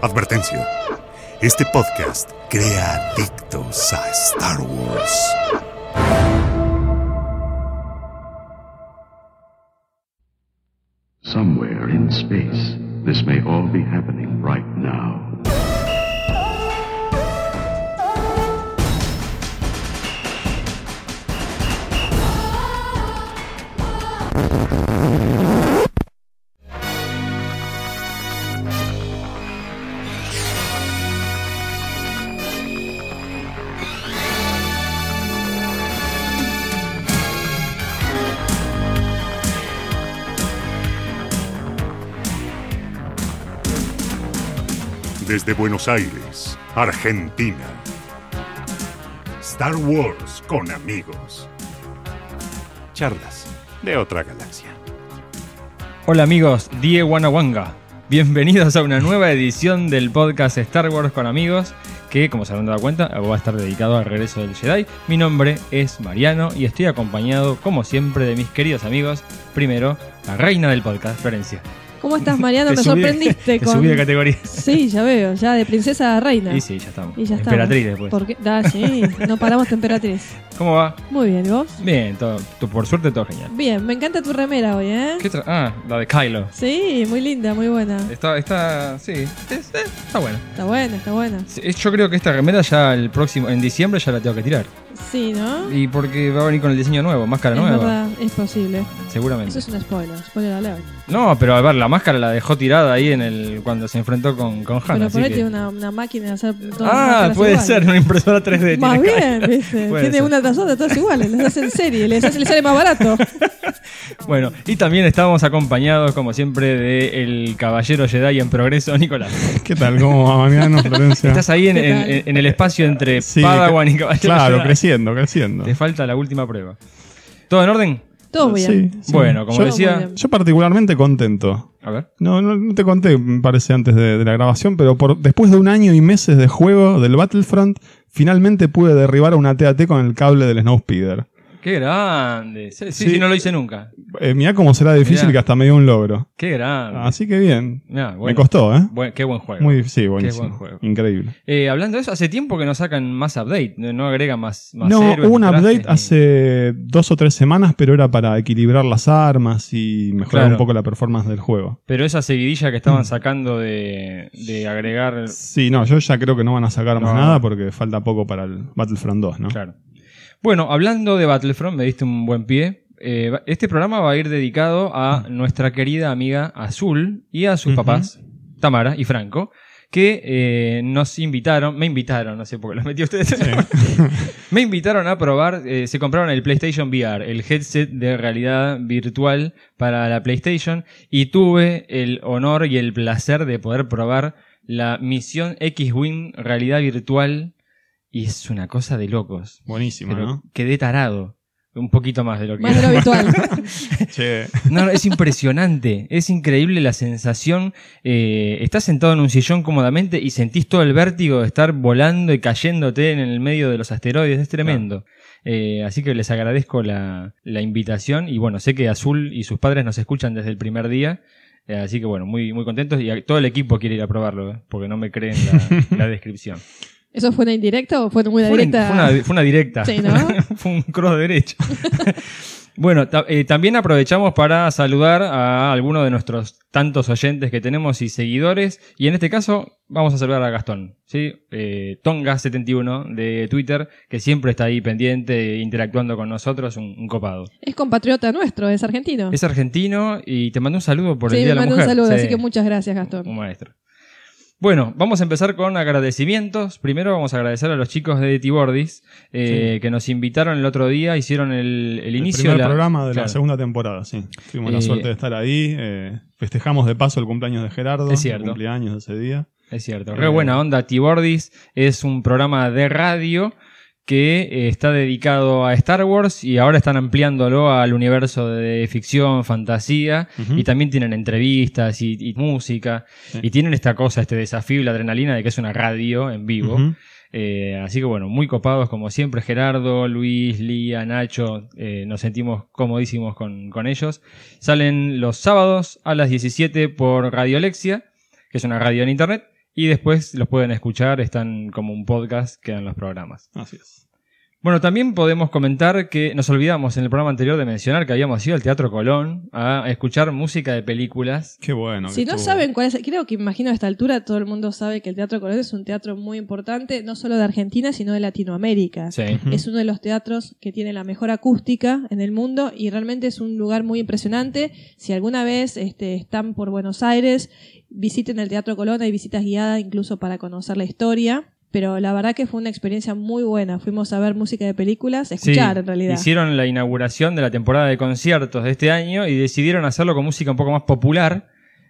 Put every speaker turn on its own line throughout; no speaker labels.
Advertencia. Este podcast crea adictos a Star Wars.
Somewhere in space, this may all be happening right now.
Desde Buenos Aires, Argentina. Star Wars con amigos. Charlas de otra galaxia.
Hola amigos, Die Guanahuanga. Bienvenidos a una nueva edición del podcast Star Wars con amigos, que como se habrán dado cuenta, va a estar dedicado al regreso del Jedi. Mi nombre es Mariano y estoy acompañado, como siempre, de mis queridos amigos. Primero, la reina del podcast, Florencia.
¿Cómo estás, Mariano?
Te
Ah, Me
subí de-
sorprendiste
te
con.
subí de categoría.
Sí, ya veo, ya de princesa a reina.
Y sí, ya estamos.
Y ya estamos.
Emperatriz después.
¿Por qué? Ah, sí, no paramos temperatriz.
¿Cómo va?
Muy bien, ¿y ¿vos?
Bien, todo, tú- por suerte todo genial.
Bien, me encanta tu remera hoy, ¿eh?
¿Qué tra- ah, la de Kylo.
Sí, muy linda, muy buena.
Está, está, sí, es- eh, está buena.
Está buena, está buena.
Sí, Yo creo que esta remera ya el próximo, en diciembre ya la tengo que tirar.
Sí, ¿no?
Y porque va a venir con el diseño nuevo, máscara
es
nueva.
verdad, es posible.
Seguramente.
Eso es un spoiler, spoiler alert.
No, pero a ver, la máscara la dejó tirada ahí en el cuando se enfrentó con, con Han.
Pero
Ah, así
por ahí
que-
tiene una, una máquina de hacer todas las
Ah,
máscaras
puede
iguales.
ser, una impresora 3D.
Más
tiene acá.
bien, ¿viste?
Puede
Tiene
ser.
una tras otra, todas iguales. Las hace en serie, les, hace, les sale más barato.
Bueno, y también estamos acompañados, como siempre, de el caballero Jedi en progreso, Nicolás.
¿Qué tal? ¿Cómo va, Mariano, Florencia?
Estás ahí en,
¿Qué
en-
tal?
en- en el espacio entre
Sí,
Padawan y caballero
Claro,
Jedi.
creciendo, creciendo.
Te falta la última prueba. ¿Todo en orden?
Todo bien.
Sí, sí.
Bueno, como
yo,
Todo muy
decía...
bien.
yo particularmente contento.
A ver.
No, no, no te conté, me parece, antes de, de la grabación, pero por, después de un año y meses de juego del Battlefront, finalmente pude derribar a una TAT con el cable del Snowspeeder.
¡Qué grande! Sí, sí,
Sí.
sí, no lo hice nunca.
Eh, mirá cómo será difícil
Mirá.
que hasta me dio un logro.
¡Qué grande!
Así que bien.
Mirá, bueno.
Ah, Me costó, ¿eh?
Buen- ¡Qué buen juego!
Muy, sí, buenísimo.
buen juego.
Increíble.
Eh, hablando de eso, hace tiempo que no sacan más update, no no agregan más, más
No,
héroes,
hubo un
ni trajes,
update
ni-
hace dos o tres semanas, pero era para equilibrar las armas y mejorar
Claro.
un poco la performance del juego.
Pero esa seguidilla que estaban sacando de, de agregar...
Mm. Sí, no, yo ya creo que no van a sacar más
No.
nada porque falta poco para el Battlefront 2, ¿no?
Claro. Bueno, hablando de Battlefront, me diste un buen pie. Eh, va- este programa va a ir dedicado a nuestra querida amiga Azul y a sus
Ujú.
papás, Tamara y Franco, que eh, nos invitaron, me invitaron, no sé por qué los metí a ustedes. me invitaron a probar, eh, se compraron el PlayStation VR, el headset de realidad virtual para la PlayStation, y tuve el honor y el placer de poder probar la misión X-Wing realidad virtual. Y es una cosa de locos.
Buenísimo,
Pero
¿no?
quedé tarado. Un poquito más de lo que.
Más de lo habitual.
Che.
No, no, es impresionante. Es increíble la sensación. Eh, estás sentado en un sillón cómodamente y sentís todo el vértigo de estar volando y cayéndote en el medio de los asteroides. Es tremendo. Eh, así que les agradezco la, la invitación. Y bueno, sé que Azul y sus padres nos escuchan desde el primer día. Eh, Así que bueno, muy, muy contentos y a- todo el equipo quiere ir a probarlo, eh, porque no me creen la, la descripción.
¿Eso fue una indirecta o fue una
Fue una-
directa?
Fue una, fue una directa.
Sí, ¿no?
fue un cross derecho. bueno, ta- eh, también aprovechamos para saludar a algunos de nuestros tantos oyentes que tenemos y seguidores. Y en este caso, vamos a saludar a Gastón, ¿sí? Eh, Tonga71 de Twitter, que siempre está ahí pendiente, interactuando con nosotros, un, un copado.
Es compatriota nuestro, es argentino.
Es argentino y te mando un saludo por
sí,
el
me
Día de la
mandó
Mujer.
un saludo,
Sí.
así que muchas gracias, Gastón.
Un maestro. Bueno, vamos a empezar con agradecimientos. Primero vamos a agradecer a los chicos de Tibordis eh, que nos invitaron el otro día, hicieron el, el
El
inicio
primer
de la-
programa de la
Claro,
segunda temporada, sí. Tuvimos
Eh,
la suerte de estar ahí. eh, festejamos de paso el cumpleaños de Gerardo.
Es cierto.
El cumpleaños de ese día.
Es cierto.
Eh,
Re buena onda. Tibordis es un programa de radio que eh, está dedicado a Star Wars y ahora están ampliándolo al universo de ficción, fantasía
Ujú.
y también tienen entrevistas y, y música
Sí.
y tienen esta cosa, este desafío y la adrenalina de que es una radio en vivo.
Ujú.
Eh, así que bueno, muy copados como siempre, Gerardo, Luis, Lía, Nacho, eh, nos sentimos comodísimos con, con ellos. Salen los sábados a las 17 por Radio Alexia, que es una radio en internet, Y después los pueden escuchar, están como un podcast, quedan los programas.
Así es.
Bueno, también podemos comentar que nos olvidamos en el programa anterior de mencionar que habíamos ido al Teatro Colón a escuchar música de películas.
Qué bueno. que
si no
estuvo.
saben cuál es, creo que imagino a esta altura todo el mundo sabe que el Teatro Colón es un teatro muy importante, no solo de Argentina, sino de Latinoamérica.
Sí.
Es uno de los teatros que tiene la mejor acústica en el mundo y realmente es un lugar muy impresionante. Si alguna vez este, están por Buenos Aires, visiten el Teatro Colón, hay visitas guiadas incluso para conocer la historia. Pero la verdad que fue una experiencia muy buena. Fuimos a ver música de películas, escuchar
Sí,
en realidad.
Hicieron la inauguración de la temporada de conciertos de este año y decidieron hacerlo con música un poco más popular,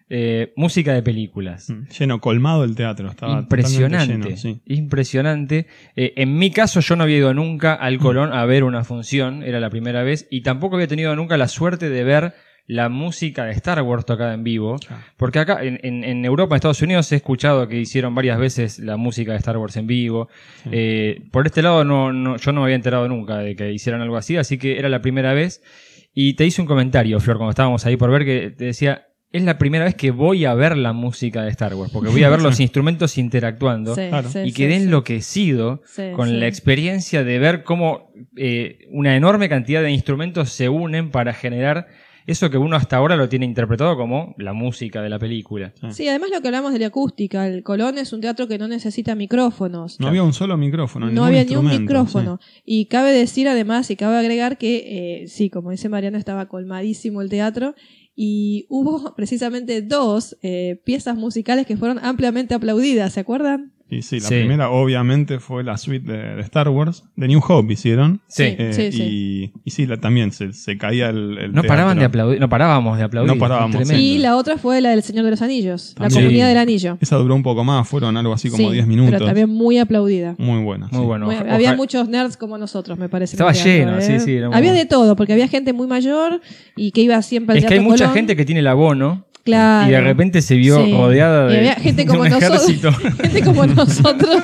eh, música de películas.
Mm, Lleno, colmado el teatro. Estaba
impresionante,
totalmente lleno, sí.
impresionante. Eh, en mi caso yo no había ido nunca al
Mm.
Colón a ver una función, era la primera vez, y tampoco había tenido nunca la suerte de ver la música de Star Wars tocada en vivo,
Claro.
porque acá en, en- en Europa, en Estados Unidos, he escuchado que hicieron varias veces la música de Star Wars en vivo. Eh, por este lado no, no- yo no me había enterado nunca de que hicieran algo así, así que era la primera vez. Y te hice un comentario, Flor, cuando estábamos ahí por ver, que te decía, es la primera vez que voy a ver la música de Star Wars, porque voy a ver los instrumentos interactuando.
Sí,
Claro.
sí,
y
sí,
quedé
sí.
enloquecido
Sí,
con
sí.
la experiencia de ver cómo eh, una enorme cantidad de instrumentos se unen para generar eso que uno hasta ahora lo tiene interpretado como la música de la película.
Sí, además lo que hablamos de la acústica, el Colón es un teatro que no necesita micrófonos.
No había un solo micrófono.
No
ningún
había ni un
instrumento,
micrófono. Y cabe decir además, y cabe agregar que, eh, sí, como dice Mariano, estaba colmadísimo el teatro. Y hubo precisamente dos eh, piezas musicales que fueron ampliamente aplaudidas, ¿se acuerdan?
sí. Y sí, la
Sí.
primera obviamente fue la suite de, de Star Wars. De New Hope hicieron.
Sí.
Eh,
Sí, sí.
Y, y sí, la- también se, se caía el, el
No paraban de
teatro.
aplaudir, no parábamos de aplaudir.
No parábamos,
Tremendo.
sí.
Y la otra fue la del Señor de los Anillos, la
También.
comunidad
Sí.
del anillo.
Esa duró un poco más, fueron algo así como
Sí,
10 minutos.
Pero también muy aplaudida.
Muy buena.
Muy
sí.
bueno.
Muy-
Oja-
había
ojalá-
muchos nerds como nosotros, me parece. en
Estaba
el teatro, ¿eh?
lleno, sí, sí, era muy-
Había de todo, porque había gente muy mayor y que iba siempre al
Es que hay
Teatro
mucha
Colón.
gente que tiene el abono
Claro.
y de repente se vio
Sí.
rodeada
Y
de,
había gente
de
como
un
nosotros.
ejército.
Gente como nosotros.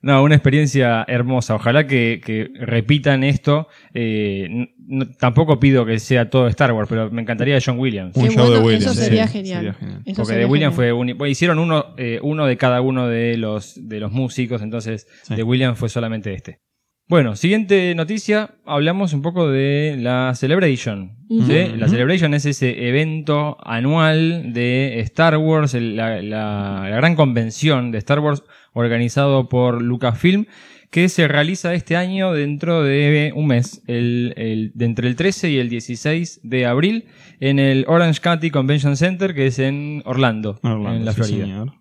No, una experiencia hermosa. Ojalá que, que repitan esto. Eh, n- no- tampoco pido que sea todo Star Wars, pero me encantaría John Williams.
Un
Qué
show de
bueno,
Williams,
Eso sería
sí,
genial.
sería genial.
Eso
Porque de
sería
Williams fue
genial.
uni- bueno, hicieron uno, eh, uno de cada uno de los, de los músicos, entonces
Sí.
de Williams fue solamente este. Bueno, siguiente noticia, hablamos un poco de la Celebration.
Ujú.
¿sí? La
Ujú.
Celebration es ese evento anual de Star Wars, el- la, la- la gran convención de Star Wars organizado por Lucasfilm, que se realiza este año dentro de un mes, el- el- de entre el 13 y el 16 de abril, en el Orange County Convention Center, que es en Orlando,
Orlando,
en la
sí,
Florida.
señor.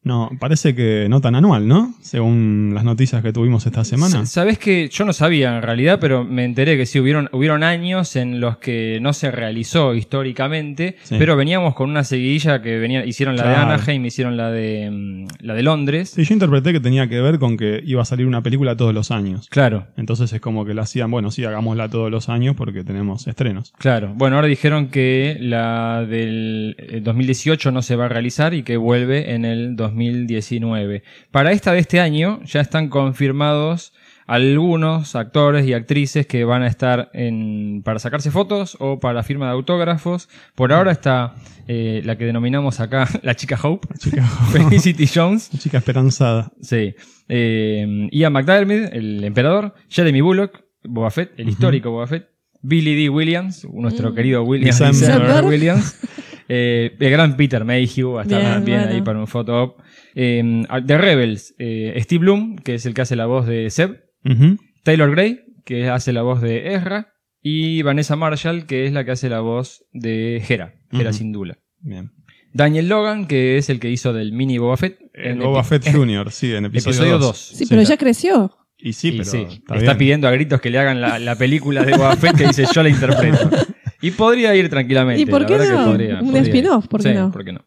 No, parece que no tan anual, ¿no? Según las noticias que tuvimos esta semana.
Sabes que yo no sabía en realidad, pero me enteré que sí hubieron, hubieron años en los que no se realizó históricamente,
Sí.
pero veníamos con una seguidilla que venía, hicieron la
Claro.
de Anaheim, hicieron la de mm, la de Londres.
Sí, yo interpreté que tenía que ver con que iba a salir una película todos los años.
Claro,
Entonces es como que la hacían, bueno, sí, hagámosla todos los años porque tenemos estrenos.
claro. Bueno, ahora dijeron que la del eh, 2018 no se va a realizar y que vuelve en el 2019. Para esta de este año ya están confirmados algunos actores y actrices que van a estar en, para sacarse fotos o para firma de autógrafos. Por ahora está eh, la que denominamos acá la chica Hope,
Chica,
Felicity Jones.
chica esperanzada.
Sí. Eh, Ian McDiarmid, el emperador. Jeremy Bullock, Boba Fett, el histórico Boba Fett. Billy D. Williams, nuestro
Mm.
querido Williams.
Sam-
Sam
Sam
Williams. Eh, el gran Peter Mayhew va a estar
Bien,
también
bueno.
ahí para un photo op. Eh, The Rebels, eh, Steve Bloom, que es el que hace la voz de Seb.
Ujú.
Taylor Gray, que hace la voz de Ezra. Y Vanessa Marshall, que es la que hace la voz de Hera, Hera
Ujú.
Sindula.
Bien.
Daniel Logan, que es el que hizo del mini Boba Fett.
El
en
Boba
epi- eh,
Fett Jr., sí, en episodio
Episodio
2.
dos.
Sí, pero ya creció.
Y sí,
Y
pero
sí,
está,
está
bien.
pidiendo a gritos que le hagan la, la película de Boba Fett que dice yo la interpreto. Y podría ir tranquilamente.
¿Y por
la
qué
verdad
no?
que podría,
Un
podría ir.
spin-off, ¿por qué
Sí,
no?
¿por qué no?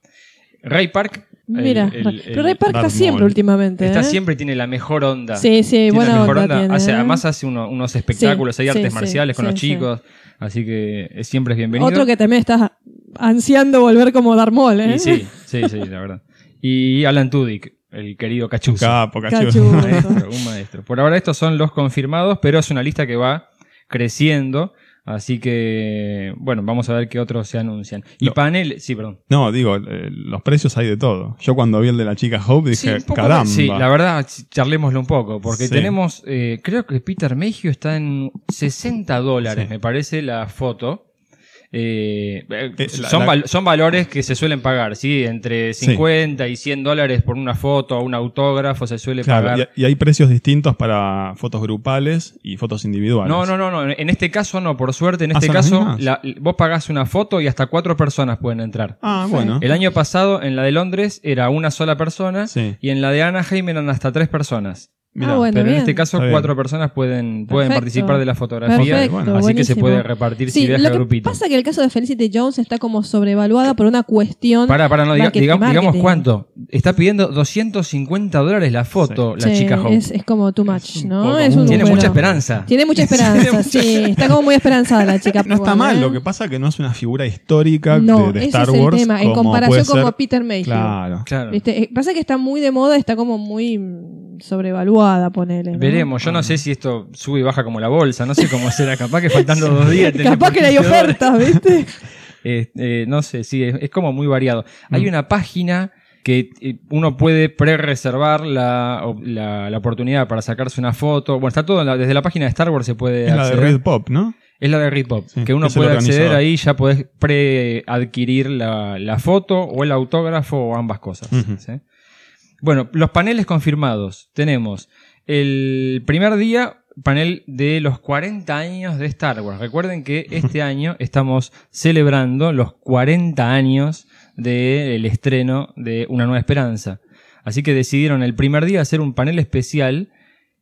Ray Park. el-
Mira.
el- el-
pero Ray Park está
Darth
siempre
Maul.
últimamente.
está
¿eh?
siempre tiene la mejor onda.
Sí, sí,
Tiene la
buena
mejor
onda.
onda.
tiene,
Hace-
¿eh?
además hace uno- unos espectáculos,
Sí,
hay artes
sí,
marciales con
sí,
los
sí.
chicos. Así que es- siempre es bienvenido.
Otro que también estás ansiando volver como Darmol, ¿eh?
Y sí, sí, sí, la verdad. Y Alan Tudyk, el querido cachuzo.
Capo, cachudo.
Cachudo.
maestro, un maestro. Por ahora estos son los confirmados, pero es una lista que va creciendo. Así que, bueno, vamos a ver qué otros se anuncian. Y
Lo-
panel, sí, perdón.
No, digo, eh, los precios hay de todo. Yo cuando vi el de la chica Hope
Sí,
dije,
un poco-
caramba.
Sí, la verdad, ch- charlémoslo un poco, porque
Sí.
tenemos, eh, creo que Peter Mejio está en 60 dólares,
Sí.
me parece, la foto. Eh, eh,
Eh, la-
son,
la-
val- son valores que se suelen pagar, ¿sí? Entre
Sí.
50 y 100 dólares por una foto o un autógrafo se suele
Claro,
pagar.
y, y hay precios distintos para fotos grupales y fotos individuales.
No, no, no, no, en este caso no, por suerte, en
Ah,
este
¿son las
caso
mismas?
la- vos pagás una foto y hasta cuatro personas pueden entrar.
Ah, bueno.
El año pasado en la de Londres era una sola persona
Sí.
y en la de Anaheim eran hasta tres personas.
Mirá,
Ah, bueno.
Pero en
bien.
este caso
Está bien.
cuatro personas pueden, pueden
Perfecto.
participar de la fotografía,
Perfecto,
bueno,
así que se
buenísimo.
puede repartir si
Sí,
viaja
lo que
grupito.
pasa que el caso de Felicity Jones está como sobrevaluada por una cuestión.
Para, para, no diga-
Marketing,
digamos, digamos
marketing.
cuánto. Está pidiendo 250 dólares la foto, la
Sí,
chica Hope.
Es, es como too much, ¿no?
poco
Es un
mucho.
Tiene
número.
mucha esperanza.
Tiene mucha esperanza,
Tiene mucha-
sí. Está como muy esperanzada la chica.
No está
Powell,
mal,
¿eh?
lo que pasa que no es una figura histórica de-
No,
de,
ese
Star
es el
Wars.
tema, en
como
comparación
puede
con
ser-
Peter Mayhew.
Claro.
Claro.
¿Viste? Eh, Pasa que está muy de moda, está como muy mm, sobrevaluada, ponele. ¿no?
Veremos, yo no sé si esto sube y baja como la bolsa, no sé cómo será, capaz que faltando dos días. tenés
Capaz que no hay
15 dólares.
ofertas, ¿viste?
Eh, eh, no sé, sí, es, es como muy variado.
Mm.
Hay una página que eh, uno puede pre-reservar la, o- la- la oportunidad para sacarse una foto. Bueno, está todo en la- desde la página de Star Wars se puede
Es la de
acceder.
Red Pop, ¿no?
Es la de Ripop,
Sí,
que uno
es el
puede acceder
organizador.
ahí, ya podés pre-adquirir la, la foto o el autógrafo o ambas cosas.
Ujú.
¿sí? Bueno, los paneles confirmados. Tenemos el primer día, panel de los 40 años de Star Wars. Recuerden que este año estamos celebrando los 40 años del estreno de Una Nueva Esperanza. Así que decidieron el primer día hacer un panel especial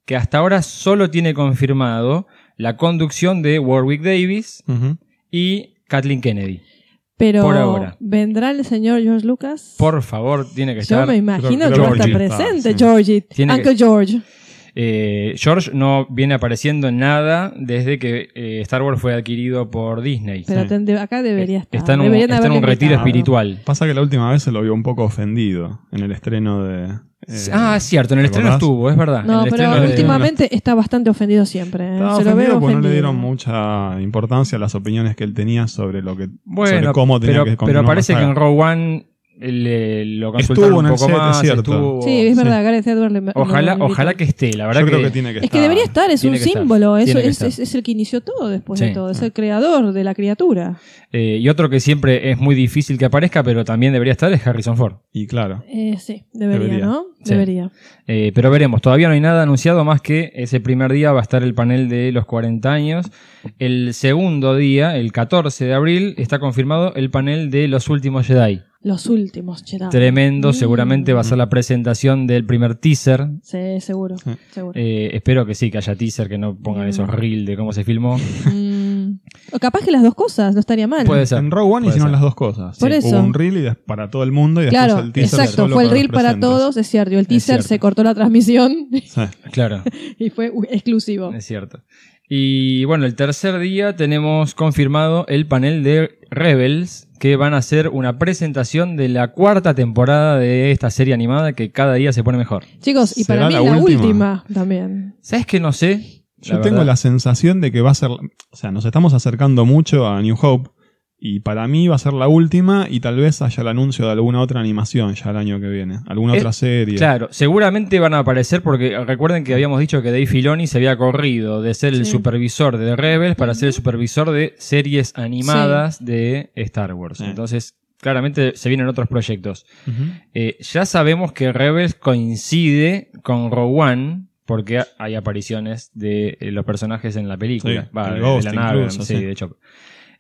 que hasta ahora solo tiene confirmado la conducción de Warwick Davis
Ujú.
y Kathleen Kennedy.
Pero
Por ahora.
vendrá el señor George Lucas.
Por favor, tiene que
Yo
estar.
me imagino
creo
que va a
que
estar
Georgie está,
presente,
Ah, sí.
Georgie.
Tiene que-
Uncle George.
Eh, George no viene apareciendo en nada desde que eh, Star Wars fue adquirido por Disney.
Pero
Sí.
tende- acá debería estar.
Está en un,
Deberían
está en
haberlo
un retiro
invitado.
espiritual.
Pasa que la última vez se lo vio un poco ofendido en el estreno de. eh,
ah, es cierto, en el
¿te
estreno
acordás?
estuvo, es verdad. en
No,
el
pero
estreno de-
últimamente está bastante ofendido siempre. ¿eh?
Estaba
Se lo
ofendido
veo
porque no le
ofendido.
dieron mucha importancia a las opiniones que él tenía sobre lo que sobre
Bueno,
cómo tenía
pero,
que continuar
pero parece
la
que en
saga.
Rogue One eh, le- lo consultaron
Estuvo
un
en el
poco
set, es
más.
cierto.
estuvo-
Sí, es
Sí.
verdad, Gareth Edwards le-
Ojalá,
le-
ojalá que esté, la verdad
Yo creo que tiene que
Es
estar.
que debería estar, es
Tiene
un
que estar,
símbolo, es,
tiene que
es,
estar.
es- es el que inició todo después
Sí.
de todo, es el creador de la criatura.
Eh, y otro que siempre es muy difícil que aparezca, pero también debería estar, es Harrison Ford.
Y claro.
Eh, sí, debería,
Debería.
¿no?
Sí.
Debería.
Eh, pero veremos, todavía no hay nada anunciado más que ese primer día va a estar el panel de los 40 años. El segundo día, el 14 de abril, está confirmado el panel de los últimos Jedi.
Los últimos Jedi.
Tremendo,
Mm.
seguramente va a ser la presentación del primer teaser.
Sí, seguro,
Sí.
seguro.
Eh, espero que sí, que haya teaser, que no pongan esos reels de cómo se filmó.
Mm. O capaz que las dos cosas, no estaría mal.
Eh. Puede ser.
En Rogue One
Puede
hicieron
ser.
las dos cosas.
Por eso.
Hubo un reel y des- para todo el mundo y después
Claro,
el teaser
exacto,
solo
fue el
los
reel para
presentes.
todos, es cierto. y El teaser
cierto.
se cortó la transmisión
Sí.
Claro.
y fue uy, exclusivo.
Es cierto. Y bueno, el tercer día tenemos confirmado el panel de Rebels, que van a hacer una presentación de la cuarta temporada de esta serie animada que cada día se pone mejor.
Chicos, y para
¿Será
mí la
la
última,
última?
también.
¿Sabes que no sé?
Yo tengo la
verdad.
sensación de que va a ser. O sea, nos estamos acercando mucho a New Hope. Y para mí va a ser la última. Y tal vez haya el anuncio de alguna otra animación ya el año que viene. Alguna
Eh,
Es-
otra serie.
Claro, seguramente van a aparecer porque recuerden que habíamos dicho que Dave Filoni se había corrido de ser el
Sí.
supervisor de Rebels para ser el supervisor de series animadas de Star Wars.
Sí.
Entonces, claramente se vienen otros proyectos.
Ujú.
Eh, ya sabemos que Rebels coincide con Rogue One porque ha- hay apariciones de eh, los personajes en la película.
Sí,
Va,
el
de,
Ghost
la nave,
incluso,
sí,
sí.
de hecho.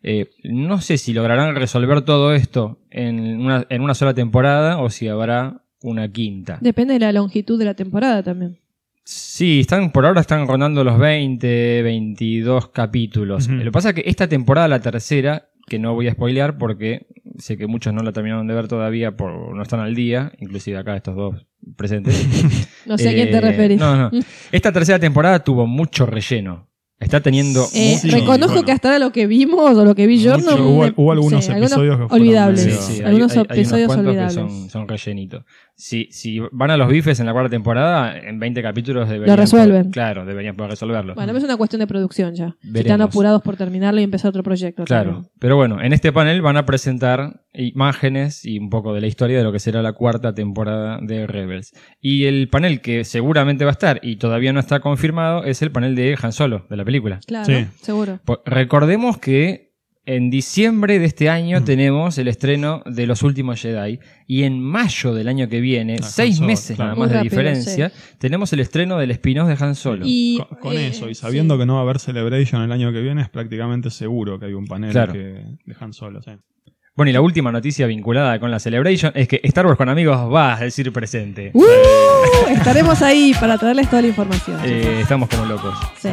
Eh, no sé si lograrán resolver todo esto en una, en una sola temporada o si habrá una quinta.
Depende de la longitud de la temporada también.
Sí, están por ahora están rondando los 20, 22 capítulos.
Ujú.
Lo que pasa es que esta temporada, la tercera, que no voy a spoilear porque sé que muchos no la terminaron de ver todavía por no están al día, inclusive acá estos dos presentes.
No sé a
Eh,
quién te referís. Mm.
No, no. Esta tercera temporada tuvo mucho relleno. Está teniendo
Eh,
Sí,
mucho-
reconozco
bueno.
que hasta ahora lo que vimos o lo que vi yo
Mucho.
no
Hubo-
me-
hubo algunos episodios que fueron
olvidables.
medio-
hay-
algunos
hay- hay unos
episodios
cuantos que
olvidables.
son, son rellenitos. Si, si van a los bifes en la cuarta temporada, en 20 capítulos deberían
resuelven.
poder- claro, deberían poder resolverlo.
Bueno, es una cuestión de producción ya. Si Están
Veremos.
apurados por terminarlo y empezar otro proyecto. también.
Claro, pero bueno, en este panel van a presentar imágenes y un poco de la historia de lo que será la cuarta temporada de Rebels. Y el panel que seguramente va a estar y todavía no está confirmado es el panel de Han Solo, de la película.
Claro,
Sí.
seguro.
Po- Recordemos que en diciembre de este año tenemos el estreno de Los Últimos Jedi y en mayo del año que viene,
Ah, Han
seis
Solo,
meses
claro.
nada más de
Muy rápido,
diferencia, tenemos el estreno del spin-off de Han Solo.
Y,
con, con
eh,
eso, y
sí.
sabiendo que no va a haber Celebration el año que viene, es prácticamente seguro que hay un panel
Claro.
que dejan solo. sí.
Bueno, y la última noticia vinculada con la Celebration es que Star Wars con amigos va a decir presente.
¡Uh! Estaremos ahí para traerles toda la información.
Eh, estamos como locos.
sí,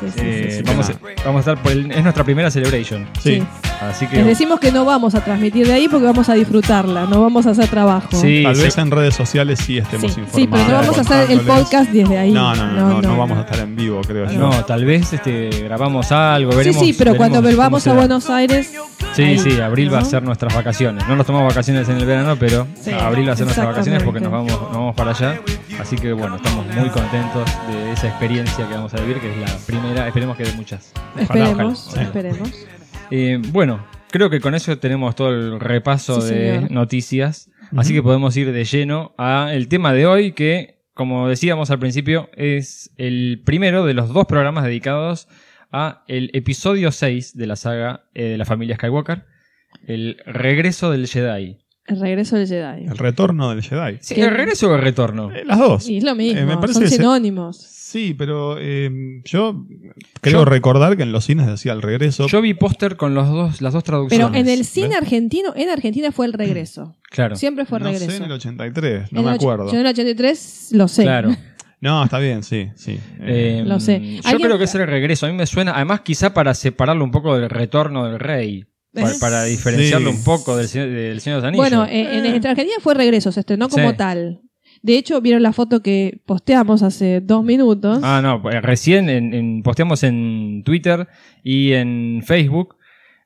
sí, sí,
Eh,
sí, sí.
vamos, a, vamos a estar por el- es nuestra primera Celebration.
Sí.
Sí.
Así que
Les decimos que no vamos a transmitir de ahí porque vamos a disfrutarla, no vamos a hacer trabajo.
Sí,
Tal
sí.
vez en redes sociales sí
sí,
estemos
sí,
informados.
pero no vamos a hacer el
contándoles.
podcast desde ahí.
No, no, no, no, no vamos a estar en vivo, creo yo.
no, tal vez este, grabamos algo, veremos.
sí, sí, pero cuando
veremos cómo
volvamos
se
a
da.
Buenos Aires.
Sí,
ahí,
sí, abril va a
¿no?
ser nuestras vacaciones. No nos tomamos vacaciones en el verano, pero
Sí,
abril va a ser nuestras vacaciones porque nos vamos,
exactamente.
nos vamos para allá. Así que bueno, estamos muy contentos de esa experiencia que vamos a vivir, que es la primera, esperemos que de muchas. Ojalá, ojalá.
Esperemos, esperemos.
Eh, bueno, creo que con eso tenemos todo el repaso
Sí,
de
señor.
noticias. Así que podemos ir de lleno a el tema de hoy, que, como decíamos al principio, es el primero de los dos programas dedicados a el episodio 6 de la saga eh, de la familia Skywalker, el regreso del Jedi.
El regreso del Jedi.
El retorno del Jedi.
Sí,
¿Qué?
¿El regreso o el retorno?
Eh, las dos.
Y es lo mismo,
Eh, me parece
son
que se-
sinónimos.
Sí, pero eh, yo creo
Yo-
recordar que en los cines decía el regreso.
Yo vi póster con los dos, las dos traducciones.
Pero en el cine
¿Ves?
argentino, en Argentina fue el regreso.
Claro,
Siempre fue el
no
regreso.
sé, en el 83, no
En
me
el och-
acuerdo.
Yo en el 83 lo sé.
claro.
No, está bien, sí, sí. Eh,
Eh,
Lo sé.
Yo
¿Alguien-
creo que es el regreso. A mí me suena, además, quizá para separarlo un poco del retorno del rey. Para,
¿Eh?
para diferenciarlo
Sí.
un poco del, Señor- del Señor de los Anillos.
Bueno, eh, en, en Argentina fue regreso, se estrenó como
Sí.
tal. De hecho, vieron la foto que posteamos hace dos minutos.
Ah, no, pues, recién en- en- posteamos en Twitter y en Facebook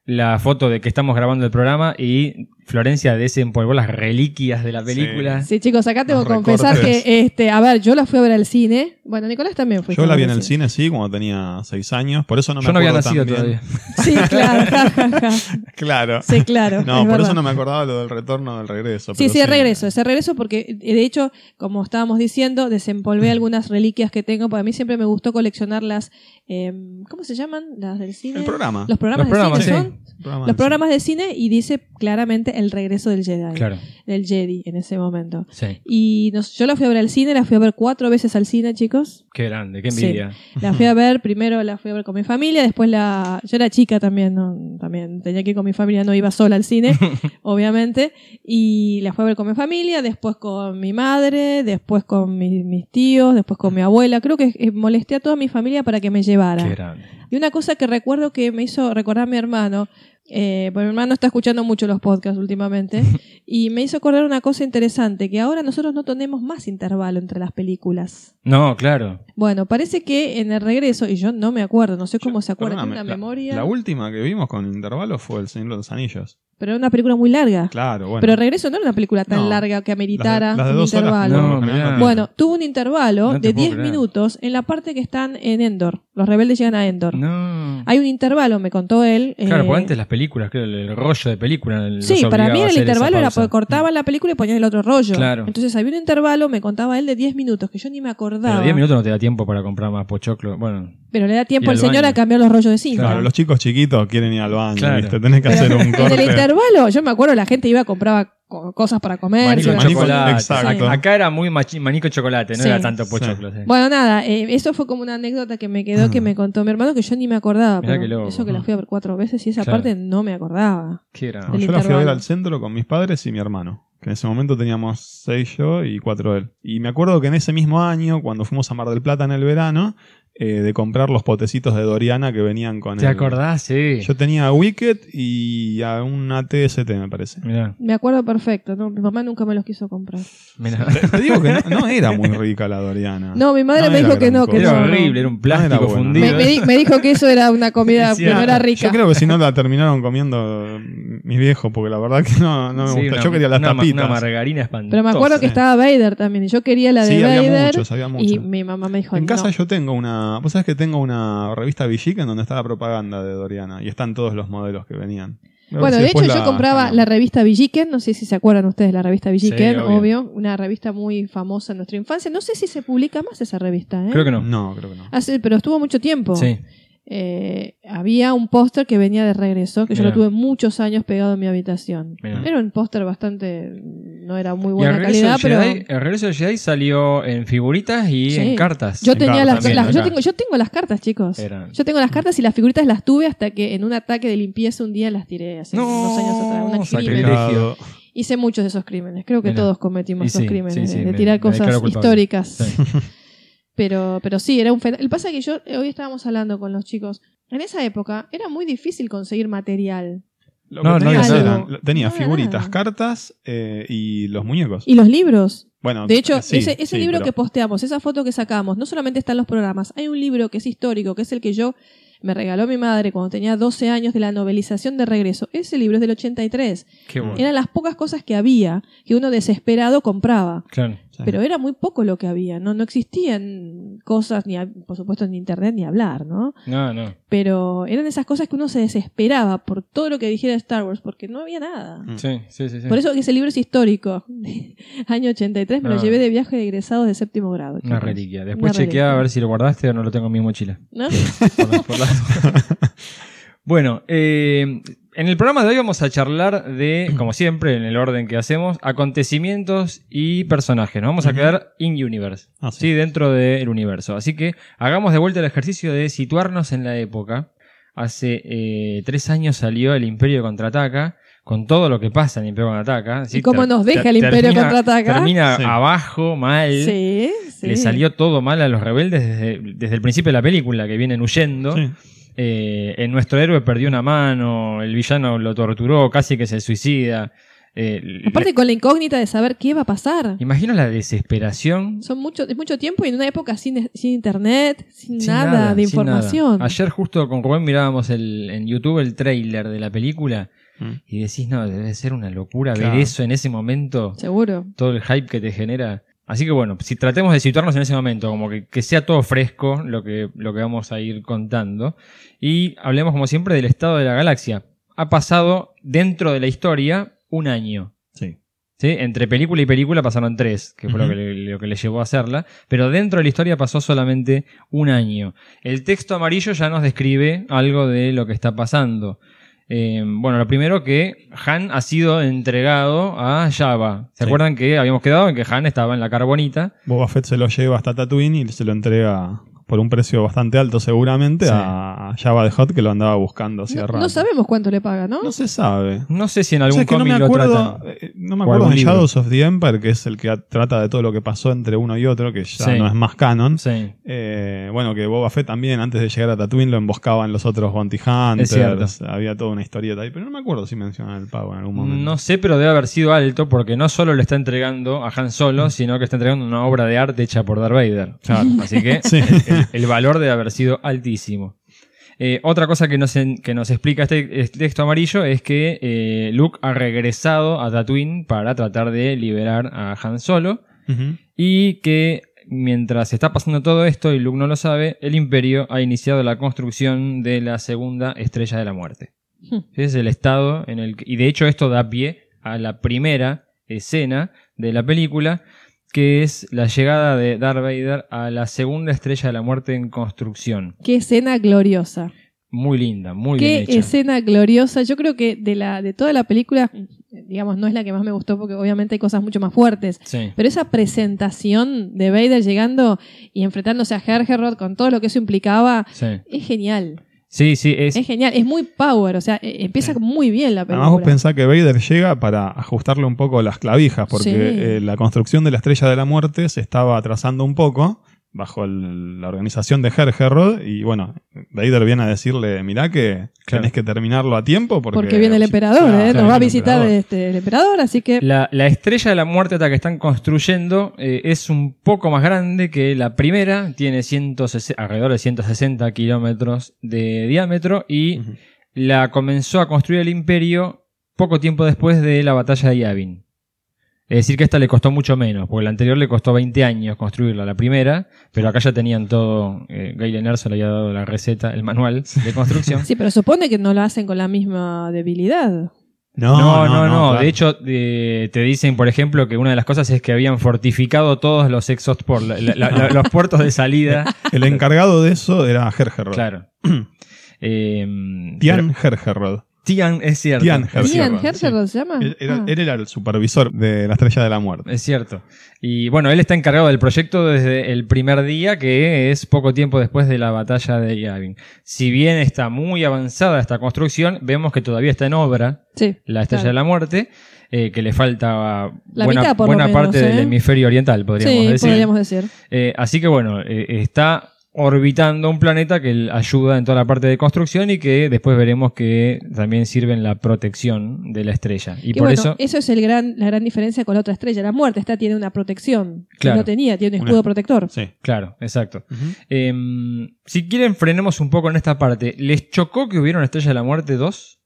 la foto de que estamos grabando el programa y Florencia desempolvó las reliquias de la película.
Sí, chicos, acá tengo
Los
que confesar
recortes.
que, este, a ver, yo la fui a ver al cine. Bueno, Nicolás también fue.
yo la vi en el cine, sí, cuando tenía 6 años. Por eso no me
Yo no había
acuerdo
nacido
tan bien.
todavía.
Sí, claro, ja, ja, ja.
Claro.
Sí, claro.
No,
es
por
verdad.
eso no me acordaba lo del retorno del regreso.
Sí,
pero
sí, de regreso, ese regreso porque eh, de hecho, como estábamos diciendo,
Mm.
desempolvé algunas reliquias que tengo, porque a mí siempre me gustó coleccionar las, eh, ¿cómo se llaman? Las del cine.
El programa.
Los programas,
Los programas,
de cine
sí.
son.
Programa
Los
del
programas de cine y dice claramente el regreso del Jedi,
Claro,
del Jedi en ese momento.
sí.
Y nos- yo la fui a ver al cine, la fui a ver cuatro veces al cine, chicos.
Qué grande, qué
Sí.
envidia.
La fui a ver, primero la fui a ver con mi familia, después la. Yo era chica también, ¿no? también tenía que ir con mi familia, no iba sola al cine, obviamente. Y la fui a ver con mi familia, después con mi madre, después con mi- mis tíos, después con mi abuela. Creo que eh, molesté a toda mi familia para que me llevara.
Qué grande.
Y una cosa que recuerdo que me hizo recordar mi hermano, eh, porque mi hermano está escuchando mucho los podcasts últimamente, y me hizo acordar una cosa interesante, que ahora nosotros no tenemos más intervalo entre las películas.
No, claro.
Bueno, parece que en el regreso, y yo no me acuerdo, no sé cómo se acuerda,
Perdóname,
tiene una
la-
memoria,
La última que vimos con intervalo fue El Señor de los Anillos.
pero era una película muy larga.
Claro, bueno.
Pero el regreso no era una película tan
No,
larga que
Las de-
ameritara
las de
un
dos horas,
intervalo.
por lo
No,
general,
mirá.
tienen.
Bueno, tuvo un intervalo
No te
de
puedo
10
creer.
minutos en la parte que están en Endor. Los rebeldes llegan a Endor.
No.
Hay un intervalo, me contó él.
Claro,
eh,
pues antes las películas, creo, el, el rollo de película. los
Sí, para
obligaba
mí
a
el
hacer esa
intervalo era
pausa.
porque cortaban la película y ponían el otro rollo.
Claro.
Entonces había un intervalo, me contaba él, de 10 minutos, que yo ni me acordaba.
Pero 10 minutos no te da tiempo para comprar más pochoclo. Bueno,
Pero le da
Y
tiempo
al
al señor
baño.
a cambiar los rollos de cinta.
Claro, los chicos chiquitos quieren ir al baño,
Claro.
¿viste? Tenés que
Pero
hacer un
En el
corte.
intervalo, yo me acuerdo, la gente iba, compraba co- cosas para comer.
manico
iba-
Manico,
chocolate.
exacto.
Ac- Acá era muy machi- manico chocolate, no
Sí.
era tanto pochoclo. sí.
Bueno, nada, eh, eso fue como una anécdota que me quedó
Ah.
que me contó mi hermano que yo ni me acordaba.
Mirá
pero
qué loco.
eso que la fui a ver cuatro veces y esa
Claro.
parte no me acordaba.
Qué era.
No,
el
yo la fui a ver
intervalo.
al centro con mis padres y mi hermano. Que en ese momento teníamos seis yo y cuatro él. Y me acuerdo que en ese mismo año, cuando fuimos a Mar del Plata en el verano, eh, de comprar los potecitos de Doriana que venían con
¿Te
el-
acordás? Sí.
Yo tenía Wicked y a un ATST, me parece.
Mirá,
Me acuerdo perfecto, no, mi mamá nunca me los quiso comprar.
mirá.
Te digo que no, no era muy rica la Doriana.
No, mi madre
Ah. No
me
era
dijo que
gran
no,
cosa.
que
Era
no, no.
horrible, era un
No era
plástico
bueno.
fundido.
Me, me di- me dijo que eso era una comida
Sí,
que no era
Yo
rica.
creo que si no la terminaron comiendo eh, mis viejos, porque la verdad que no, no me
Sí,
gusta.
una-
Yo quería las
una, ma-
tapitas.
Una margarina espantosa.
Pero me acuerdo que
Sí.
estaba Vader también, y yo quería la de
eh. sí,
Vader.
había muchos, había muchos.
Y mi mamá me dijo,
En casa
no.
yo tengo una. Vos sabés que tengo una revista Villic en donde está la propaganda de Doriana y están todos los modelos que venían. Creo
Bueno,
que
de hecho
después
yo compraba
cambiaron.
la revista Villiquen, no sé si se acuerdan ustedes la revista Villiquen,
obvio.
obvio. una revista muy famosa en nuestra infancia. No sé si se publica más esa revista, ¿eh?
Creo que no.
No, creo que no.
Hace- pero estuvo mucho tiempo.
Sí.
Eh, había un póster que venía de regreso, que yo
Mirá.
lo tuve muchos años pegado en mi habitación.
Mirá.
Era un póster bastante, no era muy
Y el
buena
regreso,
calidad,
del
pero
Jedi, el regreso del Jedi salió en figuritas y
Sí.
en cartas.
yo
En
tenía
cartas
las,
también,
las-
acá.
yo tengo, yo tengo las cartas, chicos.
Eran-
Yo tengo las cartas y las figuritas las tuve hasta que en un ataque de limpieza un día las tiré hace
No,
unos años atrás, un
sacrilegio.
crimen.
Pecado.
Hice muchos de esos crímenes. Creo que
Mirá.
todos
Y
cometimos esos
sí,
crímenes
sí,
de-
sí,
de,
me- me
tirar cosas
declaro culpable.
históricas.
Sí.
Pero, pero sí, era un fenómeno. El pasa es que yo eh, hoy estábamos hablando con los chicos. En esa época era muy difícil conseguir material.
Lo
No,
que
no
tenías
había
eran-
nada.
tenía
No había
figuritas,
nada.
cartas eh, y los muñecos.
Y los libros.
bueno,
Ah,
De hecho,
eh, sí,
ese, ese
sí,
libro
pero-
que posteamos, esa foto que sacamos, no solamente están los programas, hay un libro que es histórico, que es el que yo me regaló mi madre cuando tenía 12 años de la novelización de regreso. Ese libro es del 83.
Qué bueno.
Eran las pocas cosas que había que uno desesperado compraba.
Claro.
Sí.
Pero era muy poco lo que había, ¿no? No existían cosas, ni hab- por supuesto, ni internet ni hablar, ¿no?
No, no.
Pero eran esas cosas que uno se desesperaba por todo lo que dijera Star Wars, porque no había nada.
Mm.
Sí, sí, sí. sí.
Por eso que ese libro es histórico. Año 83, me
Ah.
lo llevé de viaje de egresados de séptimo grado.
Una
chicos.
reliquia. Después
Una reliquia.
chequeaba a ver si lo guardaste o no lo tengo en mi mochila.
¿No?
Por las- por las- bueno, eh, en el programa de hoy vamos a charlar
Mm.
de, como siempre, en el orden que hacemos, acontecimientos y personajes. Nos vamos a quedar in-universe,
Ah, sí.
¿sí? dentro del universo. Así que hagamos de vuelta el ejercicio de situarnos en la época. Hace eh, tres años salió el Imperio Contraataca, con todo lo que pasa en el Imperio Contraataca. ¿sí?
¿Y cómo
Ter-
nos deja el
ter-
Imperio
termina-
Contraataca?
Termina
Sí.
abajo, mal.
Sí, sí.
Le salió todo mal a los rebeldes desde, desde el principio de la película, que vienen huyendo.
Sí.
Eh, en nuestro héroe perdió una mano, el villano lo torturó, casi que se suicida. Eh,
Aparte
le-
con la incógnita de saber qué va a pasar.
imagino la desesperación.
Son mucho, es mucho tiempo y en una época sin, sin internet, sin,
sin
nada, de
sin nada.
información.
Ayer justo con Rubén mirábamos el, en YouTube el tráiler de la película
Mm.
y decís, no, debe ser una locura
Claro.
ver eso en ese momento,
Seguro.
todo el hype que te genera. Así que bueno, si tratemos de situarnos en ese momento, como que, que sea todo fresco lo que, lo que vamos a ir contando. Y hablemos como siempre del estado de la galaxia. Ha pasado dentro de la historia un año.
Sí.
¿sí? Entre película y película pasaron tres, que fue lo,
Ujú.
que le, lo que le llevó a hacerla, pero dentro de la historia pasó solamente un año. El texto amarillo ya nos describe algo de lo que está pasando. Eh, bueno, lo primero que Han ha sido entregado a Java. ¿Se
Sí.
acuerdan que habíamos quedado en que Han estaba en la carbonita?
Boba Fett se lo lleva hasta Tatooine y se lo entrega por un precio bastante alto seguramente
Sí.
a Java de Hot que lo andaba buscando hacía
No,
rato.
no sabemos cuánto le paga, ¿no?
No se sabe.
No sé si en
O sea,
algún
es que no
cómic
me
lo
acuerdo,
tratan.
eh, no
O
me acuerdo
algún
de
libro.
Shadows of the Empire, que es el que a- trata de todo lo que pasó entre uno y otro, que ya
Sí.
no es más canon.
Sí.
Eh, bueno, que Boba Fett también, antes de llegar a Tatooine, lo emboscaban los otros Bounty
Es cierto.
Hunters. Había toda una historieta ahí, pero no me acuerdo si mencionan el pago en algún momento.
No sé, pero debe haber sido alto porque no solo le está entregando a Han Solo, sino que está entregando una obra de arte hecha por Darth Vader. Así que
Sí.
el, el valor debe haber sido altísimo. Eh, otra cosa que nos, en- que nos explica este, este texto amarillo es que eh, Luke ha regresado a Tatooine para tratar de liberar a Han Solo
Ujú.
y que mientras está pasando todo esto y Luke no lo sabe, el Imperio ha iniciado la construcción de la segunda estrella de la muerte.
Hmm.
Ese es el estado en el que- y de hecho esto da pie a la primera escena de la película que es la llegada de Darth Vader a la segunda estrella de la muerte en construcción.
Qué escena gloriosa.
Muy linda, muy
Qué
bien hecha.
escena gloriosa. Yo creo que de la de toda la película, digamos, no es la que más me gustó porque obviamente hay cosas mucho más fuertes.
Sí.
Pero esa presentación de Vader llegando y enfrentándose a Hergerod con todo lo que eso implicaba
Sí,
es genial.
sí, sí, es,
Es genial. Es muy power. O sea, eh, empieza muy bien la película.
Además vos pensás que Vader llega para ajustarle un poco las clavijas, porque
Sí.
eh, la construcción de la Estrella de la Muerte se estaba atrasando un poco bajo el- la organización de Her Herod y bueno, Vader viene a decirle, mirá que
Claro.
tenés que terminarlo a tiempo porque,
Porque, viene el
sí,
emperador,
claro,
¿eh?
claro,
Nos va a
viene el
visitar
emperador.
este, el emperador, así que
La, la estrella de la muerte esta que están construyendo eh, es un poco más grande que la primera, tiene 160 alrededor de 160 kilómetros de diámetro y
Ujú.
la comenzó a construir el imperio poco tiempo después de la batalla de Yavin. Es decir, que esta le costó mucho menos, porque la anterior le costó 20 años construirla, la primera, pero acá ya tenían todo, eh, Galen Erso le había dado la receta, el manual de construcción.
sí, pero supone que no lo hacen con la misma debilidad.
No, no, no.
claro.
De hecho, eh, te dicen, por ejemplo, que una de las cosas es que habían fortificado todos los exos por la- la- la- los puertos de salida.
el encargado de eso era Her Herod.
claro. Eh,
Tian Her Herod.
pero- Tian, es cierto.
Tian Her
es
¿Ian
cierto.
Herod, sí.
Herschel se llama?
Él era,
Ah.
él era el supervisor de la estrella de la muerte.
Es cierto. Y bueno, él está encargado del proyecto desde el primer día, que es poco tiempo después de la batalla de Yavin. Si bien está muy avanzada esta construcción, vemos que todavía está en obra.
Ah, Sí,
la estrella
Claro.
de la muerte, eh, que le falta
La
buena,
mitad, por lo
buena
menos,
parte
¿eh?
del hemisferio oriental, podríamos
Sí,
decir.
podríamos decir.
Eh, así que bueno, eh, está orbitando un planeta que l- ayuda en toda la parte de construcción y que después veremos que también sirve en la protección de la estrella. Y,
Y,
por
bueno,
eso,
eso, es el gran, la gran diferencia con la otra estrella. La muerte, esta tiene una protección. que
Claro.
No tenía, tiene un
Una-
escudo protector.
Sí.
claro, exacto. Em, si quieren, frenemos un poco en esta parte. ¿Les chocó que hubiera una estrella de la muerte 2?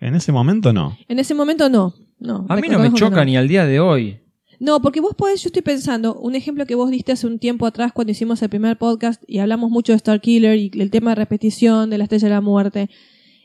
En ese momento no.
En ese momento no. no
A mí no me
reconozco que
choca ni al día de hoy.
No, porque vos podés, yo estoy pensando, un ejemplo que vos diste hace un tiempo atrás cuando hicimos el primer podcast y hablamos mucho de Star Killer y el tema de repetición de la estrella de la muerte,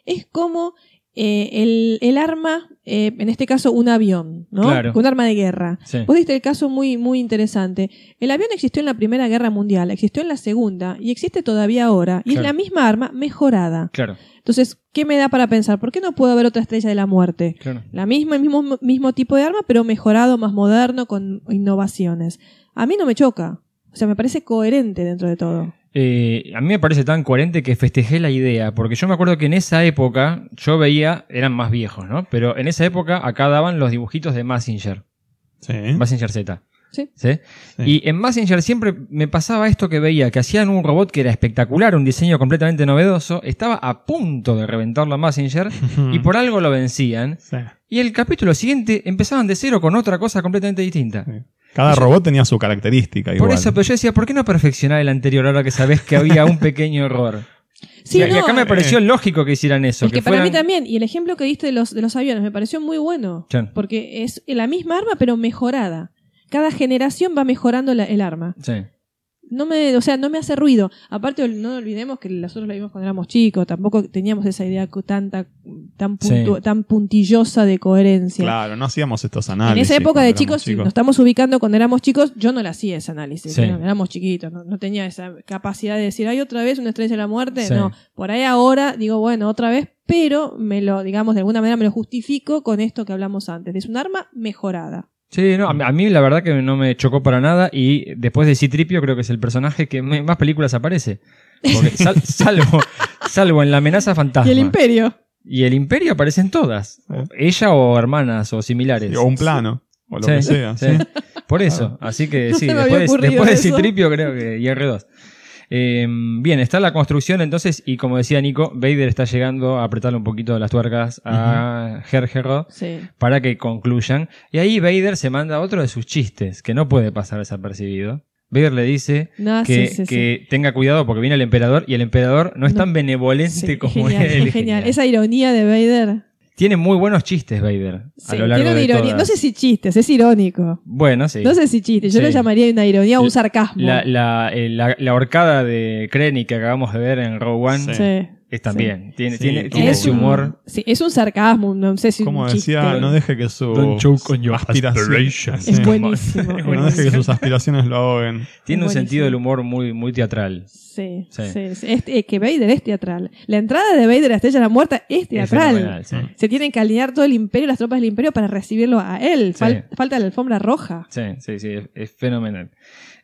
es como eh, el, el arma, eh, en este caso un avión, ¿no?
Claro.
Un arma de guerra.
Sí.
Vos diste el caso muy, muy interesante. El avión existió en la Primera Guerra Mundial, existió en la Segunda y existe todavía ahora. Y
Claro.
es la misma arma mejorada.
Claro,
Entonces, ¿qué me da para pensar? ¿Por qué no puede haber otra estrella de la muerte?
claro.
La misma, el mismo, mismo tipo de arma, pero mejorado, más moderno, con innovaciones. A mí no me choca. O sea, me parece coherente dentro de todo.
Eh, a mí me parece tan coherente que festejé la idea, porque yo me acuerdo que en esa época yo veía, eran más viejos, ¿no? Pero en esa época acá daban los dibujitos de Massinger,
Sí.
Massinger Z.
¿Eh? Sí.
Sí.
Y en Massinger siempre me pasaba esto que veía, que hacían un robot que era espectacular, un diseño completamente novedoso, estaba a punto de reventarlo a Massinger
Mm.
y por algo lo vencían.
Sí.
Y el capítulo siguiente empezaban de cero con otra cosa completamente distinta.
Cada
Eso-
robot tenía su característica
Por
igual.
eso, pero yo decía, ¿por qué no perfeccionar el anterior ahora que sabés que había un pequeño error?
Sí,
y, y
no, eh,
acá me pareció lógico que hicieran eso.
es que, para
fueran-
mí también, y el ejemplo que diste de los, de los aviones me pareció muy bueno.
Sí.
Porque es la misma arma, pero mejorada. Cada generación va mejorando la- el arma.
Sí.
No me, o sea, no me hace ruido. Aparte, ol- no olvidemos que nosotros la vimos cuando éramos chicos, tampoco teníamos esa idea cu- tanta, tan, puntu-
Sí.
tan puntillosa de coherencia.
Claro, no hacíamos estos
En
análisis.
esa época
cuando
de
éramos
chicos, si nos estamos ubicando cuando éramos chicos, yo no le hacía ese análisis.
Sí.
¿no? éramos chiquitos, no, no tenía esa capacidad de decir, hay otra vez una estrella de la muerte.
Sí.
No, por ahí ahora digo, bueno, otra vez, pero me lo, digamos, de alguna manera me lo justifico con esto que hablamos antes. Es un arma mejorada.
Sí, no, a mí- a mí la verdad que no me chocó para nada y después de Citripio creo que es el personaje que me- más películas aparece. Porque sal- salvo, salvo en La amenaza fantasma.
Y el imperio.
Y el imperio aparecen todas.
Sí.
Ella o hermanas o similares.
Eh. Sí, O un plano, o lo
Sí,
que sea.
sí.
sí. Ah.
Por eso, así que
No
sí,
se me había
después, de-
ocurrido
después de
eso.
Citripio creo que y R2. Eh, bien, está la construcción entonces y como decía Nico, Vader está llegando a apretarle un poquito las tuercas a Her Herod.
Sí.
para que concluyan. Y ahí Vader se manda otro de sus chistes, que no puede pasar desapercibido. Vader le dice
No,
que,
Ah, sí, sí, sí.
que tenga cuidado porque viene el emperador y el emperador no es
No.
tan benevolente
Sí,
como
genial,
él.
es genial. Esa ironía de Vader.
Tiene muy buenos chistes Vader a
Sí,
lo largo
tiene una
de
ironía.
todas.
No sé si chistes, es irónico.
Bueno, sí.
No sé si chistes, yo
Sí.
lo llamaría una ironía o un
La-
sarcasmo.
La, la, eh, la- la horcada de Krennic que acabamos de ver en Rogue One
Sí.
es también. Tiene,
Sí,
tiene,
es
tiene ese
un-
humor.
sí, es un sarcasmo, no sé si un
Como
chiste.
decía, no deje que
Don't
su
choke on your
aspiración.
aspirations.
Sí.
Es buenísimo. es
No deje que
buenísimo.
sus aspiraciones lo ahoguen.
Tiene un
Buenísimo.
sentido del humor muy, muy teatral.
Sí,
Sí.
sí. sí. Este- eh, que Vader es teatral. La entrada de Vader a Estrella de la Muerta es
Es
teatral.
fenomenal, sí.
Se tienen que alinear todo el imperio, las tropas del imperio para recibirlo a él. Fal-
Sí.
Falta la alfombra roja.
Sí, sí, sí, es, es fenomenal.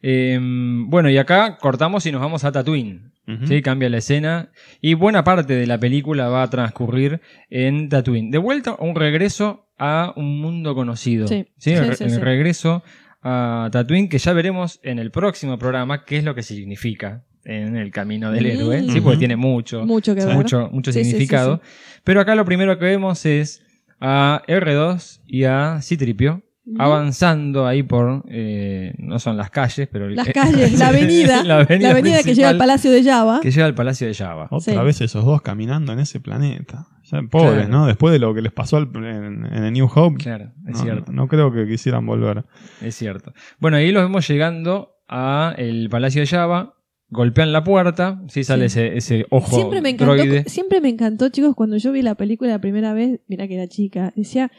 Eh, bueno, y acá cortamos y nos vamos a Tatooine.
Ujú.
Sí, cambia la escena. Y buena parte de la película va a transcurrir en Tatooine. De vuelta, un regreso a un mundo conocido.
Sí, sí,
el,
sí,
el
sí.
regreso a Tatooine, que ya veremos en el próximo programa qué es lo que significa en el camino del
Mm.
héroe, ¿sí?
Ujú.
porque tiene mucho,
Mucho que ver.
mucho, mucho
Sí, sí, sí,
significado. Pero acá lo primero que vemos es a R2 y a Citripio
Ujú.
avanzando ahí por, eh, no son las calles, pero... eh,
Las calles, la avenida, la avenida, que lleva al
principal
Palacio de Java.
que lleva al Palacio de Java.
Otra
Sí.
vez esos dos caminando en ese planeta. Ya, pobres,
Claro.
¿no? Después de lo que les pasó al- en, en el New Hope.
Claro, es
no,
cierto,
no creo que quisieran volver.
es cierto. Bueno, ahí los vemos llegando a el Palacio de Java, golpean la puerta, sí sale
Sí.
Ese, ese ojo
siempre me encantó,
droide.
siempre me encantó, chicos, cuando yo vi la película la primera vez, mira que era chica, decía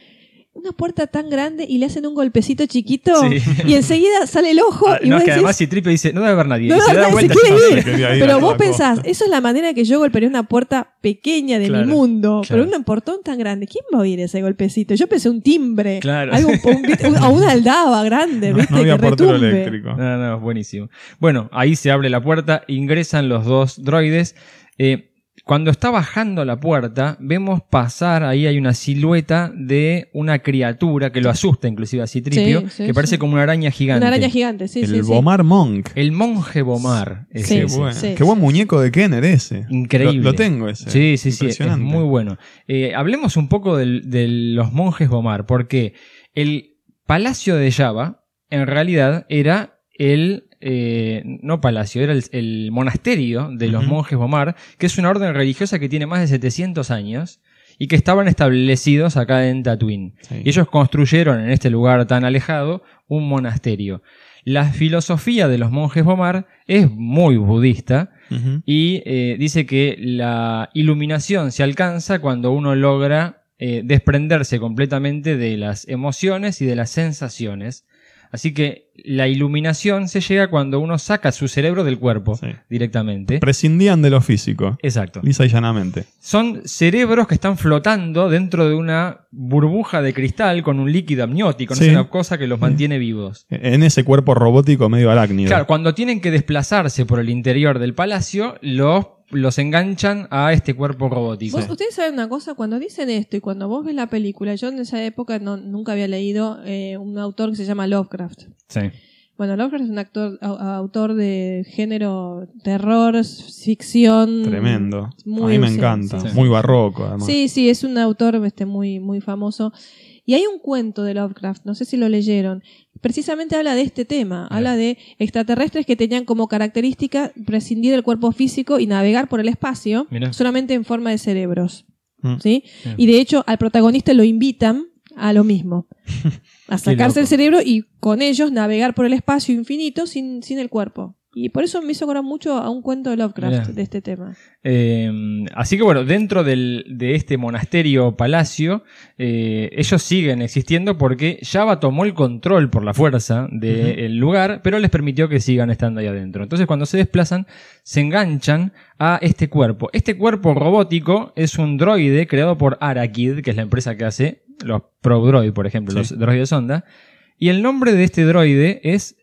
una puerta tan grande y le hacen un golpecito chiquito
Sí.
y enseguida sale el ojo
Ah,
y
no,
vos
es que
decís,
además Citripio dice, no debe haber nadie,
"No,
y se
no,
da
se
vuelta.
quiere
yo
ir".
sé, quería ir a
Pero
toda
vos pensás,
costa.
eso es la manera que yo golpearía una puerta pequeña de
Claro,
mi mundo,
claro.
pero un portón tan grande, ¿quién va a oír ese golpecito? Yo pensé un timbre,
Claro.
algo, un- un- o una aldaba grande,
No,
¿viste?
no había
que
portero
retumbe.
eléctrico.
No, no, es buenísimo. Bueno, ahí se abre la puerta, ingresan los dos droides. Eh, cuando está bajando la puerta, vemos pasar, ahí hay una silueta de una criatura que lo asusta inclusive a Citripio,
Sí, sí,
que parece
sí.
como una araña gigante.
Una araña gigante, sí,
el
sí, sí.
Bomar Monk.
El monje Bomar. es
Sí,
Qué,
ese.
bueno.
sí,
Qué
sí,
buen
sí.
muñeco de Kenner ese.
Increíble.
Lo, lo tengo ese.
Sí, sí, sí, es
Impresionante.
muy bueno. Eh, hablemos un poco del- de los monjes Bomar, porque el palacio de Java en realidad era el, eh, no palacio, era el, el monasterio de los
Ujú.
monjes Bomar, que es una orden religiosa que tiene más de 700 años y que estaban establecidos acá en Tatooine.
Sí.
Y ellos construyeron en este lugar tan alejado un monasterio. La filosofía de los monjes Bomar es muy budista,
Ujú.
y eh, dice que la iluminación se alcanza cuando uno logra eh, desprenderse completamente de las emociones y de las sensaciones. Así que la iluminación se llega cuando uno saca su cerebro del cuerpo
Sí.
directamente.
Prescindían de lo físico.
Exacto.
Lisa y llanamente.
Son cerebros que están flotando dentro de una burbuja de cristal con un líquido amniótico, no
Sí.
es una cosa que los mantiene vivos.
E-, En ese cuerpo robótico medio arácnido.
Claro, cuando tienen que desplazarse por el interior del palacio, los, los enganchan a este cuerpo robótico.
Vos- Ustedes saben una cosa, cuando dicen esto y cuando vos ves la película, yo en esa época no, nunca había leído eh, un autor que se llama Lovecraft.
Sí.
Bueno, Lovecraft es un actor, au- autor de género terror, s- ficción.
Tremendo.
Muy-
a mí me
sí,
encanta.
sí, sí.
Muy barroco, además.
Sí, sí, es un autor este, muy, muy famoso. Y hay un cuento de Lovecraft, no sé si lo leyeron. Precisamente habla de este tema,
Bien.
habla de extraterrestres que tenían como característica prescindir del cuerpo físico y navegar por el espacio
Mirá.
solamente en forma de cerebros.
Mm.
¿sí?
Bien.
Y de hecho al protagonista lo invitan a lo mismo, a sacarse el
loco.
cerebro y con ellos navegar por el espacio infinito sin, sin el cuerpo. Y por eso me hizo acordar mucho a un cuento de Lovecraft
Mirá.
de este tema.
Eh, así que bueno, dentro del- de este monasterio palacio, eh, ellos siguen existiendo porque Java tomó el control por la fuerza del lugar, pero les permitió que sigan estando ahí adentro. Entonces cuando se desplazan, se enganchan a este cuerpo. Este cuerpo robótico es un droide creado por Arakid, que es la empresa que hace los ProDroid, por ejemplo,
Sí.
los droides onda. Y el nombre de este droide es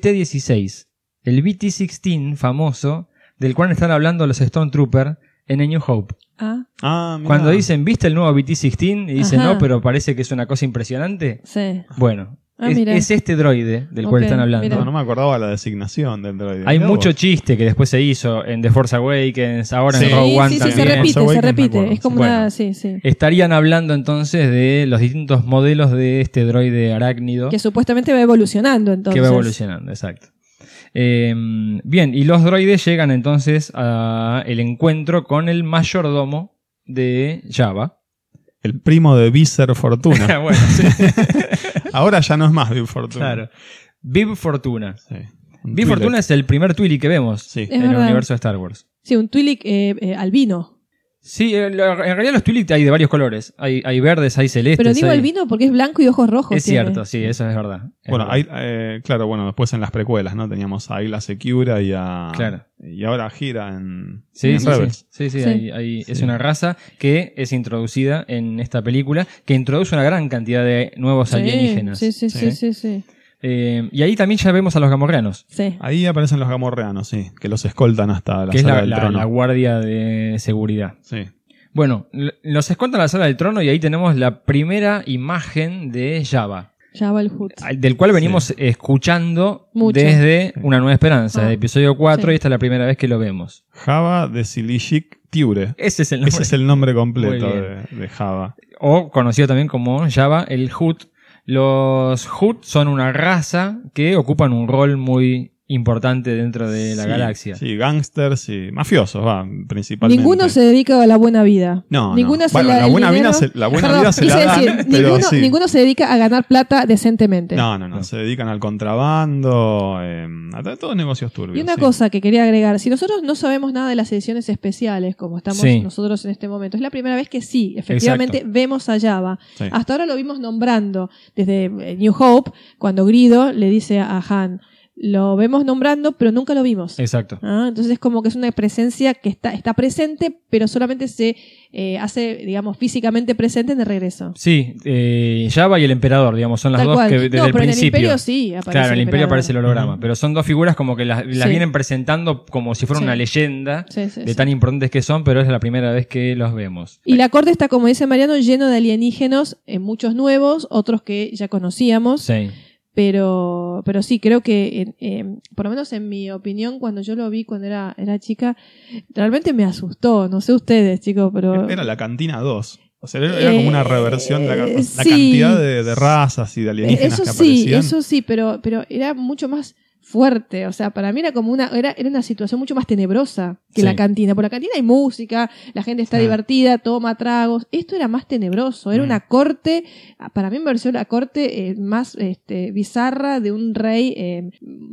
BT-16, el BT-16 famoso del cual están hablando los Stone Trooper en A New Hope.
Ah,
Ah, mirá.
Cuando dicen, ¿viste el nuevo BT-16? Y dicen,
Ajá.
no, pero parece que es una cosa impresionante.
sí.
Bueno,
Ah,
es,
mira.
es este droide del cual
Ok,
están hablando.
No, no me acordaba la designación del droide.
Hay
Mirá
mucho
vos.
chiste que después se hizo en The Force Awakens, ahora
Sí,
en Rogue One
sí, sí, se
también.
repite,
Awakens,
se
me
repite.
acuerdo.
Es como
Bueno.
una. Sí, sí.
Estarían hablando entonces de los distintos modelos de este droide arácnido
Que supuestamente va evolucionando entonces.
que va evolucionando, exacto. Eh, bien, y los droides llegan entonces al encuentro con el mayordomo de Java.
El primo de Viser Fortuna.
bueno, sí.
Ahora ya no es más Viser Fortuna.
Claro. Viv Fortuna.
Sí. Un
Viv
Twi'lek.
Fortuna es el primer Twilly que vemos
Sí.
Es
en el
verdad.
universo de Star Wars.
Sí, un Twi'lek eh, eh, albino.
Sí, eh, lo- en realidad los Twi'lek hay de varios colores. Hay, hay verdes, hay celestes.
Pero digo
hay-
albino porque es blanco y ojos rojos.
Este Es
tiene.
cierto, sí, eso es verdad. Es
Bueno,
verdad.
ahí, eh, claro, bueno, después en las precuelas, ¿no? Teníamos a Ayla Secura y a.
Claro.
Y ahora gira en.
Sí,
en
sí,
Rebels.
sí, sí, sí,
Sí.
hay- hay- es
Sí.
una raza que es introducida en esta película, que introduce una gran cantidad de nuevos
Sí,
alienígenas.
Sí, sí, sí, sí, sí.
Eh, y ahí también ya vemos a los gamorreanos,
Sí.
Ahí aparecen los gamorreanos, sí, que los escoltan hasta la
que es
sala
la-
del
la-
trono.
la guardia de seguridad.
Sí.
Bueno, l- los escoltan a la sala del trono y ahí tenemos la primera imagen de Java.
Java el Hood.
del cual venimos escuchando
Mucho.
desde Una Nueva Esperanza,
Ah.
de episodio 4,
Sí.
y esta es la primera vez que lo vemos.
Java de Silishik Tiure.
Ese es el nombre.
Ese es el nombre completo
Muy
de, de Java.
O conocido también como Java, el Hut. Los Hut son una raza que ocupan un rol muy importante dentro de la
Sí,
galaxia.
Sí, gangsters y mafiosos, va, principalmente.
Ninguno se dedica a la buena vida.
No, no.
ninguno Se
Bueno,
la,
la
el
buena
dinero-
vida se- la buena
Perdón,
vida se
quise
la dan,
decir,
pero
ninguno,
sí.
ninguno se dedica a ganar plata decentemente.
No, no, no, Se dedican al contrabando, eh, a t- todos negocios turbios.
Y una
sí.
cosa que quería agregar, si nosotros no sabemos nada de las ediciones especiales, como estamos
Sí.
nosotros en este momento, es la primera vez que sí, efectivamente, vemos a Java.
Sí.
Hasta ahora lo vimos nombrando desde eh, New Hope, cuando Grido le dice a Han, lo vemos nombrando, pero nunca lo vimos.
Exacto.
Ah, entonces es como que es una presencia que está, está presente, pero solamente se eh, hace, digamos, físicamente presente en el regreso.
Sí, eh, Java y el emperador, digamos, son las
Tal
dos
cual.
que desde
no,
el
pero en el
principio.
imperio sí aparece.
claro, en el imperio
emperador.
aparece el holograma, pero son dos figuras como que las, las
Sí.
vienen presentando como si fuera
Sí.
una leyenda
Sí, sí,
de
sí.
tan importantes que son, pero es la primera vez que los vemos.
Y la corte está, como dice Mariano, lleno de alienígenos, eh, muchos nuevos, otros que ya conocíamos,
Sí.
pero, pero sí, creo que, eh, eh, por lo menos en mi opinión, cuando yo lo vi cuando era, era chica, realmente me asustó, no sé ustedes, chicos, pero...
E, Era la cantina 2. O sea, era, era como una
Eh,
reversión de la, la
sí.
cantidad de, de razas y de alienígenas
e, Eso
que
sí,
aparecían.
eso sí, pero, pero era mucho más fuerte, o sea, para mí era como una, era, era una situación mucho más tenebrosa que
Sí.
la cantina. Por la cantina hay música, la gente está
Sí.
divertida, toma tragos. Esto era más tenebroso, era
Mm.
una corte, para mí me pareció la corte eh, más este, bizarra de un rey eh,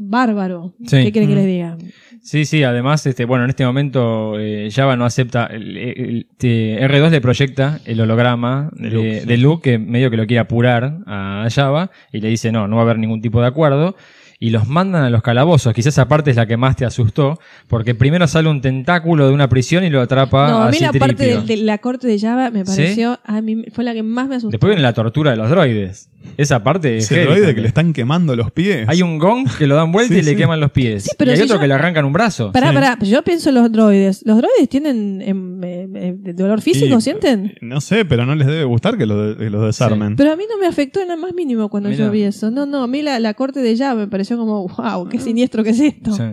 bárbaro.
Sí.
¿Qué quieren que
Mm.
les diga?
Sí, sí, además, este, bueno, en este momento eh, Java no acepta. el- el- este, R2 le proyecta el holograma
De
de,
Luke, sí.
de Luke, que medio que lo quiere apurar a Java, y le dice: No, no va a haber ningún tipo de acuerdo. Y los mandan a los calabozos. Quizás esa parte es la que más te asustó, porque primero sale un tentáculo de una prisión y lo atrapa
no, a
a
mí la parte
Citripio.
del- de, la corte de Java me
¿Sí?
pareció, a mí fue la que más me asustó.
Después viene la tortura de los droides. Esa parte es
Ese
heavy
droide que
también.
le están quemando los pies.
Hay un gong que lo dan vuelta
Sí,
y le
sí.
queman los pies.
Sí, pero
y hay
si
otro
yo-
que le arrancan un brazo.
Pará,
Sí.
pará, pero yo pienso en los droides. ¿Los droides tienen em, em, em, dolor físico,
Y-
sienten?
Eh, No sé, pero no les debe gustar que lo, de- que lo desarmen.
Pero a mí no me afectó en lo más mínimo cuando
Mirá.
yo vi eso. No, no, a mí la, la corte de ya me pareció como, wow, qué siniestro que es esto.
Sí.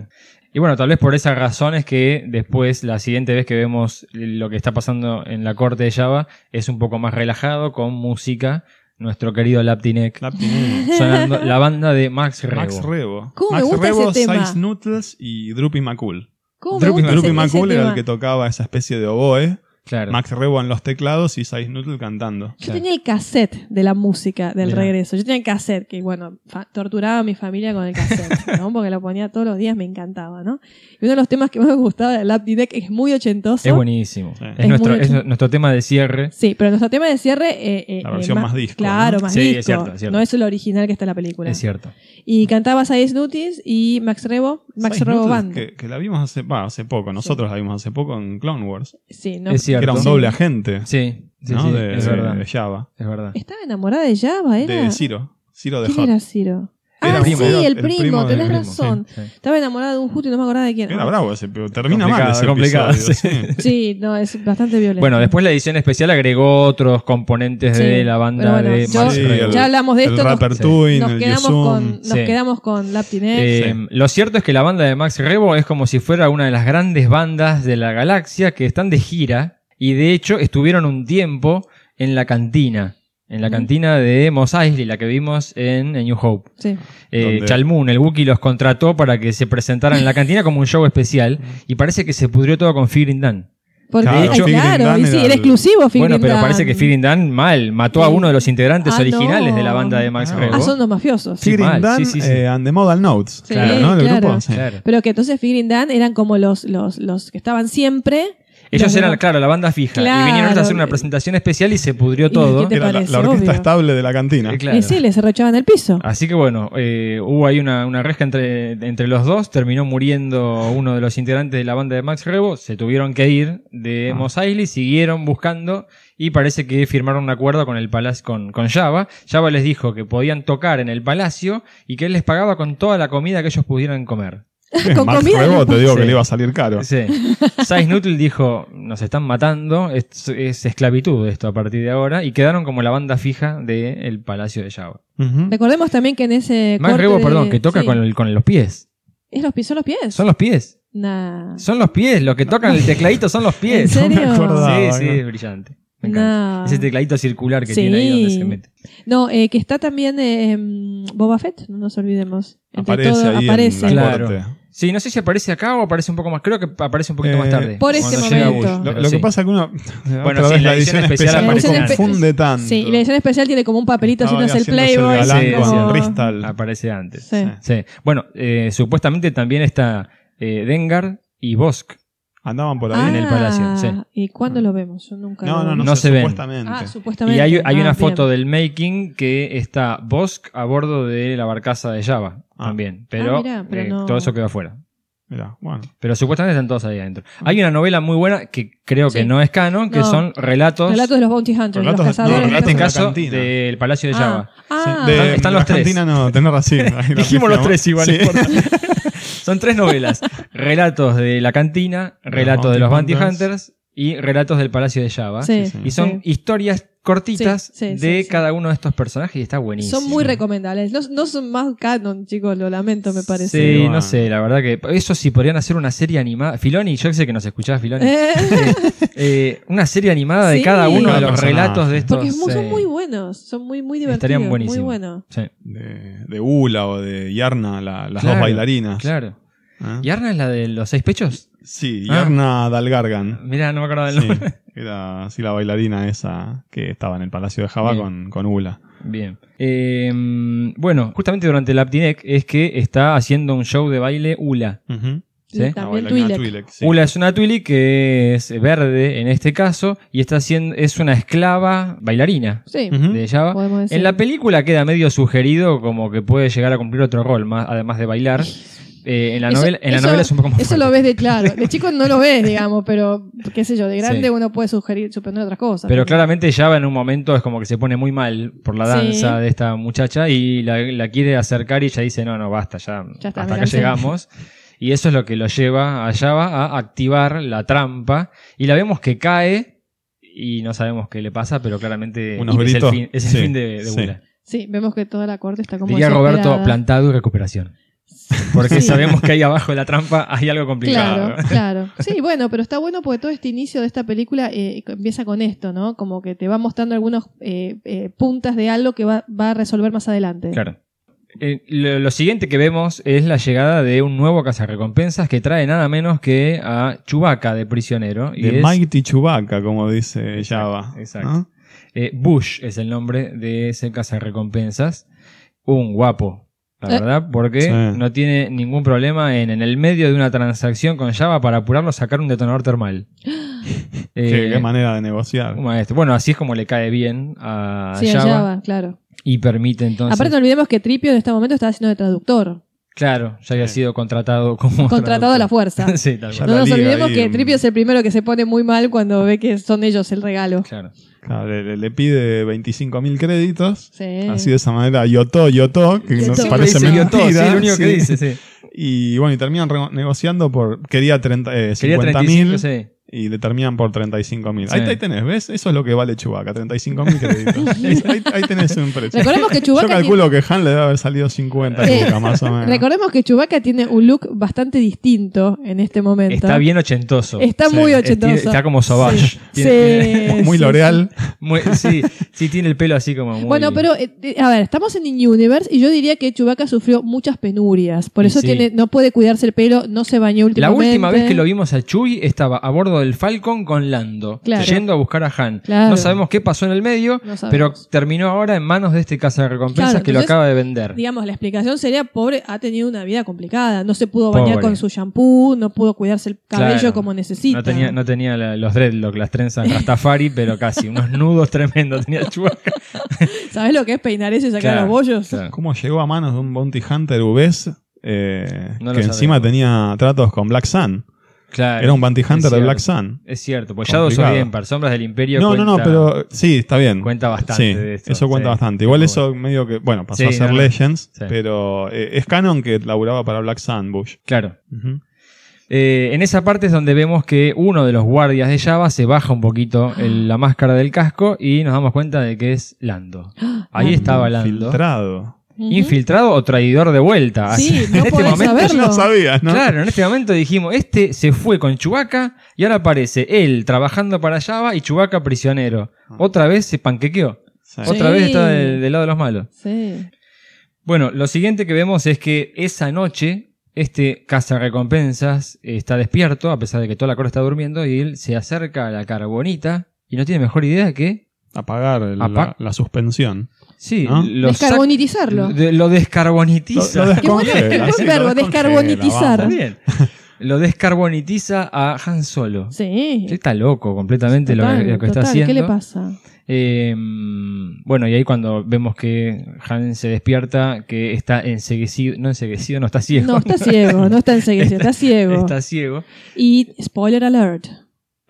Y bueno, tal vez por esas razones que después, la siguiente vez que vemos lo que está pasando en la corte de Java, es un poco más relajado con música. Nuestro querido Laptinek
La pi-
sonando la banda de Max Rebo.
Max Rebo.
¿Cómo me
Max
gusta
Rebo,
ese tema?
Size Noodles y Droopy McCool.
¿Cómo me
Drupi-
gusta ese-
Droopy
ese
McCool era el
tema?
que tocaba esa especie de oboe.
Claro.
Max Rebo en los teclados y Size Noodle cantando.
Yo tenía el cassette de la música del
Mirá.
regreso. Yo tenía el cassette, que bueno, fa- torturaba a mi familia con el cassette, ¿no? Porque lo ponía todos los días, me encantaba, ¿no? Y uno de los temas que más me gustaba de Lap Deck es muy ochentoso.
Es buenísimo.
Sí.
Es,
Es
nuestro,
muy
es
bien.
nuestro tema de cierre.
Sí, pero nuestro tema de cierre. eh, eh,
La
eh,
versión más disco,
Claro,
¿no?
más
Sí, es
disco.
cierto, es cierto.
No es el original que está en la película.
Es cierto.
Y cantaba Size Nutis y Max Rebo, Max
Size
Rebo
Noodles,
Band.
Que, que la vimos hace, bah, hace poco. Nosotros la vimos hace poco en Clone Wars.
Sí, no.
Es
Que
cierto.
era un doble agente.
Sí, sí,
¿no?
sí,
de,
es
de-
verdad.
de Java.
Es verdad.
Estaba enamorada de Java, ¿era?
De Ciro. Ciro de
¿Quién
Hot.
era Ciro?
Era
ah,
un primo,
sí,
era
el
el
primo,
primo de-
tenés
el primo,
razón.
Sí, sí.
Estaba enamorada de un justo y no me acordaba de quién.
Era
Ah,
bravo ese pero Termina mal
Complicado,
ese
complicado,
episodio,
sí.
sí.
Sí, no, es bastante violento.
Bueno, después la edición especial agregó otros componentes
Sí,
de la
pero
banda
bueno,
de
yo-
Max
Sí,
Rebo.
el-
ya hablamos de
el
esto.
rapper
Nos,
Sí.
Twin,
nos
el
quedamos
Yuzum.
con, nos
Sí.
quedamos con Laptinet.
Eh, Lo cierto es que la banda de Max Rebo es como si fuera una de las grandes bandas de la galaxia que están de gira y de hecho estuvieron un tiempo en la cantina, en la
Mm.
cantina de Mos Eisley, la que vimos en, en New Hope.
Sí.
Eh,
Donde-
Chalmún, el Wookiee, los contrató para que se presentaran en la cantina como un show especial y parece que se pudrió todo con Fearing Dan.
Porque,
Claro,
ay,
Figuring
claro,
Dan
y sí,
era
era
el-
exclusivo
Bueno,
Figuring
pero
Dan.
parece que Fearing Dan mal, mató a
Sí.
uno de los integrantes
Ah,
originales
no.
de la banda de Max
Ah,
Rebo.
Ah, son los mafiosos.
Sí,
Fearing
mal,
Dan
sí, sí, sí.
eh, and the Modal Notes.
Sí,
Claro, ¿no? Del
claro.
grupo. Sí.
Claro.
Pero que entonces Figuring Dan eran como los, los, los que estaban siempre.
Ellos
Los
eran,
demás-
claro, la banda fija.
Claro.
Y vinieron a hacer una presentación especial y se pudrió
¿Y
todo.
qué te
Era la-
parece?
la, orquesta
Obvio.
estable de la cantina.
Eh, claro. Ah.
Y sí, les arrochaban el piso.
Así que bueno, eh, hubo ahí una, una resca entre, entre los dos. Terminó muriendo uno de los integrantes de la banda de Max Rebo. Se tuvieron que ir de
Ah.
Mos Eisley, siguieron buscando y parece que firmaron un acuerdo con el palacio, con, con Java. Java les dijo que podían tocar en el palacio y que él les pagaba con toda la comida que ellos pudieran comer.
Con
Max
comida
Rebo
no
te digo
Sí.
que le iba a salir caro.
Sí. Size Nutle dijo, nos están matando, es, es esclavitud esto a partir de ahora, y quedaron como la banda fija del Palacio de Java.
Ujú.
Recordemos también que en ese.
Max
corte
Rebo,
de-
perdón, que toca
sí.
con, el- con los pies.
¿Es los pies? ¿Son los pies?
Son los pies.
Nah.
Son los pies. Los que tocan el tecladito son los
¿En
pies.
serio?
No me acordaba.
Sí,
Ah,
sí,
bueno.
es brillante. Me encanta.
Nah.
Ese tecladito circular que
Sí.
tiene ahí donde se mete.
No, eh, que está también eh, em, Boba Fett, no nos olvidemos. Entre
Aparece
todo,
ahí
aparece.
en la
Claro.
corte.
Sí, no sé si aparece acá o aparece un poco más. Creo que aparece un poquito más
Eh,
tarde.
por ese
cuando llega
momento.
Bush,
Lo,
pero
lo
sí.
que pasa es que uno.
Bueno,
otra
sí,
vez
la edición especial
La edición aparece
confunde tanto.
Sí, y la edición especial tiene como un papelito
Estaba
haciéndose el
haciéndose
Playboy.
el
galán
sí,
con
como-
Crystal.
Aparece antes.
Sí.
Sí. Bueno, eh, supuestamente también está eh, Dengar y Bosk.
Andaban por ahí.
Ah,
en el palacio, sí.
¿Y cuándo lo vemos? Yo nunca.
no, no, no,
no
sé,
se ven.
supuestamente.
Ah,
Y
supuestamente.
hay, hay
Ah,
una
bien.
foto del making que está Bosk a bordo de la barcaza de Java
Ah.
también. Pero,
Ah, mirá, pero
eh,
no-
todo eso quedó afuera.
Mirá, bueno.
Pero supuestamente están todos ahí adentro. Hay una novela muy buena que creo que
Ah. Sí.
no es canon, que
No.
son relatos,
Relatos de los Bounty Hunters, de
Relatos-
los
no,
cazadores.
en
relatos
este
de la
caso
cantina.
del Palacio de Java.
Ah,
Sí,
ah,
de-
están
de
los tres.
Argentina no, tenés razón. Ahí la
Dijimos los
pifiamos.
tres igual,
Sí.
no importa. Son tres novelas. Relatos de la cantina, relatos
Bounty
de los Bounty
Hunters.
Hunters y relatos del Palacio de Java.
sí,
Sí, sí.
Y son
sí.
historias cortitas
Sí, sí, sí,
de
sí.
cada uno de estos personajes y está buenísimo.
Son muy recomendables. No, no son más canon, chicos, lo lamento, me parece.
Sí,
bueno.
no sé, la verdad que eso sí podrían hacer una serie animada. Filoni, yo sé que nos escuchás, Filoni.
Eh,
Eh, una serie animada de
Sí.
cada uno
Cada
de los
personaje.
relatos de estos.
porque es muy- son
eh,
muy buenos, son muy, muy divertidos.
Estarían buenísimos.
Muy buenos.
sí.
De, de Ula o de Yarna, la- las
Claro,
dos bailarinas.
Claro.
¿Eh?
¿Y Arna es la de los seis pechos?
Sí,
Ah.
Yarna Dalgargan.
Mirá, no me acuerdo del
Sí,
nombre.
era así la bailarina esa que estaba en el Palacio de Java
Bien.
con, con Ula.
Bien. Eh, bueno, justamente durante el Aptinec es que está haciendo un show de baile Ula.
Ujú.
Y
Sí.
La
También
bailarina
Twi'lek.
Ah, Twi'lek, sí.
Ula es una Twilly que es verde en este caso y está haciendo, es una esclava bailarina
Sí,
Ujú.
de Java.
podemos decir.
En la película queda medio sugerido como que puede llegar a cumplir otro rol, más, además de bailar. Eh, en la,
Eso-
novela, en la
eso-
novela es un poco más
Eso
fuerte.
lo ves de claro. De chico no lo ves, digamos, pero qué sé yo, de grande
Sí.
uno puede sugerir, suponer otras cosas.
Pero claramente Java en un momento es como que se pone muy mal por la
Sí.
danza de esta muchacha y la, la quiere acercar y ella dice, no, no, basta, ya,
Ya
hasta
está, me
acá
cansé".
llegamos. Y eso es lo que lo lleva a Java a activar la trampa y la vemos que cae y no sabemos qué le pasa, pero claramente
Unos
es, el
gritos.
fin, es el
Sí,
fin de, de
sí.
Bula.
Sí, vemos que toda la corte está como.
Diría Roberto,
desesperada.
plantado y recuperación. Porque
Sí.
sabemos que ahí abajo de la trampa hay algo complicado.
Claro, claro. Sí, bueno, pero está bueno porque todo este inicio de esta película eh, empieza con esto, ¿no? Como que te va mostrando algunos eh, eh, puntas de algo que va, va a resolver más adelante.
Claro. Eh, lo, lo siguiente que vemos es la llegada de un nuevo cazarrecompensas que trae nada menos que a Chewbacca de prisionero. Y
De
es,
Mighty Chewbacca, como dice Java.
exacto.
¿no?
eh, Bush es el nombre de ese cazarrecompensas. Un guapo, la
Eh.
verdad, porque
Sí.
no tiene ningún problema en, en el medio de una transacción con Java para apurarlo sacar un detonador termal.
Qué,
Eh,
qué manera de negociar.
un maestro. Bueno, así es como le cae bien a,
Sí,
Java,
allá va, claro.
y permite entonces.
Aparte, no olvidemos que Tripio en este momento está haciendo de traductor,
claro, ya había
Sí.
sido contratado como.
contratado a la
traductor.
fuerza.
sí, tal
Ya
cual.
No
la
nos
liga
olvidemos
ahí,
que
mm.
Tripio es el primero que se pone muy mal cuando ve que son ellos el regalo.
Claro.
Claro, le, le- le pide 25.000 créditos.
Sí.
Así de esa manera, Yotó, Yotó, que
Eh. Yotó.
nos
Siempre
parece
dice
mentira.
Yotó, sí, es lo único que
¿eh? sí.
dice, sí.
Y bueno, y terminan re- negociando por. Quería 30, eh,
Quería
50.000
35, sí.
y le terminan por 35.000.
Sí.
Ahí, ahí tenés, ¿ves? Eso es lo que vale Chubaca, 35.000 créditos. Es- ahí, ahí tenés un precio.
Recordemos que
Yo
Chewbacca
calculo que Han le debe haber salido 50
Eh,
lucas, más o menos.
Recordemos que Chewbacca tiene un look bastante distinto en este momento.
Está bien ochentoso.
Está muy
Sí.
ochentoso.
Esti- Está como Sauvage.
Sí.
Tiene-
Sí,
Muy- Muy
sí,
L'Oreal.
Muy- sí, sí, tiene el pelo así como muy...
Bueno, pero eh, eh, a ver, estamos en In Universe y yo diría que Chewbacca sufrió muchas penurias. Por
Y
eso
sí.
tiene, no puede cuidarse el pelo, no se bañó
La
últimamente.
última vez que lo vimos a Chuy estaba a bordo del Falcon con Lando,
Claro.
yendo a buscar a Han.
Claro.
No sabemos qué pasó en el medio,
No sabemos.
pero terminó ahora en manos de este casa de recompensas
Claro,
que lo
entonces,
acaba de vender.
Digamos, la explicación sería, pobre, ha tenido una vida complicada. No se pudo bañar
Pobre.
con su shampoo, no pudo cuidarse el cabello
Claro.
como necesita.
No tenía, no tenía la- los dreadlocks, las trenzas Rastafari, pero casi. Unos nudos tremendos tenía Chewbacca.
¿Sabes lo que es peinar eso y sacar
Claro,
los bollos?
claro.
¿Cómo llegó a manos de un Bounty Hunter UBS eh,
No lo
que encima
sabemos.
tenía tratos con Black Sun?
Claro.
Era un Bounty Hunter de
cierto.
Black Sun.
Es cierto, pues Shadow
Complicado.
of Empire, Sombras del Imperio.
No,
cuenta,
no, no, pero sí, está bien.
cuenta bastante.
Sí,
de esto,
eso
sí.
cuenta bastante. Igual
Está
eso medio que, bueno, pasó
Sí,
a ser
no, no.
Legends,
Sí.
pero eh, es canon que laburaba para Black Sun Bush.
Claro.
Ujú.
Eh, en esa parte es donde vemos que uno de los guardias de Java se baja un poquito el- la máscara del casco y nos damos cuenta de que es Lando. Ahí estaba Lando.
Filtrado.
Ujú.
Infiltrado o traidor de vuelta.
Sí,
Así- este
no podés saberlo.
No sabías, ¿no?
Claro, en este momento dijimos, este se fue con Chubaca y ahora aparece él trabajando para Java y Chubaca prisionero. Otra vez se panquequeó.
Ah. Sí.
Sí.
Otra vez está del, del lado de los malos.
Sí.
Bueno, lo siguiente que vemos es que esa noche este cazarrecompensas eh, está despierto, a pesar de que toda la corte está durmiendo, y él se acerca a la carbonita y no tiene mejor idea que...
Apagar el-
Apa-
la, la suspensión.
Sí,
¿No?
lo, sac-
Descarbonitizarlo.
de- lo descarbonitiza.
Lo- lo
Qué bueno,
Descongela,
qué buen
sí, lo
verbo,
descongela,
descarbonitizar.
Está bien. Lo descarbonitiza a Han Solo.
Sí.
Sí, Está loco completamente lo-
Total,
lo, que está
total,
haciendo.
¿Qué le pasa?
Eh, bueno, y ahí cuando vemos que Han se despierta, que está enseguecido, no enseguecido, no está ciego.
No, está ciego, no está enseguecido, está ciego.
Está ciego.
Y spoiler alert.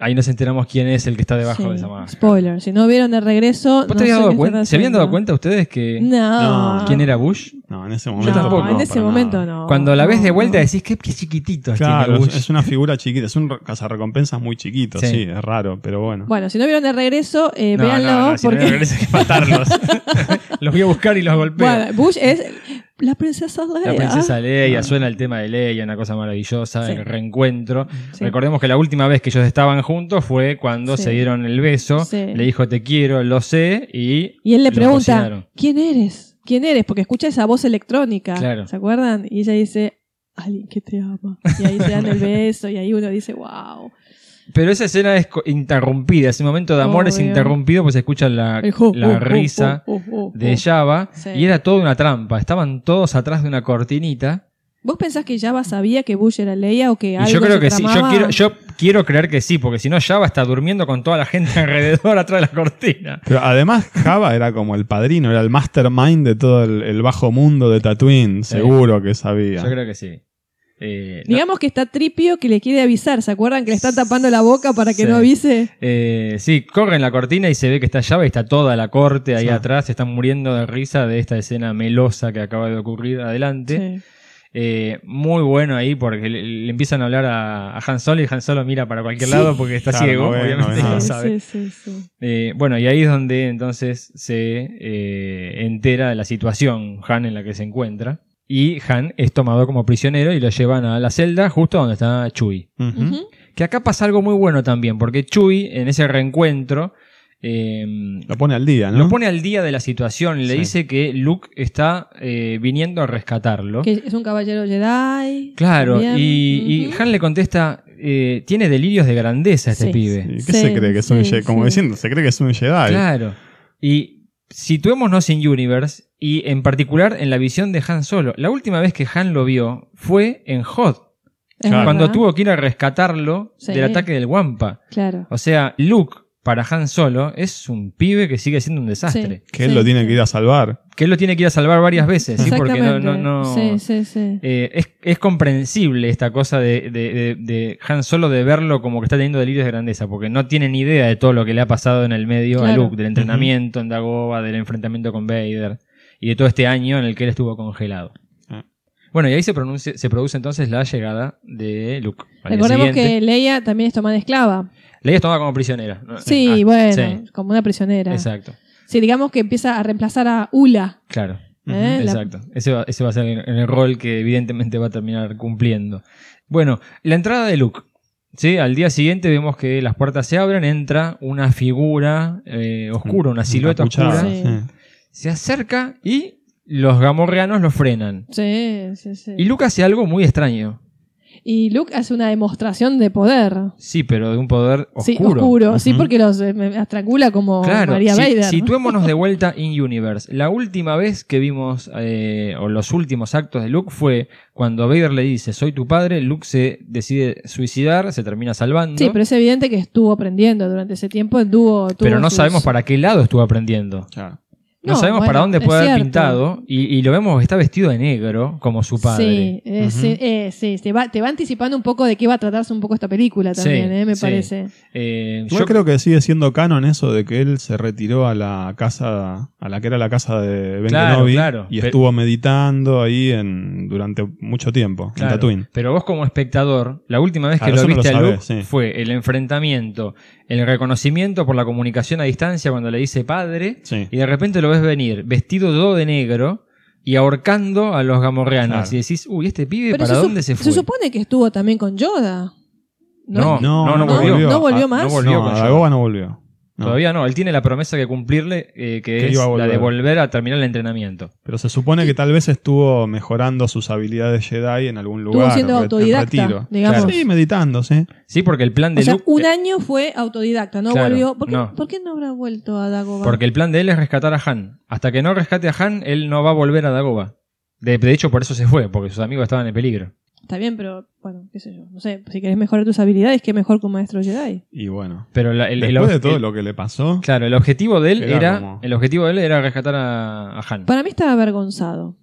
Ahí nos enteramos quién es el que está debajo
Sí,
de esa máscara.
Spoiler, si no vieron de regreso.
¿Vos
no
te habías
sé
dado
qué
cuenta?
están
¿Se habían dado
haciendo.
cuenta ustedes que
No.
No.
quién era Bush?
No, en ese
No,
momento tampoco.
en ese
para
momento
nada.
no.
Cuando la ves de
No,
vuelta
no.
decís, qué, qué chiquitito este
Claro,
tiene
es-
Bush.
es una figura chiquita, es un re- cazarrecompensas muy chiquito,
Sí.
sí. es raro, pero bueno.
Bueno, si no vieron de regreso, eh,
No, no,
véanlo.
no, si no
porque...
regreso hay que matarlos. los voy a buscar y los golpeo.
Bueno, Bush es la princesa Leia.
La princesa Leia, suena el tema de Leia, una cosa maravillosa,
Sí.
el reencuentro.
Sí.
Recordemos que la última vez que ellos estaban juntos fue cuando
Sí.
se dieron el beso,
Sí.
le dijo te quiero, lo sé, y...
Y él le
los
pregunta,
cocinaron.
¿quién eres? ¿Quién eres? Porque escucha esa voz electrónica.
Claro.
¿Se acuerdan? Y ella dice, alguien que te ama. Y ahí se dan el beso y ahí uno dice, wow.
Pero esa escena es co- interrumpida, ese momento de amor es
Obvio.
interrumpido pues se escucha la,
El jo,
la
jo, jo,
risa
jo, jo, jo.
de Java,
Uh, Sí.
y era toda una trampa, estaban todos atrás de una cortinita.
¿Vos pensás que Java sabía que Bush era Leia o que
Y
algo
yo creo
se
que sí, yo
tramaba?
quiero, yo quiero creer que sí, porque si no Java está durmiendo con toda la gente alrededor atrás de la cortina.
Pero además Java era como el padrino, era el mastermind de todo el, el bajo mundo de Tatooine,
Sí.
seguro que sabía.
Yo creo que sí. Eh, no-
Digamos que está Tripio que le quiere avisar. ¿Se acuerdan que le están tapando la boca para que
Sí.
no avise?
Eh, sí, corren la cortina y se ve que está llave y está toda la corte ahí
Sí.
atrás. Están muriendo de risa de esta escena melosa que acaba de ocurrir adelante.
Sí.
Eh, muy bueno ahí porque le, le empiezan a hablar a, a Han Solo y Han Solo mira para cualquier
Sí.
lado porque está
Claro,
ciego,
no ve, no
obviamente
ve
no
nada.
sabe.
sí, Ah. sí, sí.
Eh, bueno, y ahí es donde entonces se eh, entera de la situación Han en la que se encuentra. Y Han es tomado como prisionero y lo llevan a la celda justo donde está Chewie.
Ujú.
Ujú.
Que acá pasa algo muy bueno también, porque Chuy, en ese reencuentro, eh,
Lo pone al día, ¿no?
lo pone al día de la situación. Le
Sí.
dice que Luke está eh, viniendo a rescatarlo.
Que es un caballero Jedi.
Claro,
también.
y, y
Ujú.
Han le contesta, eh, tiene delirios de grandeza este
Sí.
pibe.
¿Y ¿Qué
Sí,
se cree que es un
sí,
Jedi? Como
sí.
diciendo, se cree que es un Jedi.
Claro. Y situémonos en Universe, y en particular en la visión de Han Solo. La última vez que Han lo vio fue en Hot,
Es
Claro.
cuando
verdad.
tuvo que ir a rescatarlo
Sí.
del ataque del Wampa.
Claro.
O sea, Luke para Han Solo es un pibe que sigue siendo un desastre.
Que él
Sí,
lo tiene
sí.
que ir a salvar.
Que él lo tiene que ir a salvar varias veces, ¿sí? Porque no...
Exactamente.
no- no-
Sí, sí, sí.
Eh, es, es comprensible esta cosa de, de- de- de Han Solo de verlo como que está teniendo delirios de grandeza, porque no tiene ni idea de todo lo que le ha pasado en el medio a
Claro.
Luke, del entrenamiento en Dagoba, del enfrentamiento con Vader y de todo este año en el que él estuvo congelado.
Ah.
Bueno, y ahí se, pronuncia- se produce entonces la llegada de Luke. Al día
Recordemos que
siguiente,
Leia también es tomada esclava.
Leia es tomada como prisionera.
Sí,
Ah,
bueno,
sí,
como una prisionera.
exacto.
Sí, digamos que empieza a reemplazar a Ula.
Claro.
¿eh? La-
Exacto. Ese va, ese va a ser el, el rol que evidentemente va a terminar cumpliendo. Bueno, la entrada de Luke. ¿sí? Al día siguiente vemos que las puertas se abren, entra una figura eh, oscura, una silueta
Encapuchada,
oscura.
Sí.
Se acerca y los gamorreanos lo frenan.
Sí, sí, sí.
Y Luke hace algo muy extraño.
Y Luke hace una demostración de poder.
Sí, pero de un poder oscuro.
Sí, oscuro. Sí,
Ujú.
porque los eh, me- astrangula como
Claro,
María
si-
Vader.
situémonos de vuelta in Universe. La última vez que vimos, eh, o los últimos actos de Luke fue cuando Vader le dice, soy tu padre, Luke se decide suicidar, se termina salvando,
Sí, pero es evidente que estuvo aprendiendo durante ese tiempo. Estuvo, tuvo
pero no
sus-
sabemos para qué lado estuvo aprendiendo.
Claro.
No,
No,
sabemos
bueno,
para dónde
es
puede haber
cierto.
pintado y, y lo vemos que está vestido de negro, como su padre.
Sí, eh,
Ujú.
sí, eh, sí, se va, te va anticipando un poco de qué va a tratarse un poco esta película también,
Sí,
eh, me
sí.
parece.
Eh,
Yo creo que sigue siendo canon eso de que él se retiró a la casa, a la que era la casa de Ben
Claro,
Kenobi,
claro.
y
Pe-
estuvo meditando ahí en, durante mucho tiempo,
Claro,
en Tatooine.
Pero vos como espectador, la última vez que
Claro,
lo
eso no Ah, lo
viste a
sabés,
Luke
sí.
fue el enfrentamiento, el reconocimiento por la comunicación a distancia cuando le dice padre,
Sí.
y de repente lo ves venir vestido todo de negro y ahorcando a los gamorreanos.
Claro.
Y decís, uy, este pibe,
Pero
¿para
su-
dónde se fue?
supone que estuvo también con Yoda.
No, no, no,
No, no
volvió.
volvió.
no
Ah,
más.
no volvió
No,
con
a
Yoda.
Dagoba no volvió. No.
Todavía no, él tiene la promesa que cumplirle, eh, que,
Que
es
iba a
la de
volver.
volver a terminar el entrenamiento.
Pero se supone que tal vez estuvo mejorando sus habilidades Jedi en algún
Estuvo
lugar.
siendo
re- en
autodidacta,
retiro.
digamos.
Sí, meditando, sí.
Sí, porque el plan de
O sea,
Luke... eh,
un año fue autodidacta, no
Claro,
volvió. ¿Por qué
no.
no, ¿por qué no habrá vuelto a Dagobah?
eh, Porque el plan de él es rescatar a Han. Hasta que no rescate a Han, él no va a volver a Dagoba. De, de hecho, por eso se fue, porque sus amigos estaban en peligro.
Está bien, pero bueno, qué sé yo. No sé, si querés mejorar tus habilidades, qué mejor que un maestro Jedi.
Y bueno.
Pero la- el, el
Después
obje-
de todo
el-
lo que le pasó,
claro, el objetivo de él era,
Era como-
el objetivo de él era rescatar a, a Han.
Para mí estaba avergonzado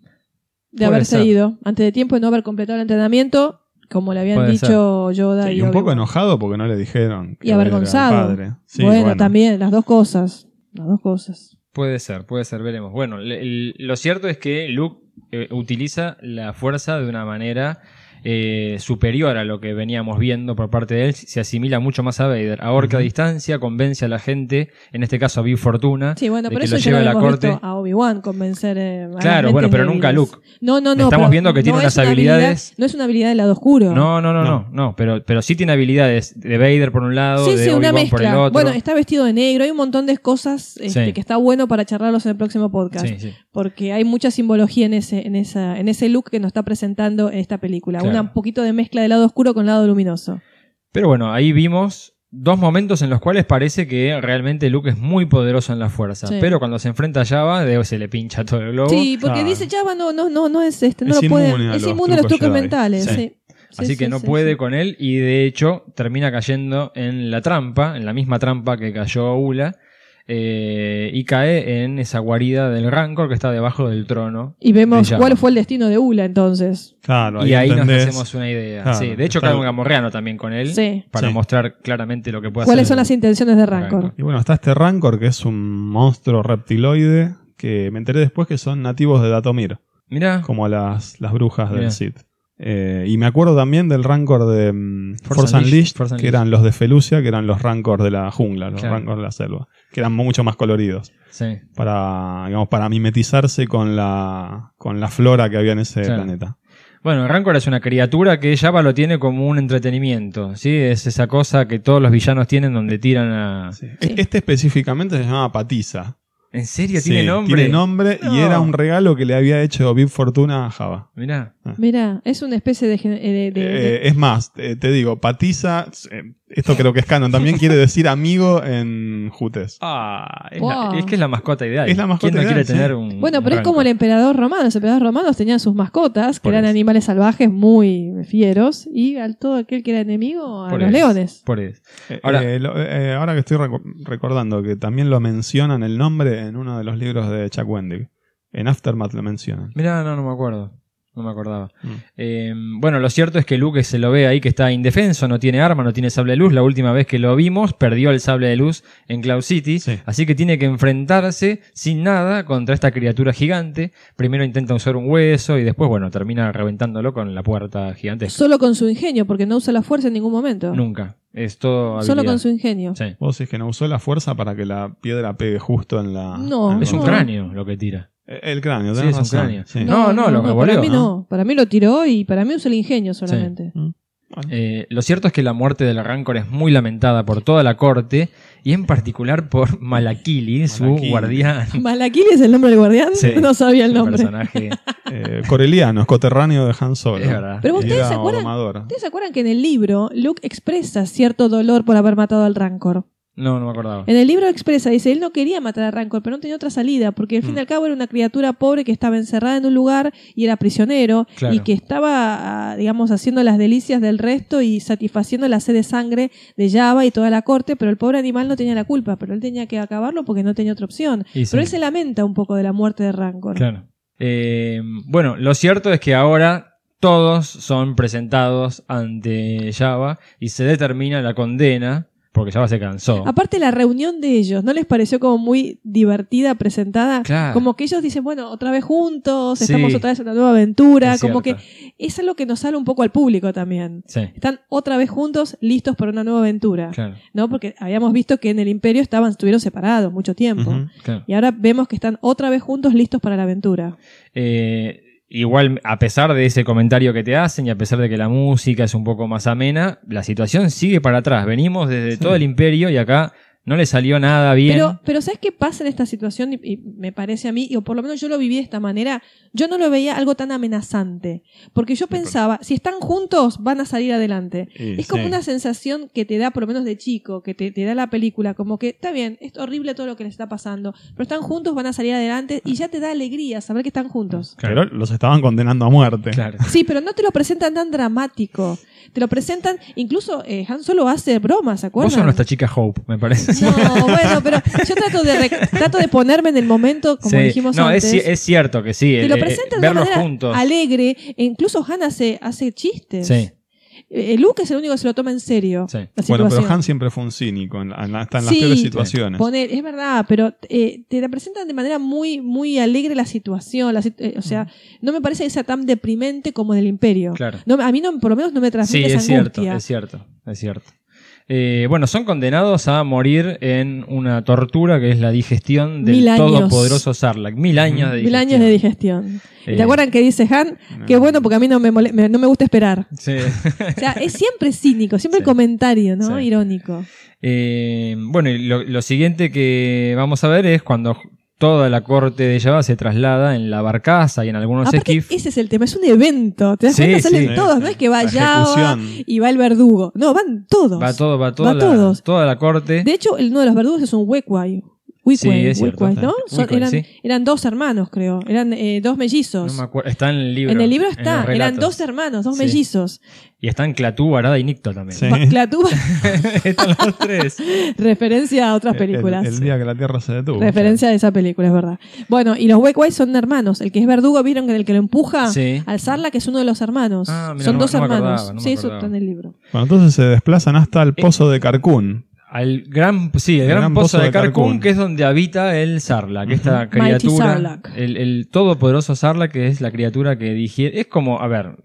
de
Puede
haberse
ser.
ido antes de tiempo y no haber completado el entrenamiento, como le habían
Puede
dicho Yoda
sí,
y
y un poco
Obi-Wan.
enojado porque no le dijeron. que
Y avergonzado.
era el padre. Sí,
bueno, también, las dos cosas. Las dos cosas.
Puede ser, puede ser, veremos. Bueno, le- el- lo cierto es que Luke eh, utiliza la fuerza de una manera eh, superior a lo que veníamos viendo por parte de él. Se asimila mucho más a Vader. Ahorca a distancia, convence a la gente, en este caso a Big Fortuna.
Sí,
de
bueno, pero
que
eso
lo
ya
lleve
lo
a la
hemos
corte.
visto a Obi-Wan convencer eh, a las
Claro, bueno,
mentes
pero nunca
débiles.
Luke.
No, no, no.
Estamos
pero
viendo que tiene
no
unas
es una
habilidades-
habilidad- no es una habilidad del lado oscuro.
No, no, no, no,
No.
no, pero, pero sí tiene habilidades de Vader por un lado,
Sí,
de
sí, una
Obi-Wan por el
mezcla.
otro.
Bueno, está vestido de negro. Hay un montón de cosas este,
Sí.
que está bueno para charlarlos en el próximo podcast.
Sí, sí.
Porque hay mucha simbología en ese, en, esa, en ese look que nos está presentando esta película.
Claro.
Una- Un poquito de mezcla de lado oscuro con lado luminoso.
Pero bueno, ahí vimos dos momentos en los cuales parece que realmente Luke es muy poderoso en la fuerza.
Sí.
Pero cuando se enfrenta a Java, de- se le pincha todo el globo.
Sí, porque
claro.
dice Java no, no, no, no es este, no
Ah. Es
lo puede.
inmune a
es
los
inmune a los
trucos
trucos
Jedi.
mentales.
Sí.
sí. Sí,
Así que
sí,
no
sí,
puede
sí.
con él y de hecho termina cayendo en la trampa, en la misma trampa que cayó Ula. eh, y cae en esa guarida del Rancor que está debajo del trono.
Y vemos
de Java.
cuál fue el destino de Ula entonces.
Claro,
Y ahí
entendés.
nos hacemos una idea.
Claro,
sí. De hecho,
está-
cae un gamorreano también con él
Sí.
para
Sí.
mostrar claramente lo que puede
¿Cuáles
hacer.
son las intenciones de Rancor?
Rancor.
Y bueno, está este Rancor, que es un monstruo reptiloide, que me enteré después que son nativos de Datomir,
Mirá,
como las, las brujas
Mirá.
del Sith. Eh, y me acuerdo también del Rancor de mm,
Force
Force,
Unleashed,
Unleashed,
Force
que
Unleashed.
eran los de Felucia, que eran los Rancor de la jungla, los
Claro.
Rancor de la selva, que eran mucho más coloridos,
sí.
para, digamos, para mimetizarse con la, con la flora que había en ese
Claro.
planeta.
Bueno, el Rancor es una criatura que Java lo tiene como un entretenimiento, ¿sí? Es esa cosa que todos los villanos tienen donde tiran a...
E- Este específicamente se llamaba Patiza.
¿En serio?
Sí,
¿Tiene nombre?
Tiene nombre y
No.
era un regalo que le había hecho Bib Fortuna a Java.
Mirá.
Mira, es una especie de. gen- eh, de- de-
Eh, es más, eh, te digo, Patiza, eh, esto creo que es canon, también quiere decir amigo en Jutes.
Ah, es,
Wow.
la- es que es la mascota ideal.
Es la mascota
¿Quién no
ideal,
quiere
sí.
tener un
Bueno,
un
pero es como el
Rancor?
emperador romano. Los emperadores romanos tenían sus mascotas, que
Por
eran
eso.
animales salvajes muy fieros, y al todo aquel que era enemigo, a
Por
los
eso,
leones.
Por eso.
Eh,
Ahora-
eh, lo- eh, ahora que estoy recu- recordando que también lo mencionan el nombre en uno de los libros de Chuck Wendig. En Aftermath lo mencionan.
Mirá, no, no me acuerdo. No me acordaba.
Mm.
Eh, bueno, lo cierto es que Luke se lo ve ahí que está indefenso, no tiene arma, no tiene sable de luz. La última vez que lo vimos, perdió el sable de luz en Cloud City.
Sí.
Así que tiene que enfrentarse sin nada contra esta criatura gigante. Primero intenta usar un hueso y después, bueno, termina reventándolo con la puerta gigantesca.
Solo con su ingenio, porque no usa la fuerza en ningún momento.
Nunca. Es todo.
Solo
habilidad.
con su ingenio.
Sí.
Vos decís que no usó la fuerza para que la piedra pegue justo en la.
No,
en la
Es un
No.
roca.
cráneo lo que tira.
Eh, El cráneo,
Sí, es
tenés
un
razón,
cráneo.
sí.
No, no, lo revolvió,
Para mí
¿no?
no. Para mí lo tiró y para mí usa el ingenio solamente.
Bueno.
Eh, lo cierto es que la muerte del Rancor es muy lamentada por toda la corte y en particular por Malakili, su
Malakili.
guardián.
¿Malakili es el nombre del guardián?
Sí.
No sabía el
Un
nombre.
personaje.
Eh, coreliano, es coterráneo de Han Solo.
Es verdad.
Pero
Y
ustedes
era
se acuerdan-
domador.
¿Ustedes se acuerdan que en el libro Luke expresa cierto dolor por haber matado al Rancor?
No, no me acordaba.
En el libro expresa, dice, él no quería matar a Rancor, pero no tenía otra salida, porque al
Mm.
fin y al cabo era una criatura pobre que estaba encerrada en un lugar y era prisionero,
Claro.
y que estaba, ah, digamos, haciendo las delicias del resto y satisfaciendo la sed de sangre de Java y toda la corte, pero el pobre animal no tenía la culpa, pero él tenía que acabarlo porque no tenía otra opción.
Y sí.
Pero él se lamenta un poco de la muerte de Rancor.
Claro. Eh, bueno, lo cierto es que ahora todos son presentados ante Java y se determina la condena porque Java se cansó.
Aparte la reunión de ellos, ¿no les pareció como muy divertida, presentada?
Claro.
Como que ellos dicen, bueno, otra vez juntos,
Sí.
estamos otra vez en una nueva aventura,
Es
como que
cierto.
es algo que nos sale un poco al público también.
Sí,
Están otra vez juntos, listos para una nueva aventura,
claro,
¿no? Porque habíamos visto que en el imperio estaban, estuvieron separados mucho tiempo.
Ujú.
claro.
Y ahora vemos que están otra vez juntos, listos para la aventura.
Eh, igual, a pesar de ese comentario que te hacen y a pesar de que la música es un poco más amena, la situación sigue para atrás. Venimos desde
Sí.
todo el imperio y acá no le salió nada bien.
Pero, pero ¿sabes qué pasa en esta situación? Y, y me parece a mí, y, o por lo menos yo lo viví de esta manera, yo no lo veía algo tan amenazante. Porque yo pensaba, si están juntos, van a salir adelante.
Y
es como
sí.
una sensación que te da, por lo menos de chico, que te, te da la película, como que está bien, es horrible todo lo que les está pasando, pero están juntos, van a salir adelante y ya te da alegría saber que están juntos.
Pero los estaban condenando a muerte.
Claro.
Sí, pero no te lo presentan tan dramático. Te lo presentan, incluso eh, Han Solo hace bromas, ¿se acuerdan?
Vos sos nuestra chica Hope, me parece.
No, bueno, pero yo trato de, rec- trato de ponerme en el momento, como
Sí.
dijimos
no, es
antes.
ci- es, cierto que sí.
te
el-
lo
eh,
presentan de una
verlos
manera
juntos.
alegre. e incluso Han hace, hace chistes.
Sí,
Eh, Luke es el único que se lo toma en serio.
sí.
la
Bueno, pero
situación.
Han siempre fue un cínico, en la- en la- hasta en las
Sí.
peores situaciones.
Poner, es verdad, pero eh, te la presentan de manera muy, muy alegre la situación. la situ- eh, o sea, no me parece que sea tan deprimente como en el Imperio.
Mm. Claro.
No, a mí no, por lo menos no me
Sí,
transmite
es
esa
cierto,
angustia.
es cierto, es cierto. Eh, bueno, son condenados a morir en una tortura que es la digestión del
Mil años.
todopoderoso Sarlacc. Mil años de
Mil
digestión.
años de digestión. ¿Y
Eh. Mm.
¿Te acuerdan que dice Han? Que bueno, porque a mí no me, mole- me- no me gusta esperar.
Sí.
O sea, es siempre cínico, siempre
Sí.
el comentario, ¿no?
Sí.
Irónico.
Eh, bueno, y lo, lo siguiente que vamos a ver es cuando toda la corte de Java se traslada en la barcaza y en algunos
Aparte,
esquif.
ese es el tema, es un evento. Te das
Sí,
cuenta, salen
sí.
todos, no es que
La
va Java
ejecución.
y va el verdugo. No, van todos.
Va todo, va toda,
Va
la,
todos.
toda la corte.
De hecho, el- uno de los verdugos es un Wekwai.
Sí,
Wekwai,
es cierto,
Wekwai, ¿no?
está.
Son-
Wekwai,
eran,
sí.
eran dos hermanos, creo. Eran eh, dos
No
mellizos.
me acuerdo. Está en el libro.
en el libro
en
está,
los
eran
relatos.
dos hermanos, dos
Sí.
mellizos.
Y están Clatú, Arada y Nicto también.
Sí.
Baclatuba,
están los tres.
referencia a otras
El-
películas.
El, día que la Tierra se detuvo.
Referencia de esa película, es verdad. Bueno, y los Wekwai son hermanos. El que es verdugo, ¿vieron que el que lo empuja?
Sí.
Al Sarla, que es uno de los hermanos.
Ah, mira,
son
no me-
dos
no me
hermanos.
acordaba, no me
sí, eso
acordaba.
está en el libro.
Bueno, entonces se desplazan hasta el pozo de Carcún.
Al gran, sí, el gran, pozo, de Carcún,
Carcún.
que es donde habita el Sarlacc, esta
Mighty
criatura.
Sarlacc.
El, el todopoderoso Sarlacc, que es la criatura que digiere. Es como, a ver,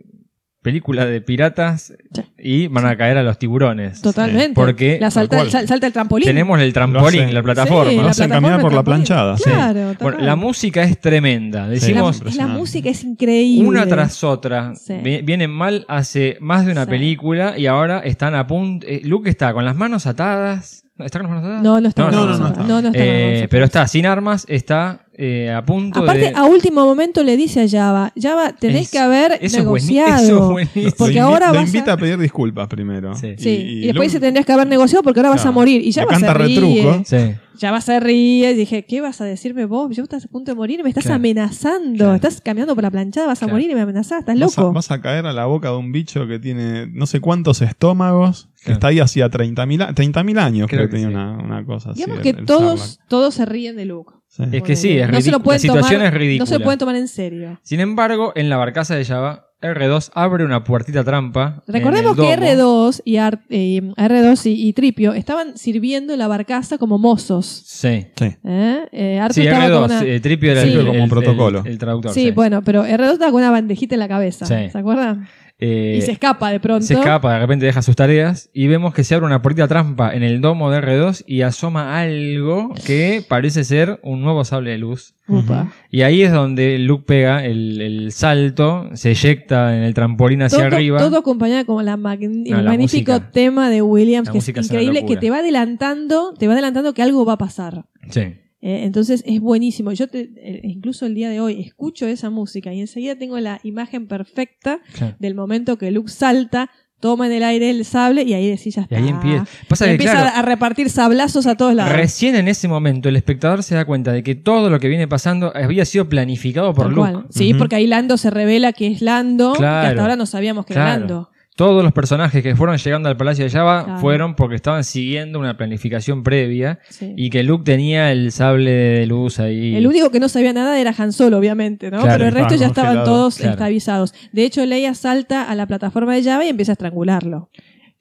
película de piratas
Sí.
y van a caer a los tiburones.
Totalmente.
Porque-
La salta,
Tal cual.
sal- salta el trampolín.
Tenemos el
Lo
trampolín,
hace.
la
Sí,
plataforma.
Lo hacen
plataforma,
caminar por
el trampolín.
la planchada, sí.
Claro, tal
Bueno,
cual.
la música es tremenda. Decimos,
Es la
Impresionante.
música es increíble.
una tras otra.
Sí.
vi- Vienen mal hace más de una
Sí.
película y ahora están a punto. eh, Luke está con las manos atadas. ¿Está con las manos atadas?
No, no está.
No,
mal,
no, no está.
no, no está
Eh,
mal, no está
pero
mal.
está sin armas, está eh, a punto
Aparte,
de.
a último momento le dice a Java, Java, tenés
Es-
que haber
eso es bueni-
negociado.
eso es buenísimo.
Porque
Lo invi-
ahora
lo
vas a-
invita a... pedir disculpas primero.
Sí.
Sí, y,
y
después
Luke-
dice tendrías que haber negociado porque ahora vas a
Claro.
morir. Y ya
Le
vas a
canta
ríe.
retruco.
Sí.
Ya vas a ríe. Y dije, ¿qué vas a decirme vos? Yo estás a punto de morir, me estás
Claro.
amenazando.
Claro.
Estás caminando por la planchada, vas a
Claro.
morir y me amenazás, estás
Vas a,
loco.
vas a caer a la boca de un bicho que tiene no sé cuántos estómagos, que
Claro.
está ahí hacía 30.000 a- 30.000 años,
Creo
creo,
que
que tenía
sí.
una, una cosa así.
Digamos
el-
que
el
todos,
Sarlacc.
todos se ríen de Luke.
Sí.
Es que sí, es
no se
ridículo.
lo
La
pueden
situación es
tomar,
ridícula.
No se lo pueden tomar en serio.
Sin embargo, en la barcaza de Java, R2 abre una puertita trampa. en
Recordemos
el
que
domo.
R2 y Ar- eh, R2 y, y Tripio estaban sirviendo en la barcaza como mozos.
Sí.
Sí.
¿eh? Eh, Artu
Sí,
estaba
R2,
con una-
eh, Tripio era
Sí.
el,
Tripio
como
el-
protocolo.
el- el traductor.
Sí,
sí.
bueno, pero R2 estaba con una bandejita en la cabeza,
Sí.
¿se acuerdan?
Eh,
y se escapa de pronto.
Se escapa, de repente deja sus tareas y vemos que se abre una puertita trampa en el domo de R2 y asoma algo que parece ser un nuevo sable de luz.
Upa.
Y ahí es donde Luke pega el, el salto, se eyecta en el trampolín hacia
todo,
arriba.
todo acompañado con la magn-
No,
el
la
magnífico
música.
tema de Williams,
La
que es
música es una
increíble, que
locura.
te va adelantando, te va adelantando que algo va a pasar.
Sí.
Eh, entonces es buenísimo. Yo te- eh, incluso el día de hoy escucho esa música y enseguida tengo la imagen perfecta
Claro.
del momento que Luke salta toma en el aire el sable y ahí decís ya
Y
está.
ahí empieza. Pasa
Ah. Y
que,
empieza
claro,
a repartir sablazos a todos lados.
Recién en ese momento el espectador se da cuenta de que todo lo que viene pasando había sido planificado por
Tal
Luke.
cual. Sí,
Ujú.
porque ahí Lando se revela que es Lando, que
Claro.
hasta ahora no sabíamos que era
Claro.
Lando.
Todos los personajes que fueron llegando al Palacio de Java
Claro.
fueron porque estaban siguiendo una planificación previa
Sí.
y que Luke tenía el sable de luz ahí.
El único que no sabía nada era Han Solo, obviamente, ¿no?
Claro,
Pero el resto
estaba
ya estaban
congelado.
todos
Claro.
este, avisados. De hecho, Leia salta a la plataforma de Java y empieza a estrangularlo.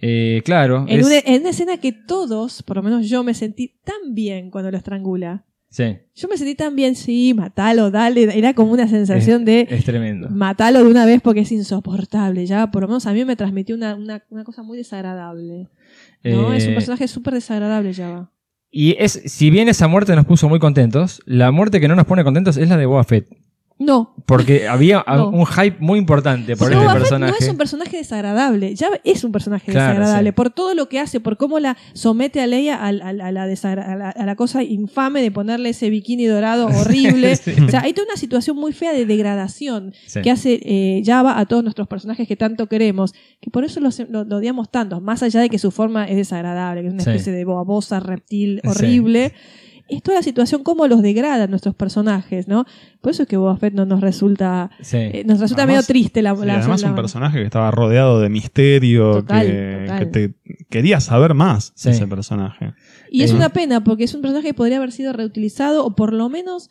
Eh, claro.
En,
es-
una, en una escena que todos, por lo menos yo, me sentí tan bien cuando lo estrangula.
sí,
Yo me sentí tan bien, sí, matalo, dale. Era como una sensación de
es tremendo.
matalo de una vez porque es insoportable. Ya, por lo menos a mí me transmitió una, una- una cosa muy desagradable. ¿no?
Eh,
Es un personaje súper desagradable, Java.
Y es, si bien esa muerte nos puso muy contentos, la muerte que no nos pone contentos es la de Boba Fett.
No,
Porque había a-
No.
un hype muy importante por
Porque
este
Boba Fett
personaje.
No es un personaje desagradable. Ya es un personaje
Claro,
desagradable.
sí.
Por todo lo que hace, por cómo la somete a Leia al- al- a, la, desagra- a la, a la cosa infame de ponerle ese bikini dorado horrible.
Sí.
O sea, hay toda una situación muy fea de degradación
Sí.
que hace eh, Java a todos nuestros personajes que tanto queremos. Que por eso los, lo, lo odiamos tanto. Más allá de que su forma es desagradable, que es una
Sí.
especie de bobosa reptil
Sí.
horrible. Es toda la situación cómo los degrada nuestros personajes, ¿no? Por eso es que Boba Fett no nos resulta...
Sí.
eh, nos resulta
Además-
medio triste la,
Sí,
la-
además, un
la-
personaje que estaba rodeado de misterio,
Total,
que,
total.
que te quería saber más
Sí.
de ese personaje.
Y es
Eh.
una pena porque es un personaje que podría haber sido reutilizado o por lo menos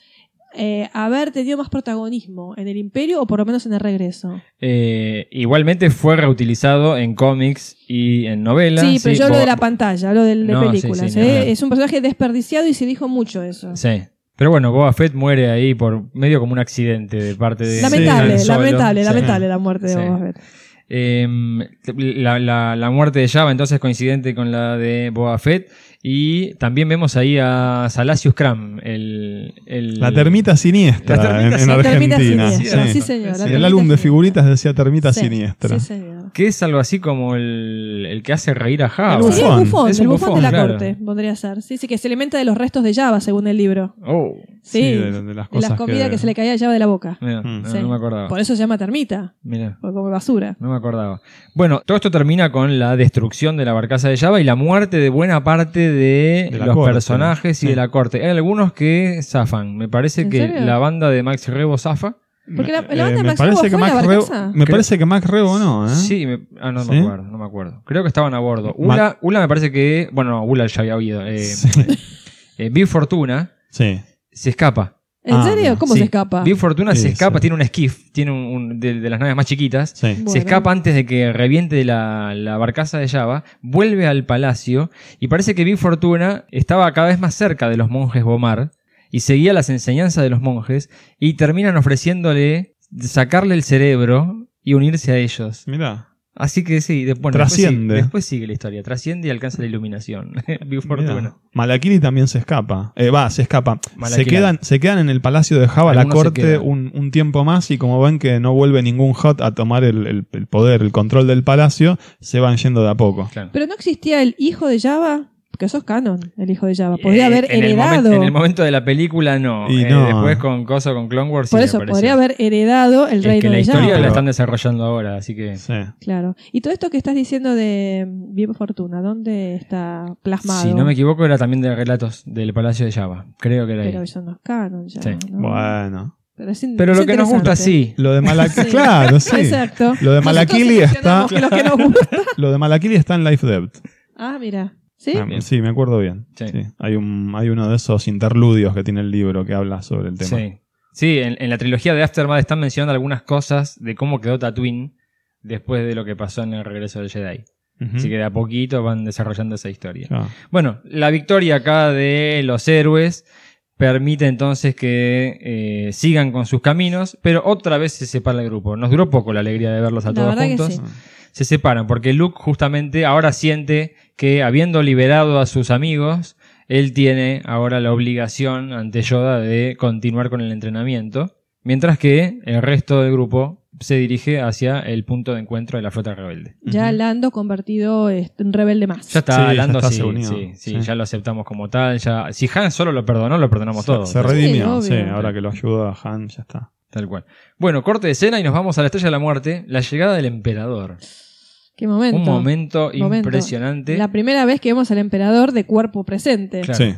eh, haber tenido más protagonismo en el Imperio o por lo menos en el regreso.
Eh, igualmente fue reutilizado en cómics y en novelas.
sí, pero yo hablo
Boba-
de la pantalla, hablo del- de,
No, sí,
películas.
sí, ni
¿eh?
hablar.
Es un personaje desperdiciado y se dijo mucho eso.
Sí. Pero bueno, Boba Fett muere ahí por medio como un accidente de parte de.
Lamentable,
Han Solo.
lamentable,
Sí.
lamentable la muerte de
Sí.
Boba Fett.
Eh, la, la- la muerte de Java entonces coincidente con la de Boba Fett. Y también vemos ahí a Salacius Cram, el, el-
La termita siniestra
La termita
en- en,
siniestra.
La termita
Argentina.
siniestra,
Sí.
sí, señor, la
Sí, el
termita
álbum de
siniestra.
figuritas decía termita
Sí,
siniestra.
Sí, señor.
Que es algo así como el, el que hace reír a Java.
El Ah, bufón.
Sería el bufón,
Es
el
un
bufón de
bufón,
la
claro.
corte, podría ser. Sí, sí, que se alimenta de los restos de Java, según el libro.
Oh,
Sí,
de, de las
de
cosas
las comidas que... se le caía a Java de la boca.
mira,
Mm.
no,
Sí.
no me acordaba.
Por eso se llama termita,
Mira.
porque come basura.
No me acordaba. Bueno, todo esto termina con la destrucción de la barcaza de Java y la muerte de buena parte de,
De la
los
corte.
personajes y
Sí.
de la corte. Hay algunos que zafan. Me parece
¿En
que
serio?
la banda de Max Rebo zafa.
Porque la- la
Eh,
banda de
me
Max
parece
Rebo
que
fue
Max
la
Rebo-
barcaza.
me
Creo-
parece que Max Rebo no, ¿eh?
Sí, me- ah, no
¿Sí?
me acuerdo, no me acuerdo. Creo que estaban a bordo.
Ma-
Ula, Ula me parece que. Bueno, no, Ula ya había oído. Eh,
Sí.
eh, Big Fortuna
Sí.
se escapa.
¿En
Ah,
serio?
mira.
¿Cómo
Sí,
se escapa?
Big Fortuna
Sí,
se escapa,
sí.
tiene un skiff, tiene un, un- de, de las naves más chiquitas.
sí.
Bueno.
Se escapa antes de que reviente la, la barcaza de Java, vuelve al palacio y parece que Big Fortuna estaba cada vez más cerca de los monjes Bomar y seguía las enseñanzas de los monjes y terminan ofreciéndole sacarle el cerebro y unirse a ellos.
Mirá.
Así que sí, de- bueno, Después,
Trasciende.
sigue, después sigue la historia, trasciende y alcanza la iluminación. Big Fortuna.
mirá. Malakiri también se escapa. Eh, va, se escapa. Se
Malakiri.
quedan, se quedan en el palacio de Java, la
Algunos se
corte,
quedan.
un, un tiempo más. Y como ven que no vuelve ningún Hot a tomar el, el- el poder, el control del palacio, se van yendo de a poco.
Claro.
Pero no existía el hijo de Java, porque eso es canon, el hijo de Java. Podría
Eh,
haber
en el
heredado.
momento- en el momento de la película no.
Y
Eh,
no.
después con Cosa, con Clone Wars. sí
Por
me
eso,
parece.
podría haber heredado el
Es
reino
que la
de
historia
Java.
la
Pero-
están desarrollando ahora, así que.
Sí.
Claro. Y todo esto que estás diciendo de mm, Viva Fortuna, ¿dónde está plasmado?
Si no me equivoco, era también de relatos del Palacio de Java. Creo que era
Pero
ahí.
eso no es canon ya.
Sí.
¿no?
Bueno.
Pero, es in-
Pero
es
lo que nos gusta, sí.
interesante.
Lo de Malakiri.
Sí.
Claro, sí.
Exacto.
Lo de
Nosotros
Malakili está,
seleccionamos lo que nos gusta.
lo de Malakili está en Life Debt.
Ah, mira. ¿Sí?
Ah, sí, me acuerdo bien.
Sí.
Sí. Hay, un, hay uno de esos interludios que tiene el libro que habla sobre el tema.
Sí, sí en, en la trilogía de Aftermath están mencionando algunas cosas de cómo quedó Tatooine después de lo que pasó en el regreso del Jedi.
Ujú.
Así que de a poquito van desarrollando esa historia.
Ah,
Bueno, la victoria acá de los héroes permite entonces que eh, sigan con sus caminos, pero otra vez se separa el grupo. Nos duró poco la alegría de verlos a
La
todos
verdad que
juntos.
Ah.
sí.
Se separan porque Luke justamente ahora siente que habiendo liberado a sus amigos, él tiene ahora la obligación ante Yoda de continuar con el entrenamiento, mientras que el resto del grupo se dirige hacia el punto de encuentro de la flota rebelde.
Ya
Ujú.
Lando convertido este, en rebelde más.
Ya está,
Sí, ya
hablando
está,
sí,
se unió.
sí, sí,
Sí.
ya lo aceptamos como tal. Ya, si Han solo lo perdonó, lo perdonamos
se,
todos.
se redimió,
Sí,
sí,
obvio.
ahora que lo ayuda a Han, ya está.
Tal cual. Bueno, corte de escena y nos vamos a la estrella de la muerte, la llegada del emperador.
Qué momento.
Un momento,
Momento.
impresionante.
La primera vez que vemos al emperador de cuerpo presente.
Claro.
Sí.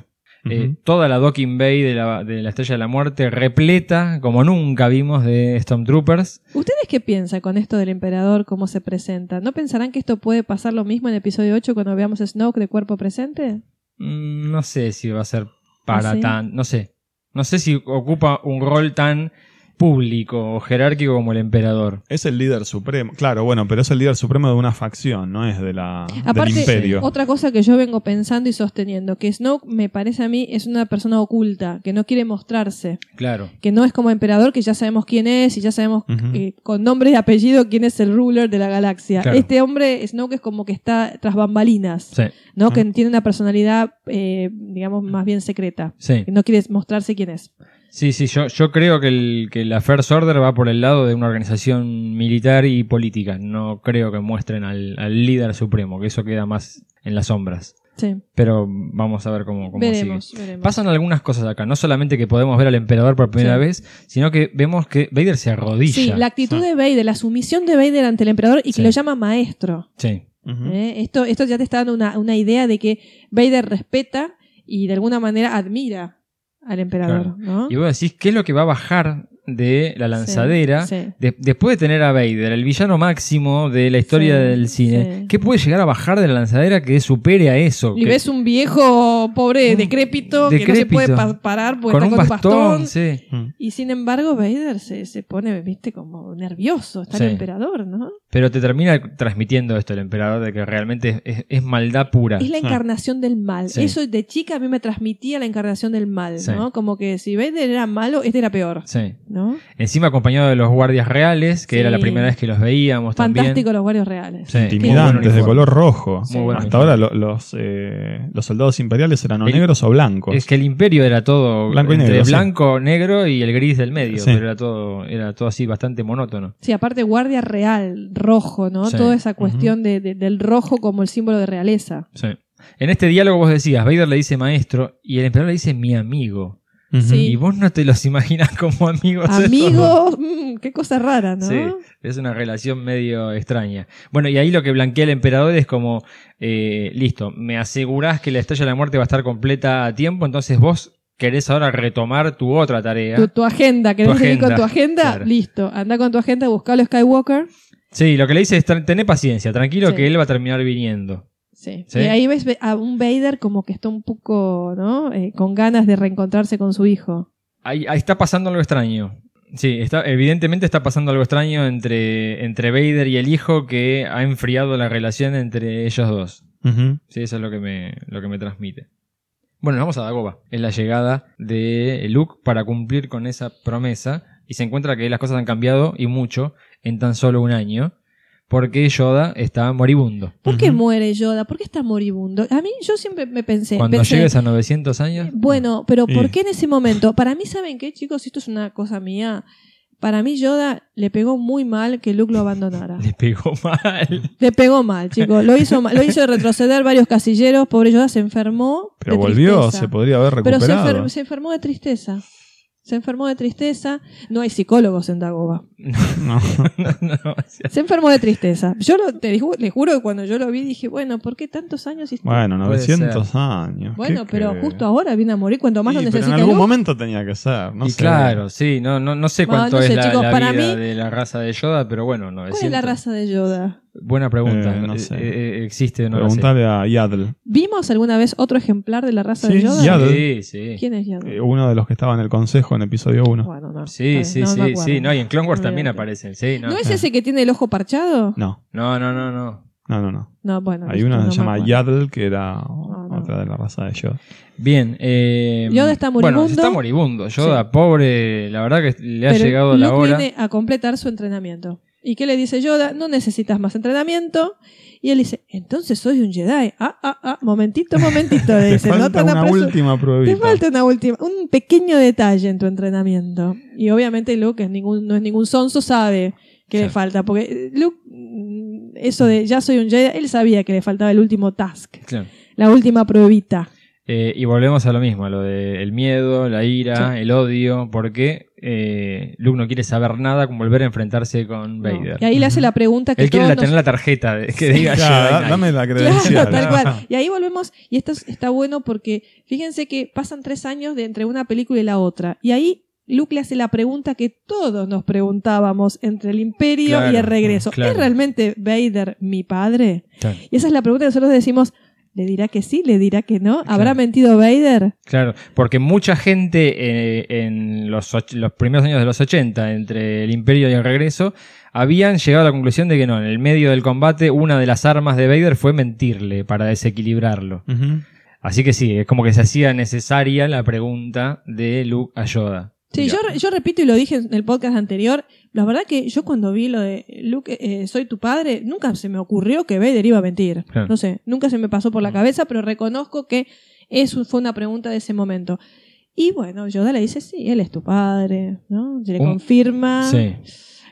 Eh,
Ujú.
Toda la Docking Bay de la, de la Estrella de la Muerte repleta, como nunca vimos, de Stormtroopers.
¿Ustedes qué piensan con esto del emperador, cómo se presenta? ¿No pensarán que esto puede pasar lo mismo en episodio 8 cuando veamos a Snoke de cuerpo presente?
Mm, No sé si va a ser para
¿Ah, sí?
tan. No sé. No sé si ocupa un rol tan público o jerárquico como el emperador.
Es el líder supremo. Claro, bueno, pero es el líder supremo de una facción, no es de la, del
Aparte,
imperio.
otra cosa que yo vengo pensando y sosteniendo, que Snoke me parece a mí es una persona oculta, que no quiere mostrarse,
Claro.
que no es como emperador, que ya sabemos quién es y ya sabemos
Ujú.
eh, con nombre y apellido quién es el ruler de la galaxia.
Claro.
Este hombre, Snoke, es como que está tras bambalinas,
Sí,
¿no?
Ah.
Que tiene una personalidad, eh, digamos, más bien secreta.
sí.
Que no quiere mostrarse quién es.
Sí, sí, yo, yo creo que, el, que la First Order va por el lado de una organización militar y política. No creo que muestren al, al líder supremo, que eso queda más en las sombras.
Sí.
Pero vamos a ver cómo, cómo sigue.
veremos, veremos.
Pasan algunas cosas acá, no solamente que podemos ver al emperador por primera
Sí.
vez, sino que vemos que Vader se arrodilla.
Sí, la actitud de Vader, la sumisión de Vader ante el emperador y que
Sí.
lo llama maestro.
Sí,
Ujú.
¿eh? Esto, esto ya te está dando una, una idea de que Vader respeta y de alguna manera admira al
Claro.
emperador. ¿no?
Y vos decís, ¿qué es lo que va a bajar de la
Sí,
lanzadera?
sí.
De- después de tener a Vader, el villano máximo de la historia
Sí,
del cine,
sí.
¿qué puede llegar a bajar de la lanzadera que supere a eso?
Y
Que-
ves un viejo pobre
Mm,
decrépito,
decrépito.
que no se puede pa- parar porque
con
está
un
con
bastón,
un bastón.
sí.
Mm.
Y sin embargo, Vader se, se pone, viste, como nervioso. Está
Sí.
el emperador, ¿no?
Pero te termina transmitiendo esto el emperador de que realmente es, es- es maldad pura.
Es la encarnación del mal.
Mm. Sí.
Eso de chica a mí me transmitía la encarnación del mal,
Sí.
¿no? Como que si Vader era malo, este era peor,
Sí.
¿no?
Encima acompañado de los guardias reales, que
Sí.
era la primera vez que los veíamos
Fantástico los guardios reales.
también. Sí, muy buen
Intimidantes, de
uniforme.
color rojo.
Muy buen
Hasta
uniforme.
ahora lo- los, eh, los soldados imperiales eran o
El-
negros o blancos.
Es que el imperio era todo
Blanco y
entre
negro, sí.
blanco, negro y el gris del medio,
Sí.
pero era todo, era todo así bastante monótono.
Sí, aparte guardia real, rojo, ¿no?
Sí.
Toda esa cuestión de- de- del rojo como el símbolo de realeza.
Sí. En este diálogo vos decías, Vader le dice maestro y el emperador le dice mi amigo.
Ujú.
sí.
Y vos no te los imaginas como amigos. esos dos.
Amigos, mm, qué cosa rara, ¿no?
Sí, es una relación medio extraña. Bueno, y ahí lo que blanquea el emperador es como, eh, listo, me asegurás que la estrella de la muerte va a estar completa a tiempo, entonces vos querés ahora retomar tu otra tarea.
Tu, tu agenda, ¿querés
Tu
seguir con
agenda,
tu agenda?
claro.
Listo, anda con tu agenda, buscalo Skywalker.
Sí, lo que le dice es, "Tra- tené paciencia, tranquilo
Sí.
que él va a terminar viniendo.
Sí.
Sí.
Y ahí ves a un Vader como que está un poco, ¿no? Eh, con ganas de reencontrarse con su hijo.
Ahí, ahí está pasando algo extraño. Sí, está, evidentemente está pasando algo extraño entre, entre Vader y el hijo que ha enfriado la relación entre ellos dos.
Ujú.
Sí, eso es lo que me, lo que me transmite. Bueno, nos vamos a Dagoba. Es la llegada de Luke para cumplir con esa promesa. Y se encuentra que las cosas han cambiado y mucho en tan solo un año. Porque Yoda está moribundo.
¿Por qué
Ujú.
muere Yoda? ¿Por qué está moribundo? A mí yo siempre me pensé.
Cuando
Eh, pensé,
llegues a 900 años.
Bueno, pero ¿por
Y-
qué en ese momento? Para mí, ¿saben qué, chicos? Esto es una cosa mía. Para mí, Yoda le pegó muy mal que Luke lo abandonara.
Le pegó mal.
Le pegó mal, chicos. Lo hizo, mal- lo hizo retroceder varios casilleros. Pobre Yoda se enfermó.
Pero
de
volvió,
tristeza.
se podría haber
Pero se,
recuperado.
enfer- se enfermó de tristeza. Se enfermó de tristeza. No hay psicólogos en Dagoba.
No.
No, no, o sea,
Se enfermó de tristeza. Yo lo, te ju- les juro que cuando yo lo vi dije, bueno, ¿por qué tantos años? y-
Bueno,
Puede
900 años.
Bueno,
¿qué
pero
crees?
justo ahora viene a morir cuando más
Sí,
lo
pero
necesita.
en algún
Luke.
momento tenía que ser, no
y
sé.
claro, sí, no, no, no sé
Bueno,
cuánto
no sé,
es la,
chicos,
la
para
vida
mí-
de la raza de Yoda, pero bueno, 900.
¿Cuál es la raza de Yoda?
Buena pregunta.
Eh, no
Eh,
sé.
eh, existe, no la sé.
Preguntale a Yadl,
¿Vimos alguna vez otro ejemplar de la raza
Sí,
de Yoda?
ya.
Sí, sí.
¿Quién es Yoda?
eh, uno de los que estaba en el consejo en episodio 1.
Bueno, no. Está
Sí,
bien,
sí,
no, no
sí,
acuerdo.
sí. No, y en Clone Wars
No me
también
acuerdo.
aparecen, sí, no.
¿No es ese que tiene el ojo parchado?
No,
No, no, no, no.
no, no, no.
No, bueno.
Hay
listo,
una
no
que
me
se llama
acuerdo.
Yadl, que era
no.
otra de la raza de Yoda.
Bien. Eh,
Yoda está
Bueno,
moribundo.
está moribundo. Yoda, pobre, la verdad que le ha
Pero
llegado la
Luke
hora.
viene a completar su entrenamiento. ¿Y qué le dice Yoda? No necesitas más entrenamiento. Y él dice, entonces soy un Jedi. Ah, ah, ah, momentito, momentito. Le
Te
dice, no
falta
tan
una
apresu-
última
Te
pruebita.
falta una última, un pequeño detalle en tu entrenamiento. Y obviamente Luke es ningún, no es ningún sonso, sabe que le
Claro.
falta. Porque eh, Luke, mm, eso de ya soy un Jedi, él sabía que le faltaba el último task,
Claro.
la última pruebita.
Eh, y volvemos a lo mismo, a lo del miedo, la ira, el odio, porque eh, Luke no quiere saber nada con volver a enfrentarse con
No.
Vader.
Y ahí le hace la pregunta que
Él quiere
todos
la-
nos-
tener la tarjeta de- que diga
Ya,
Jedi
da-
Knight.
dame la credencial.
Claro, tal cual. Y ahí volvemos, y esto es- está bueno porque fíjense que pasan tres años de entre una película y la otra. Y ahí Luke le hace la pregunta que todos nos preguntábamos entre el imperio
Claro,
y el regreso.
claro.
¿Es realmente Vader mi padre?
Claro.
Y esa es la pregunta que nosotros decimos, ¿le dirá que sí? ¿Le dirá que no? ¿Habrá
Claro.
mentido Vader?
Claro, porque mucha gente eh, en los, och- los primeros años de los 80, entre el imperio y el regreso, habían llegado a la conclusión de que no, en el medio del combate una de las armas de Vader fue mentirle para desequilibrarlo.
Ujú.
Así que sí, es como que se hacía necesaria la pregunta de Luke a Yoda.
Sí, yo, re- yo repito y lo dije en el podcast anterior, la verdad que yo cuando vi lo de Luke, eh, soy tu padre, nunca se me ocurrió que Vader iba a mentir.
Claro.
No sé, nunca se me pasó por la
Mm.
cabeza, pero reconozco que eso fue una pregunta de ese momento. Y bueno, Yoda le dice, sí, él es tu padre, ¿no? Se le
Un-
confirma
Sí.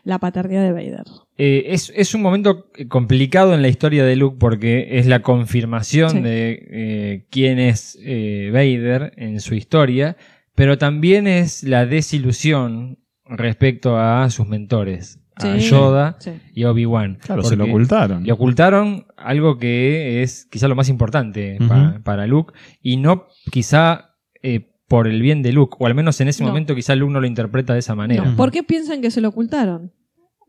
la paternidad de Vader.
Eh, es, es un momento eh, complicado en la historia de Luke porque es la confirmación
Sí.
de eh, quién es eh, Vader en su historia, pero también es la desilusión respecto a sus mentores, a
Sí.
Yoda
Sí.
y Obi-Wan.
Claro, se lo
Porque
ocultaron.
Le ocultaron algo que es quizá lo más importante
Ujú.
pa- para Luke y no quizá eh, por el bien de Luke, o al menos en ese
No.
momento quizá Luke no lo interpreta de esa manera.
No, ¿Por qué piensan que se lo ocultaron?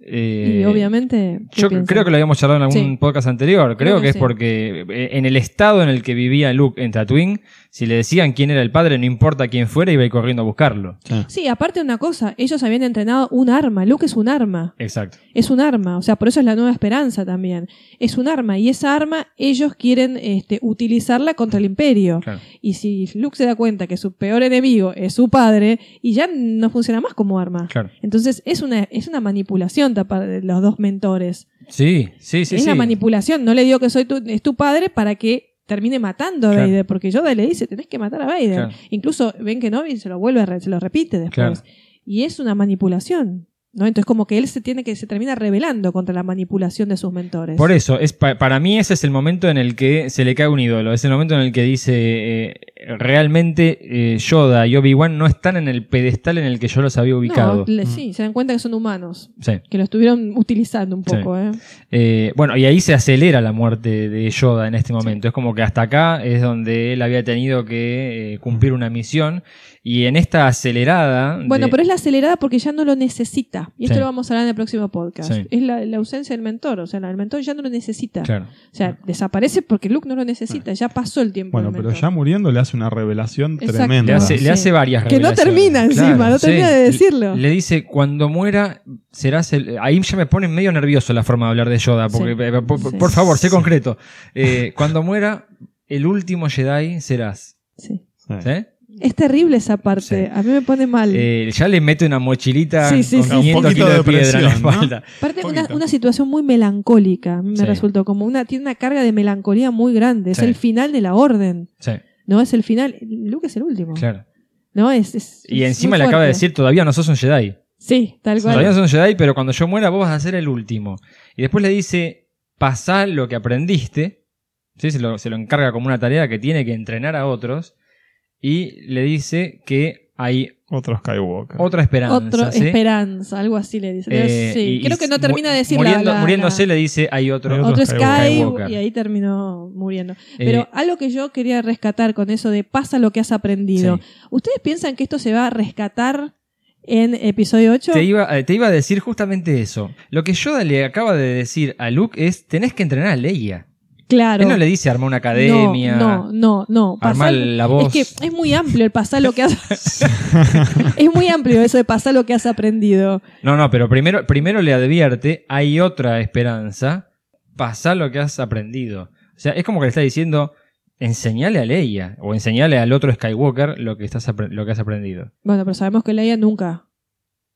y
Eh,
obviamente... ¿qué
yo
piensan?
creo que lo habíamos charlado en algún
Sí.
podcast anterior. Creo,
Creo
que,
que
es
sí.
porque eh, en el estado en el que vivía Luke en Tatooine, si le decían quién era el padre, no importa quién fuera, iba a ir corriendo a buscarlo.
Sí, aparte una cosa, ellos habían entrenado un arma, Luke es un arma.
Exacto.
Es un arma, o sea, por eso es la nueva esperanza también. Es un arma y esa arma ellos quieren este, utilizarla contra el imperio.
Claro.
Y si Luke se da cuenta que su peor enemigo es su padre y ya no funciona más como arma.
Claro.
Entonces es una, es una manipulación tapar de los dos mentores.
Sí, sí, sí.
es
sí.
la manipulación, no le digo que soy tu, es tu padre para que termine matando a
Claro.
Vader, porque Yoda le dice, tenés que matar a Vader.
Claro.
Incluso ven que Novi se lo vuelve, a re- se lo repite después.
Claro.
Y es una manipulación. ¿no? Entonces como que él se tiene que se termina rebelando contra la manipulación de sus mentores.
Por eso, es pa- para mí ese es el momento en el que se le cae un ídolo. Es el momento en el que dice, eh, realmente eh, Yoda y Obi-Wan no están en el pedestal en el que yo los había ubicado. Mm.
No, le- sí, se dan cuenta que son humanos,
Sí.
que lo estuvieron utilizando un poco. ¿eh?
Eh, bueno, y ahí se acelera la muerte de Yoda en este momento. Es como que hasta acá es donde él había tenido que eh, cumplir una misión. Y en esta acelerada. de-
Bueno, pero es la acelerada porque ya no lo necesita. Y esto
Sí.
lo vamos a hablar en el próximo podcast.
Sí.
Es la, la ausencia del mentor, o sea, el mentor ya no lo necesita.
Claro.
O sea,
Ah.
desaparece porque Luke no lo necesita, ya pasó el tiempo.
Bueno,
del
pero
mentor.
ya muriendo le hace una revelación
Exacto.
tremenda.
Le hace,
Sí.
le hace varias
Que no
revelaciones.
termina encima, no termina de decirlo.
Le dice, cuando muera, serás el. Ahí ya me pone medio nervioso la forma de hablar de Yoda, porque,
Sí.
eh, por, por-
Sí.
por favor, sé concreto. Eh, cuando muera, el último Jedi serás.
Sí.
Sí.
¿Sí?
Es terrible esa parte,
Sí.
a mí me pone mal.
Eh, ya le mete una mochilita
Sí, sí,
con
sí.
500
Un poquito
kilos de,
de
piedra en la
presión, ¿no?
espalda.
Aparte, una,
poquito.
una situación muy melancólica, a mí me
Sí.
resultó como una, tiene una carga de melancolía muy grande. Es
Sí.
el final de la orden,
Sí,
¿no? Es el final. Luke es el último,
claro.
¿no? Es, es-
Y
es
encima
muy
le acaba de
fuerte.
decir, todavía no sos un Jedi.
Sí, tal cual.
Todavía no sos un Jedi, pero cuando yo muera vos vas a ser el último. Y después le dice, pasá lo que aprendiste. ¿sí? Se, lo, se lo encarga como una tarea que tiene que entrenar a otros. Y le dice que hay
Otro Skywalker.
otra esperanza.
Otro
¿sí?
esperanza, algo así le dice.
Eh,
sí,
y-
creo
y
que no termina de
mu-
decir la-
muriendo-
la-
Muriéndose
la-
le dice, hay otro. eh,
Hay
otro
Otro
Sky
Skywalker.
y ahí terminó muriendo.
Eh,
Pero algo que yo quería rescatar con eso de pasa lo que has aprendido.
sí.
¿Ustedes piensan que esto se va a rescatar en episodio 8?
Te iba, eh, te iba a decir justamente eso. Lo que Yoda le acaba de decir a Luke es, tenés que entrenar a Leia.
claro.
Él no le dice armar una academia.
No, no, no. no.
Armar
Pasar-
la voz.
Es que es muy amplio el pasar lo que has... es muy amplio eso de pasar lo que has aprendido.
No, no, pero primero, primero le advierte, hay otra esperanza, pasá lo que has aprendido. O sea, es como que le está diciendo, enseñale a Leia, o enseñale al otro Skywalker lo que, estás apre- lo que has aprendido.
Bueno, pero sabemos que Leia nunca.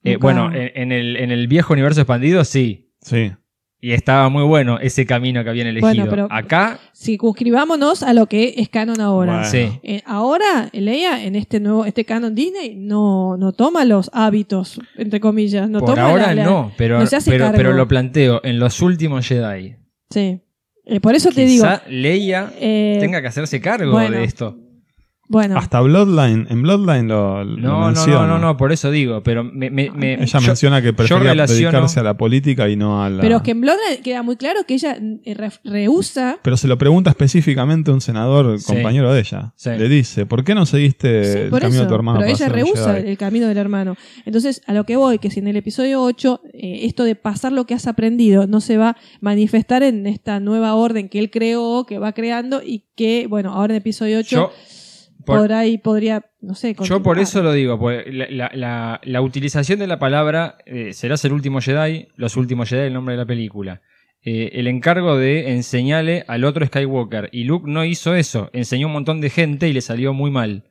Eh,
nunca-
bueno, eh, en, en el, en el viejo universo expandido sí,
Sí.
y estaba muy bueno ese camino que habían elegido.
Bueno, pero-
Acá,
Circunscribámonos a lo que es canon ahora.
Bueno.
sí.
Eh, ahora, Leia, en este nuevo, este canon Disney, no, no toma los hábitos, entre comillas. No
Por
toma
ahora
la- la-
no, pero,
no se hace
pero,
cargo.
pero lo planteo en los últimos Jedi.
Sí. Eh, por eso te digo.
Quizá Leia
eh,
tenga que hacerse cargo
bueno.
de esto.
Bueno,
Hasta Bloodline, en Bloodline lo, lo
No, no,
menciona.
no, no, no, por eso digo, pero me, me- me-
Ella
yo-
menciona que prefería
relaciono-
dedicarse a la política y no a la...
pero es que en Bloodline queda muy claro que ella eh, re- rehúsa
Pero se lo pregunta específicamente a un senador
Sí.
compañero de ella.
Sí.
Le dice, ¿por qué no seguiste
Sí,
el
por
camino
eso.
de tu hermano?
pero
para
ella
ser un
rehúsa
Jedi?
el camino del hermano. Entonces, a lo que voy, que si en el episodio 8, eh, esto de pasar lo que has aprendido no se va a manifestar en esta nueva orden que él creó, que va creando y que, bueno, ahora en el episodio 8,
yo,
por,
por-
ahí podría, no
yo
sé.
por
continuar.
eso lo digo, porque la, la- la- la utilización de la palabra eh, serás el último Jedi, los últimos Jedi, el nombre de la película. Eh, el encargo de enseñarle al otro Skywalker. Y Luke no hizo eso. Enseñó un montón de gente y le salió muy mal.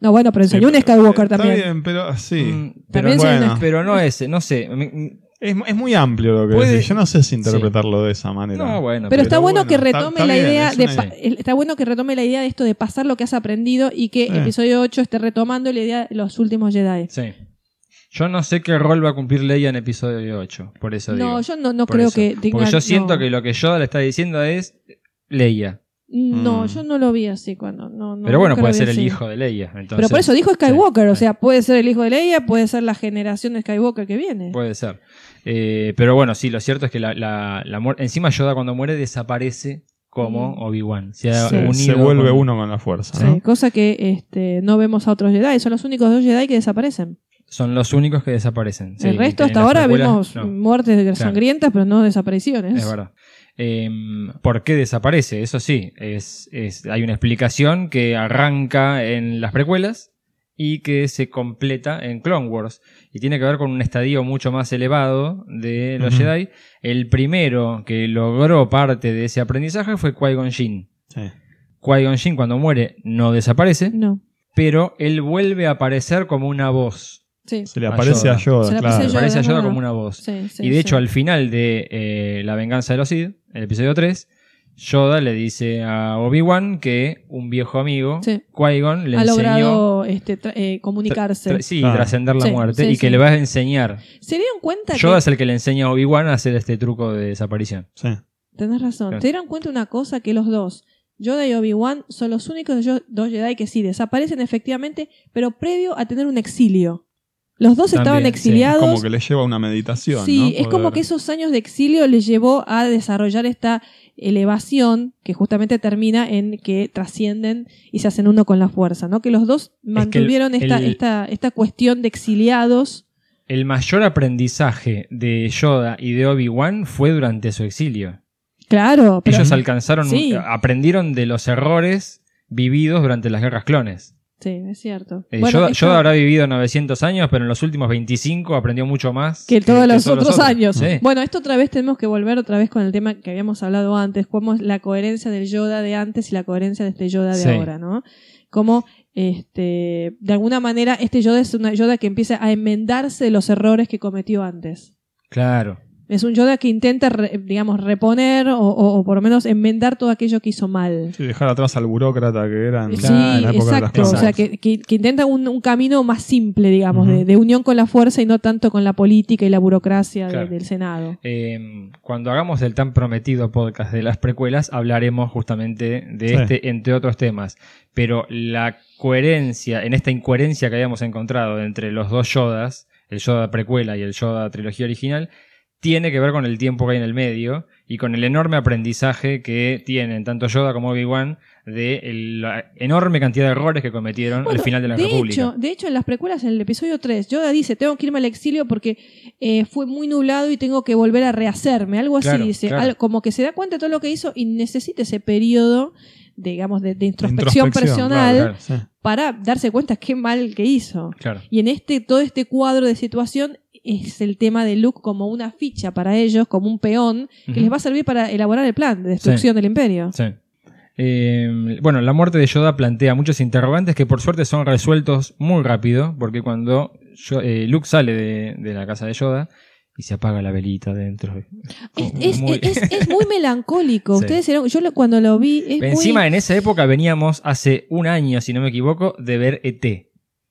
No, bueno, pero
Sí,
enseñó un
pero- eh,
Skywalker
está
también.
bien, pero ah, sí.
Mm, pero,
También
soy
bueno,
una-
pero no ese, no sé. Me- me-
Es, es muy amplio lo que
Puede-
decís. Yo no sé si interpretarlo de esa manera.
No, bueno.
Pero está
Pero
bueno,
bueno,
que
está-
retome
está
la
bien,
idea
es
de
una
pa- el- está bueno que retome la idea de esto de pasar lo que has aprendido y que
Sí.
el episodio 8 esté retomando la idea de los últimos Jedi.
Sí. Yo no sé qué rol va a cumplir Leia en episodio 8, por eso digo.
No, yo no, no
Por
creo
eso.
que
Porque
tenga-
yo siento
no.
que lo que Yoda le está diciendo es Leia.
No,
Mm.
yo no lo vi así cuando. No, no,
pero bueno,
nunca
puede
lo vi
ser el
así.
hijo de Leia. entonces-
Pero por eso dijo Skywalker,
Sí.
o sea, puede ser el hijo de Leia, puede ser la generación de Skywalker que viene.
Puede ser. Eh, pero bueno, sí, lo cierto es que la, la- la muer- encima Yoda cuando muere desaparece como
Mm.
Obi-Wan. Se, ha
Se, Eh, se
unido
vuelve
con-
uno con la fuerza.
Sí,
¿no?
Cosa que este, no vemos a otros Jedi, son los únicos dos Jedi que desaparecen.
Son los únicos que desaparecen. Sí,
el resto
en
hasta
las
ahora
precuelas,
vimos
no.
muertes de- sangrientas, pero no
Es
desapariciones.
verdad. Eh, ¿Por qué desaparece? Eso sí, es, es- hay una explicación que arranca en las precuelas y que se completa en Clone Wars. Y tiene que ver con un estadio mucho más elevado de los
Ujú.
Jedi. El primero que logró parte de ese aprendizaje fue Qui-Gon Jinn.
Sí.
Qui-Gon Jinn cuando muere no desaparece,
No.
pero él vuelve a aparecer como una voz.
Sí.
Se le
A
aparece
Yoda.
a Yoda,
Se le
claro.
aparece Yoda,
Aparece a Yoda
bueno.
como una voz.
Sí, sí,
Y de hecho,
sí.
al final de eh, La venganza de los Sith, el episodio 3, Yoda le dice a Obi-Wan que un viejo amigo,
Sí.
Qui-Gon, le
ha
enseñó.
logrado este, tra- eh, comunicarse.
tra- sí,
Ah.
trascender la
Sí,
muerte
sí,
y que
sí.
le vas a enseñar.
¿Se dieron cuenta que
Yoda es el que le enseña a Obi-Wan a hacer este truco de desaparición.
Sí.
Tenés razón.
Claro.
¿Te dieron cuenta una cosa? Que los dos, Yoda y Obi-Wan, son los únicos yo- dos Jedi que sí desaparecen efectivamente, pero previo a tener un exilio. Los dos
También,
estaban
sí.
exiliados.
Como que le lleva a una meditación.
Sí,
¿no?
es como
Poder-
que esos años de exilio les llevó a desarrollar esta elevación que justamente termina en que trascienden y se hacen uno con la fuerza, ¿no? Que los dos mantuvieron esta,
el-
esta, esta cuestión de exiliados.
El mayor aprendizaje de Yoda y de Obi-Wan fue durante su exilio.
Claro, pero
Ellos alcanzaron,
Sí.
aprendieron de los errores vividos durante las guerras clones.
sí, es cierto.
Eh,
Bueno,
Yoda,
esto-
Yoda habrá vivido 900 años, pero en los últimos 25 aprendió mucho más
que todos los
Eh, todos
otros, años.
Sí.
Bueno, esto otra vez tenemos que volver otra vez con el tema que habíamos hablado antes, cómo es la coherencia del Yoda de antes y la coherencia de este Yoda de
Sí.
ahora, ¿no? Cómo, este, de alguna manera, este Yoda es una Yoda que empieza a enmendarse de los errores que cometió antes.
Claro.
Es un Yoda que intenta, re- digamos, reponer o, o- o por lo menos enmendar todo aquello que hizo mal.
Sí, dejar atrás al burócrata que era en,
Sí,
en la época de las
exacto. O
cosas.
sea, que, que- que intenta un, un camino más simple, digamos,
Ujú.
de, de unión con la fuerza y no tanto con la política y la burocracia de-
Claro.
del Senado.
Eh, cuando hagamos el tan prometido podcast de las precuelas, hablaremos justamente de
Sí.
este, entre otros temas. Pero la coherencia, en esta incoherencia que habíamos encontrado entre los dos Yodas, el Yoda precuela y el Yoda trilogía original, tiene que ver con el tiempo que hay en el medio y con el enorme aprendizaje que tienen tanto Yoda como Obi-Wan de el- la enorme cantidad de errores que cometieron
Bueno,
al final de la República.
hecho, de hecho, en las precuelas, en el episodio 3, Yoda dice, tengo que irme al exilio porque eh, fue muy nublado y tengo que volver a rehacerme. Algo así
Claro,
dice.
claro.
Al- como que se da cuenta de todo lo que hizo y necesita ese periodo, digamos, de, de introspección,
Introspección,
personal
claro,
Sí.
para darse cuenta qué mal que hizo.
Claro.
Y en este, todo este cuadro de situación es el tema de Luke como una ficha para ellos, como un peón, que
Ujú.
les va a servir para elaborar el plan de destrucción del imperio.
Sí. Oh, Eh, bueno, la muerte de Yoda plantea muchos interrogantes que por suerte son resueltos muy rápido, porque cuando Yo- eh, Luke sale de, de la casa de Yoda y se apaga la velita dentro.
Es, es-
Muy-
es- es muy melancólico.
Sí.
Ustedes eran- yo lo- cuando lo vi, es muy-
Encima, en esa época veníamos hace un año, si no me equivoco, de ver ET,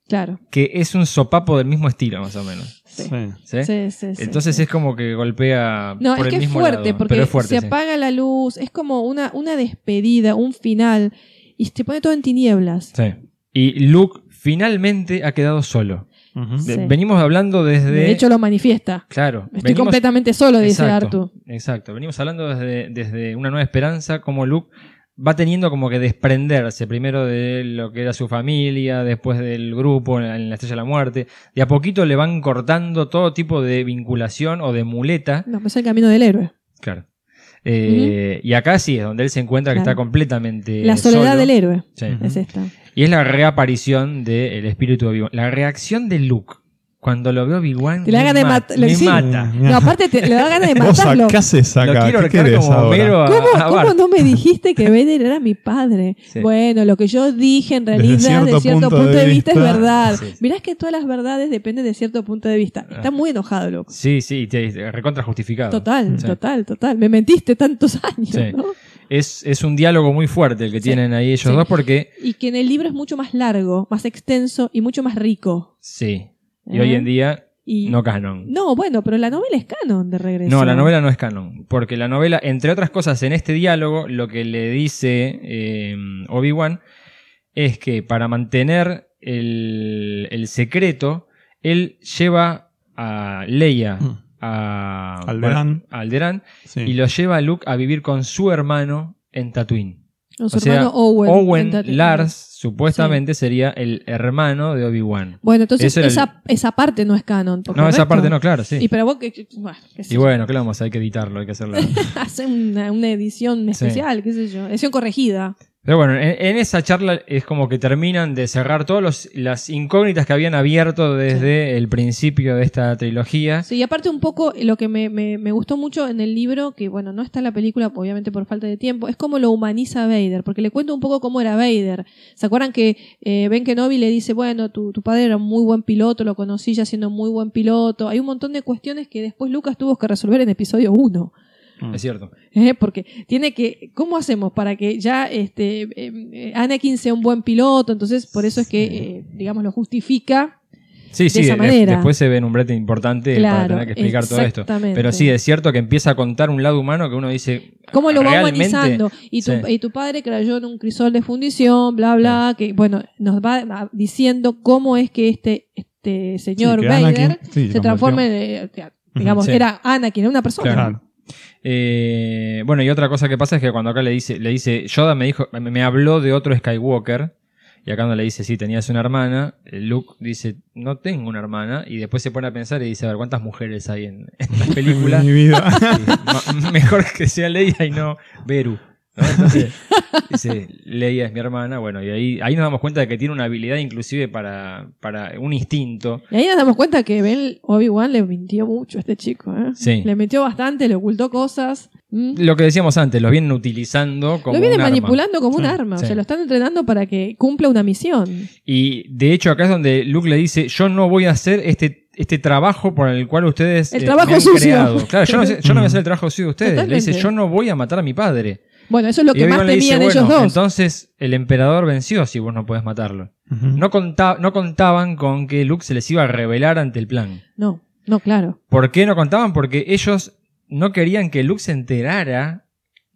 Claro.
que es un sopapo del mismo estilo, más o menos.
Sí.
Sí.
¿sí?
Sí, sí, sí,
Entonces
sí.
es como que golpea
No,
por
es
el
que es
mismo
fuerte,
lado,
porque
pero es fuerte,
se
sí.
apaga la luz, es como una, una despedida, un final, y se pone todo en tinieblas.
Sí. y Luke finalmente ha quedado solo.
Ujú.
Sí.
De- Venimos hablando desde...
De hecho, lo manifiesta.
claro,
Estoy
venimos-
completamente solo, dice
exacto,
Artu.
Exacto, venimos hablando desde, desde Una Nueva Esperanza, como Luke va teniendo como que desprenderse primero de lo que era su familia, después del grupo en la- en la Estrella de la Muerte. De a poquito le van cortando todo tipo de vinculación o de muleta.
No, pues es el camino del héroe.
Claro. Eh, Y acá sí es donde él se encuentra que
Claro.
está completamente.
la soledad
Eh, solo.
del héroe.
Sí.
Ujú.
Es esta.
Y es la reaparición del espíritu de Obi-Wan. La reacción de Luke cuando lo veo Obi-Wan.
Y le
me
hagan de
mata-
mat- le-
me
sí.
mata.
Mira.
No, aparte te, le da ganas de
Vos
matarlo.
acá se
Lo
saca.
quiero
¿Qué
arcar
querés
como
ahora?
Homero a,
¿Cómo,
a
cómo
Bart.
no me dijiste que Vader era mi padre?
Sí.
Bueno, lo que yo dije en
Desde
realidad, de
cierto
cierto, punto, de, vista, es verdad.
Sí. Ah.
Mirá que todas las verdades dependen de cierto punto de vista. Está muy enojado, Luke.
Sí, sí, te- te- recontra justificado.
Total,
Sí.
total, total. Me mentiste tantos años,
Sí.
¿no?
Es, es un diálogo muy fuerte el que
Sí.
tienen ahí ellos
Sí.
dos porque.
Y que en el libro es mucho más largo, más extenso y mucho más rico.
Sí. Y
Ajá.
hoy en día,
Y...
no canon.
No, bueno, pero la novela es canon de regreso.
No, la novela no es canon. Porque la novela, entre otras cosas, en este diálogo, lo que le dice eh, Obi-Wan es que para mantener el, el secreto, él lleva a Leia
Mm.
a
Alderaan.
a Alderaan
Sí.
y lo lleva a Luke a vivir con su hermano en Tatooine.
Con su
O sea,
hermano Owen.
Owen
Cuéntate.
Lars supuestamente sería el hermano de Obi-Wan.
Bueno, entonces
Ese era el-
esa, esa parte no es canon. porque
No,
el
esa
resto-
parte no, claro, sí.
Oh, Y pero vos que... que- Bueno, qué sé
Y
yo.
bueno, claro, vamos, hay que editarlo, hay que hacerlo.
hace una, una edición especial, qué sé yo, edición corregida.
Pero bueno, en, en esa charla es como que terminan de cerrar todas las incógnitas que habían abierto desde el principio de esta trilogía.
Sí, y aparte un poco lo que me, me- me gustó mucho en el libro, que bueno, no está en la película, obviamente por falta de tiempo, es cómo lo humaniza a Vader, porque le cuento un poco cómo era Vader. ¿Se acuerdan que eh, Ben Kenobi le dice, bueno, tu, tu padre era un muy buen piloto, lo conocí ya siendo muy buen piloto? Hay un montón de cuestiones que después Lucas tuvo que resolver en episodio 1.
Es cierto.
¿eh? porque tiene que cómo hacemos para que ya este eh, eh, Anakin sea un buen piloto entonces por eso es que eh, digamos lo justifica
Sí, sí,
esa
de-
manera.
después se ve en un brete importante para
Claro,
tener que explicar todo esto.
exactamente.
Pero sí, es cierto que empieza a contar un lado humano que uno dice.
cómo lo va
realmente-
humanizando y tu,
sí.
y tu padre creyó en un crisol de fundición bla bla que bueno nos va ah, diciendo cómo es que este este señor
que
Vader
Anakin- sí,
se
convirtió.
transforma en, eh, digamos
Sí.
era Anakin era una persona
Claro.
Eh, bueno, y otra cosa que pasa es que cuando acá le dice, le dice, Yoda me dijo, me, me habló de otro Skywalker, y acá cuando le dice, sí, tenías una hermana, eh, Luke dice, no tengo una hermana, y después se pone a pensar y dice, a ver, ¿cuántas mujeres hay en, en las películas?
Mi vida.
Y ma- mejor que sea Leia y no Beru. ¿no? Entonces, dice, Leia es mi hermana, bueno, y ahí, ahí nos damos cuenta de que tiene una habilidad inclusive para, para un instinto.
Y ahí nos damos cuenta que Ben Obi-Wan le mintió mucho a este chico. ¿eh?
Sí.
Le mintió bastante, le ocultó cosas. ¿Mm?
Lo que decíamos antes, lo vienen utilizando como
lo vienen
un arma.
manipulando como un
Sí,
arma,
sí.
o sea, lo están entrenando para que cumpla una misión.
Y de hecho acá es donde Luke le dice, yo no voy a hacer este, este trabajo por el cual ustedes...
El
eh,
trabajo
me han
sucio.
creado". Claro, yo no, sé- yo no voy a hacer el trabajo sucio de ustedes. Le dice,
Totalmente.
yo no voy a matar a mi padre.
Bueno, eso es lo
Y
que más
Obi-Wan le dice,
temían
"Bueno,
ellos dos.
Entonces el emperador venció si vos no podés matarlo.
Ujú.
No, conta- no contaban con que Luke se les iba a revelar ante el plan.
No, no, claro.
¿Por qué no contaban? Porque ellos no querían que Luke se enterara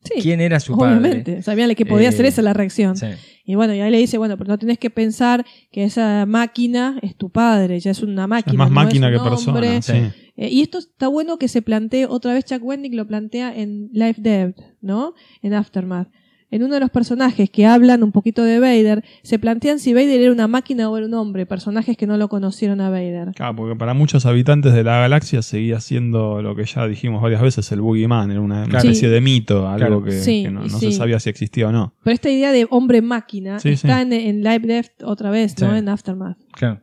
Sí,
quién era su
obviamente. Sabían que podía
Eh,
ser esa la reacción.
padre. Sí.
Y bueno, y ahí le dice, bueno, pero no tenés que pensar que esa máquina es tu padre, ya es una máquina.
Es más
no
máquina
un
que
hombre.
persona. Sí.
Eh, y esto está bueno que se plantee, otra vez Chuck Wendig lo plantea en Life Debt, ¿no? En Aftermath. En uno de los personajes que hablan un poquito de Vader, se plantean si Vader era una máquina o era un hombre, personajes que no lo conocieron a Vader.
Claro, porque para muchos habitantes de la galaxia seguía siendo lo que ya dijimos varias veces, el boogeyman, era una, una
Claro.
especie de mito, algo
Claro.
que,
Sí,
que no,
y
no
sí.
se sabía si existía o no.
Pero esta idea de hombre-máquina
Sí,
está
sí.
en, en Life Debt otra vez,
Sí.
¿no? En Aftermath.
Claro.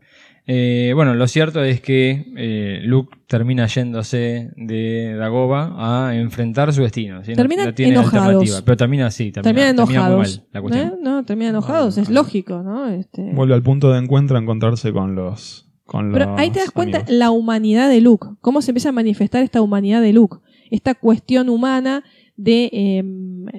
Eh, bueno, lo cierto es que eh, Luke termina yéndose de Dagoba a enfrentar su destino. ¿sí? No-
Terminan
no tiene
enojados.
alternativa. Pero termina así, termina,
Terminan
termina muy
enojados.
mal la cuestión.
¿eh? No, terminan enojados, es lógico, ¿no? Este...
Vuelve al punto de encuentro a encontrarse con los. Con
Pero
los
ahí te das cuenta
amigos.
la humanidad de Luke, cómo se empieza a manifestar esta humanidad de Luke, esta cuestión humana de eh,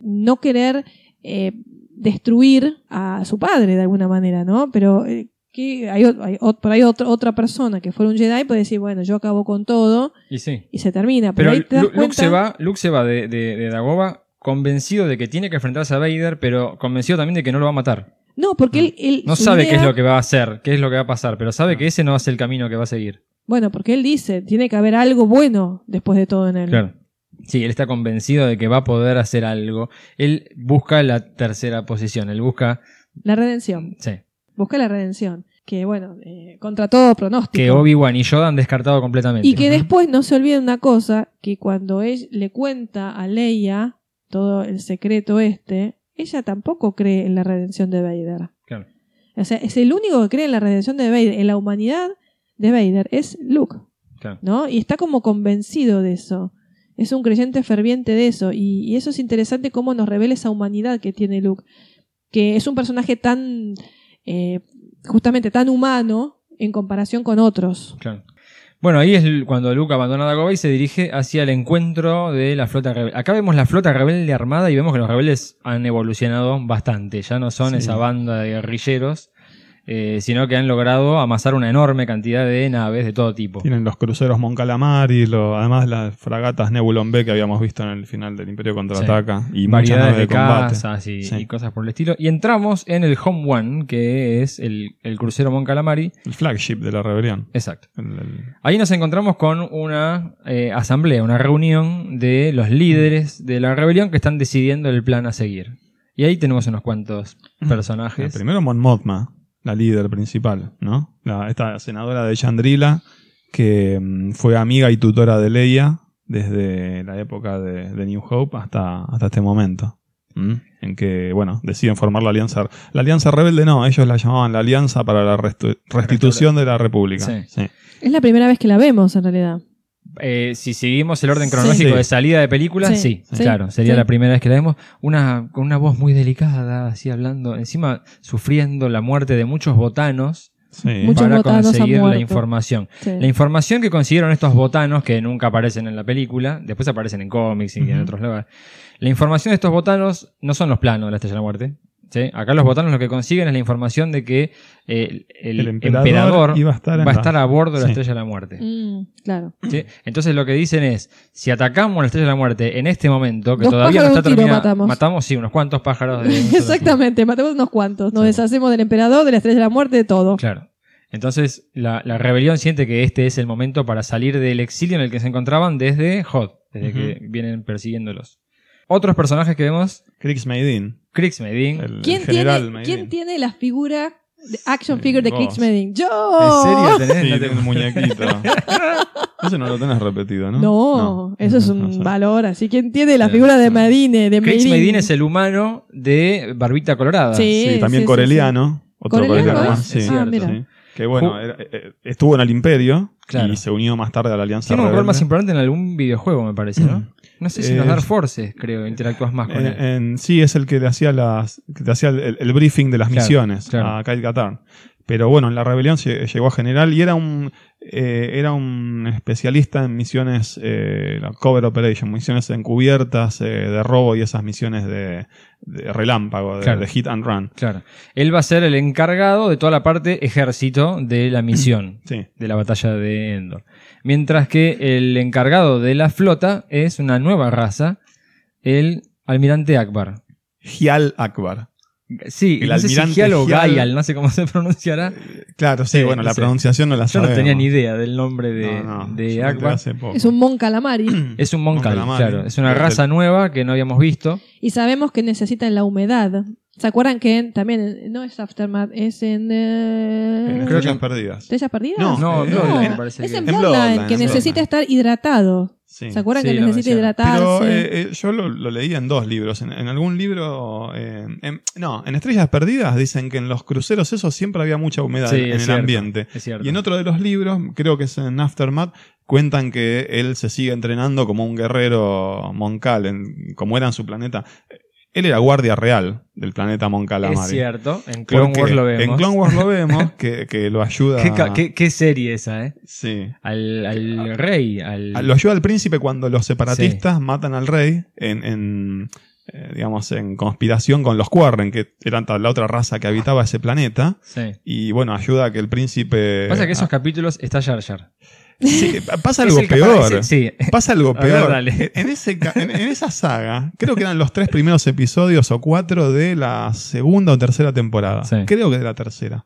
no querer eh, destruir a su padre de alguna manera, ¿no? Pero eh, que hay, o- hay o- por ahí otro- otra persona que fuera un Jedi puede decir, bueno, yo acabo con todo
Y sí.
y se termina.
Pero
Pero, ahí te das
Lu- Luke
cuenta-
se va, Luke se va de, de- de Dagoba convencido de que tiene que enfrentarse a Vader, pero convencido también de que no lo va a matar.
No, porque él. él-
No
su
sabe qué
idea-
es lo que va a hacer, qué es lo que va a pasar, pero sabe que ese no va a ser el camino que va a seguir.
Bueno, porque él dice, tiene que haber algo bueno después de todo en él.
Claro. Sí, él está convencido de que va a poder hacer algo. Él busca la tercera posición, él busca...
La redención.
Sí.
Busca la redención. Que bueno, eh, contra todo pronóstico.
Que Obi-Wan y Yoda han descartado completamente.
Y que después no se olvide una cosa, que cuando él le cuenta a Leia todo el secreto este, ella tampoco cree en la redención de Vader.
Claro.
O sea, es el único que cree en la redención de Vader, en la humanidad de Vader, es Luke,
Claro.
¿no? Y está como convencido de eso. Es un creyente ferviente de eso. Y, y eso es interesante cómo nos revela esa humanidad que tiene Luke. Que es un personaje tan, eh, justamente tan humano en comparación con otros.
Claro. Bueno, ahí es l- cuando Luke abandona Dagobah y se dirige hacia el encuentro de la flota rebelde. Acá vemos la flota rebelde armada y vemos que los rebeldes han evolucionado bastante. Ya no son
Sí.
esa banda de guerrilleros, eh, sino que han logrado amasar una enorme cantidad de naves de todo tipo.
Tienen los cruceros Moncalamari, lo, además las fragatas Nebulon B que habíamos visto en el final del Imperio Contraataca. Y muchas
variedades
naves de
de
combate.
casas y,
Sí.
y cosas por el estilo. Y entramos en el Home One, que es el, el crucero Mon Calamari.
El flagship de la rebelión.
Exacto.
El- el-
Ahí nos encontramos con una eh, asamblea, una reunión de los líderes de la rebelión que están decidiendo el plan a seguir. Y ahí tenemos unos cuantos
el
personajes.
primero Mon Mothma, la líder principal, ¿no? La- esta senadora de Chandrila, que mm, fue amiga y tutora de Leia desde la época de, de New Hope hasta, hasta este momento. ¿Mm? En que, bueno, deciden formar la alianza. La alianza rebelde no, ellos la llamaban la alianza para la restu- restitución de la república.
Sí.
Sí.
Es la primera vez que la vemos en realidad.
Eh, si seguimos el orden cronológico
Sí.
de salida de películas, sí,
Sí. Sí.
claro, sería
Sí.
la primera vez que la vemos. Una, con una voz muy delicada, así hablando, encima sufriendo la muerte de muchos botanos
Sí.
Muchos
para
botanos han
conseguir la
muerto.
información.
Sí.
La información que consiguieron estos botanos, que nunca aparecen en la película, después aparecen en cómics y en
Ujú.
otros lugares. La información de estos botanos no son los planos de la Estrella de la Muerte. ¿sí? Acá los botanos lo que consiguen es la información de que eh, el,
El
emperador,
emperador iba a estar en
va a
la-
estar a bordo de la
Sí.
Estrella de la Muerte.
Mm, claro.
¿sí? Entonces lo que dicen es, si atacamos a la Estrella de la Muerte en este momento, que
Dos
todavía no
pájaros de
está
un tiro
terminada,
matamos.
sí, unos cuantos pájaros de... un solo tiro.
Exactamente, matemos unos cuantos. Nos
Sí.
deshacemos del emperador, de la estrella de la muerte, de todo.
Claro. Entonces, la, la rebelión siente que este es el momento para salir del exilio en el que se encontraban desde Hod, desde que vienen persiguiéndolos. Otros personajes que vemos,
Crix Maidin,
Krix Medin.
el
¿Quién,
general
tiene,
Maidin.
¿Quién tiene la figura, de action
Sí,
figure de
vos.
Krix Medin? ¡Yo!
¿En serio tenés?
Sí,
No te-
tiene un muñequito. Ese no lo tenés repetido, ¿no?
No, eso es un
no sé.
valor. Así, ¿quién tiene la
Sí,
figura de
sí.
Medine? De
Krix
Medin?
Medin es el humano de Barbita Colorada.
Sí.
Sí, también
sí,
coreliano. Otro
¿Coreliano
coreliano
es?
más. Sí,
Ah,
cierto,
mira.
sí. Que bueno,
Ju-
era- eh, estuvo en el Imperio
Claro.
y se unió más tarde a la Alianza
Tiene un rol
Rebelde.
más importante en algún videojuego, me parece, ¿no? No sé si en los
Eh,
Dark Forces, creo, interactúas más Ah, con
En-
él.
en- sí, es el que le hacía, las, que te hacía el, el briefing de las
Claro,
misiones
claro.
a Kyle Katarn. Pero bueno, en la rebelión lle- llegó a general y era un, eh, era un especialista en misiones, eh, la cover operation, misiones encubiertas eh, de robo y esas misiones de, de relámpago, de,
Claro.
de hit and run.
Claro. Él va a ser el encargado de toda la parte ejército de la misión.
Sí.
de la batalla de Endor. Mientras que el encargado de la flota es una nueva raza, el almirante Akbar.
Hial Akbar.
Sí,
El
no sé si
almirante
Gial o
Gial.
Gaial, no sé cómo se pronunciará.
Claro, sí,
Sí, no
bueno, la
sé.
pronunciación no la
Yo no
sabemos.
tenía ni idea del nombre de,
No, no,
de
yo me enteré
Akbar.
hace poco.
Es un Mon Calamari.
Es un Moncal,
Mon Calamari.
claro. Es una
Es el-
raza nueva que no habíamos visto.
y sabemos que necesitan la humedad. ¿Se acuerdan que en- también, en- no es Aftermath, es en... eh,
En
Creo
Estrellas
que-
Perdidas.
¿Estrellas perdidas?
No,
No,
eh,
no,
no,
me
en-
parece
es
que-
en
en
Bloodline,
Bloodline,
que
en
necesita
Bloodline.
estar hidratado.
Sí.
¿Se acuerdan
Sí,
que
lo
necesita
mencionan.
hidratarse?
Pero eh, eh, yo lo, lo leí en dos libros. En, en algún libro. eh, en- no, en Estrellas Perdidas dicen que en los cruceros eso siempre había mucha humedad
Sí,
en,
es
el
cierto,
ambiente.
es cierto.
Y en otro de los libros, creo que es en Aftermath, cuentan que él se sigue entrenando como un guerrero moncal, en- como era en su planeta. Él era guardia real del planeta
es
Moncalamari.
cierto, en Clone
Porque
Wars lo vemos.
¿eh? En Clone Wars lo vemos, que, que lo ayuda.
¿Qué, ca- qué- qué serie esa, ¿eh?
Sí.
Al, al rey, al...
Ah, Lo ayuda al príncipe cuando los separatistas matan al rey en, en, eh, digamos, en conspiración con los Quarren, que eran ta- la otra raza que habitaba ese planeta.
Sí.
Y bueno, ayuda a que el príncipe.
Pasa que esos
a-
capítulos está Jar Jar.
Sí, pa- pasa
Es
algo
el que
peor.
aparece, Sí.
Pasa algo
A ver,
peor. E,
dale.
En, ese ca- en- en esa saga, creo que eran los tres primeros episodios o cuatro de la segunda o tercera temporada.
Sí.
Creo que de la tercera.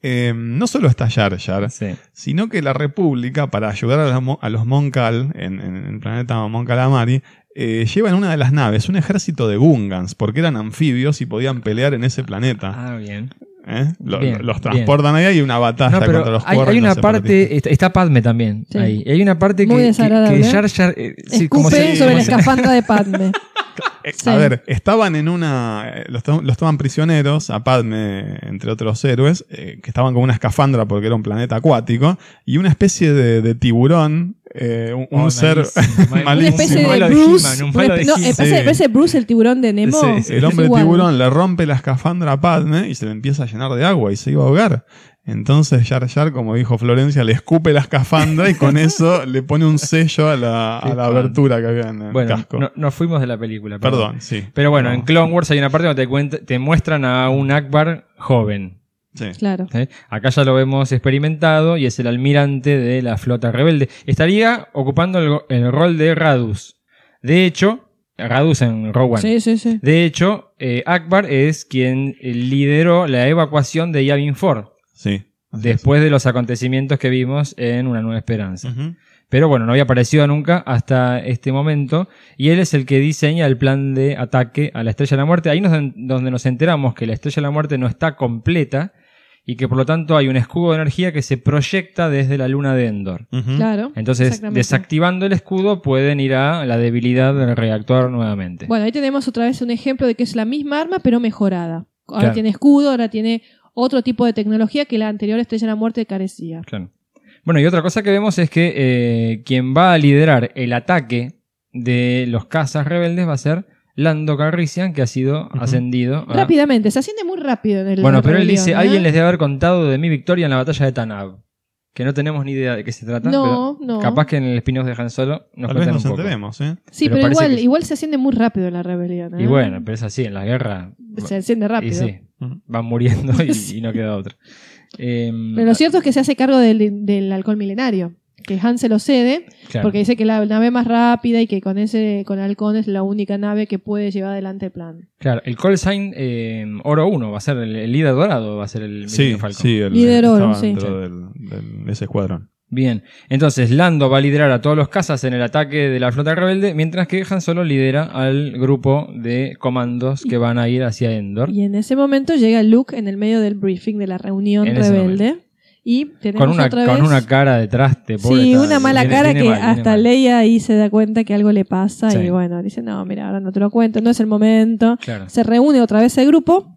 Eh, no solo está Jar Jar,
Sí.
sino que la República, para ayudar a, los Mo- a los Moncal, en, en el planeta Moncal Amari, eh, lleva en una de las naves un ejército de Gungans, porque eran anfibios y podían pelear en ese planeta.
Ah, bien.
¿eh? Lo-
bien,
los transportan ahí y hay una batalla
No, pero
contra los
hay,
Quarren,
hay una
los separatistas.
parte, está, está Padme también
Sí.
ahí. Y Hay una parte que,
Muy
que- que
desagradable.
Jar Jar, eh, sí, como
Escupen
si-
sobre la
como si-
escafandra de Padme.
Eh,
Sí.
A ver, estaban en una. eh, Los, to- los toman prisioneros, a Padme, entre otros héroes, eh, que estaban con una escafandra porque era un planeta acuático, y una especie de, de tiburón, eh, un, un
Oh,
ser.
malísimo, malísimo.
Una
Malísimo.
especie
Un
de
malo
Bruce.
He-Man, un
una
malo
espe-
de
no,
He-Man.
eh, parece,
Sí.
parece Bruce el tiburón de Nemo.
Sí, sí.
El hombre
Es igual.
tiburón le rompe la escafandra a Padme y se le empieza a llenar de agua y se iba a ahogar. Entonces Jar Jar, como dijo Florencia, le escupe la escafandra y con eso le pone un sello a la, a la abertura que había en el
Bueno,
casco.
no- nos fuimos de la película.
Perdón, sí.
Pero bueno,
No.
en Clone Wars hay una parte donde te, cuent- te muestran a un Akbar joven.
Sí.
Claro.
¿eh? Acá ya lo vemos experimentado y es el almirante de la flota rebelde. Estaría ocupando el, go- el rol de Radus. De hecho, Radus en Rowan.
Sí, sí, sí.
De hecho, eh, Akbar es quien lideró la evacuación de Yavin 4
sí. Así es.
después de los acontecimientos que vimos en Una Nueva Esperanza.
Ujú.
Pero bueno, no había aparecido nunca hasta este momento. Y él es el que diseña el plan de ataque a la Estrella de la Muerte. Ahí nos, donde nos enteramos que la Estrella de la Muerte no está completa y que por lo tanto hay un escudo de energía que se proyecta desde la luna de Endor.
Ujú.
Claro.
Entonces,
exactamente.
desactivando el escudo pueden ir a la debilidad del reactor nuevamente.
Bueno, ahí tenemos otra vez un ejemplo de que es la misma arma, pero mejorada. Ahora
Claro.
tiene escudo, ahora tiene otro tipo de tecnología que la anterior Estrella de la Muerte carecía.
Claro. Bueno, y otra cosa que vemos es que eh, quien va a liderar el ataque de los cazas rebeldes va a ser Lando Carrician, que ha sido
Ujú.
ascendido. a-
Rápidamente, se asciende muy rápido en el.
Ah. Bueno, pero él
rebelión,
dice,
¿eh?
alguien les debe haber contado de mi victoria en la batalla de Tanab. Que no tenemos ni idea de qué se trata.
No,
pero
no.
Capaz que en el spin-off de Han Solo nos cuentan
Tal vez nos
un poco.
enteremos, ¿eh?
Sí,
pero
pero,
parece
igual,
que-
igual se asciende muy rápido la rebelión. ¿eh?
Y bueno, pero es así, en la guerra.
Se asciende
Y
rápido.
sí,
Ujú.
van muriendo y,
Sí.
y no queda otra. Em,
Pero lo cierto es que se hace cargo del, del alcohol milenario. Que Han se lo cede
claro.
porque dice que la nave más rápida y que con ese con halcón es la única nave que puede llevar adelante el plan.
Claro, el call sign eh, Oro 1 va a ser el, el líder dorado, va a ser el
Sí,
Millennium Falcon.
sí, el,
Líder oro,
estaba
sí.
dentro del- del- de ese escuadrón.
Bien, entonces Lando va a liderar a todos los cazas en el ataque de la flota rebelde, mientras que Han Solo lidera al grupo de comandos que van a ir hacia Endor.
Y en ese momento llega Luke en el medio del briefing de la reunión
En ese
rebelde. Y tenemos
Con una,
otra vez.
con una cara de traste, pobre.
sí,
está-
una mala
viene-
cara
viene
que
mal, viene
hasta
mal.
Leia ahí se da cuenta que algo le pasa
Sí.
y bueno, dice, no, mira, ahora no te lo cuento, no es el momento.
Claro.
Se reúne otra vez el grupo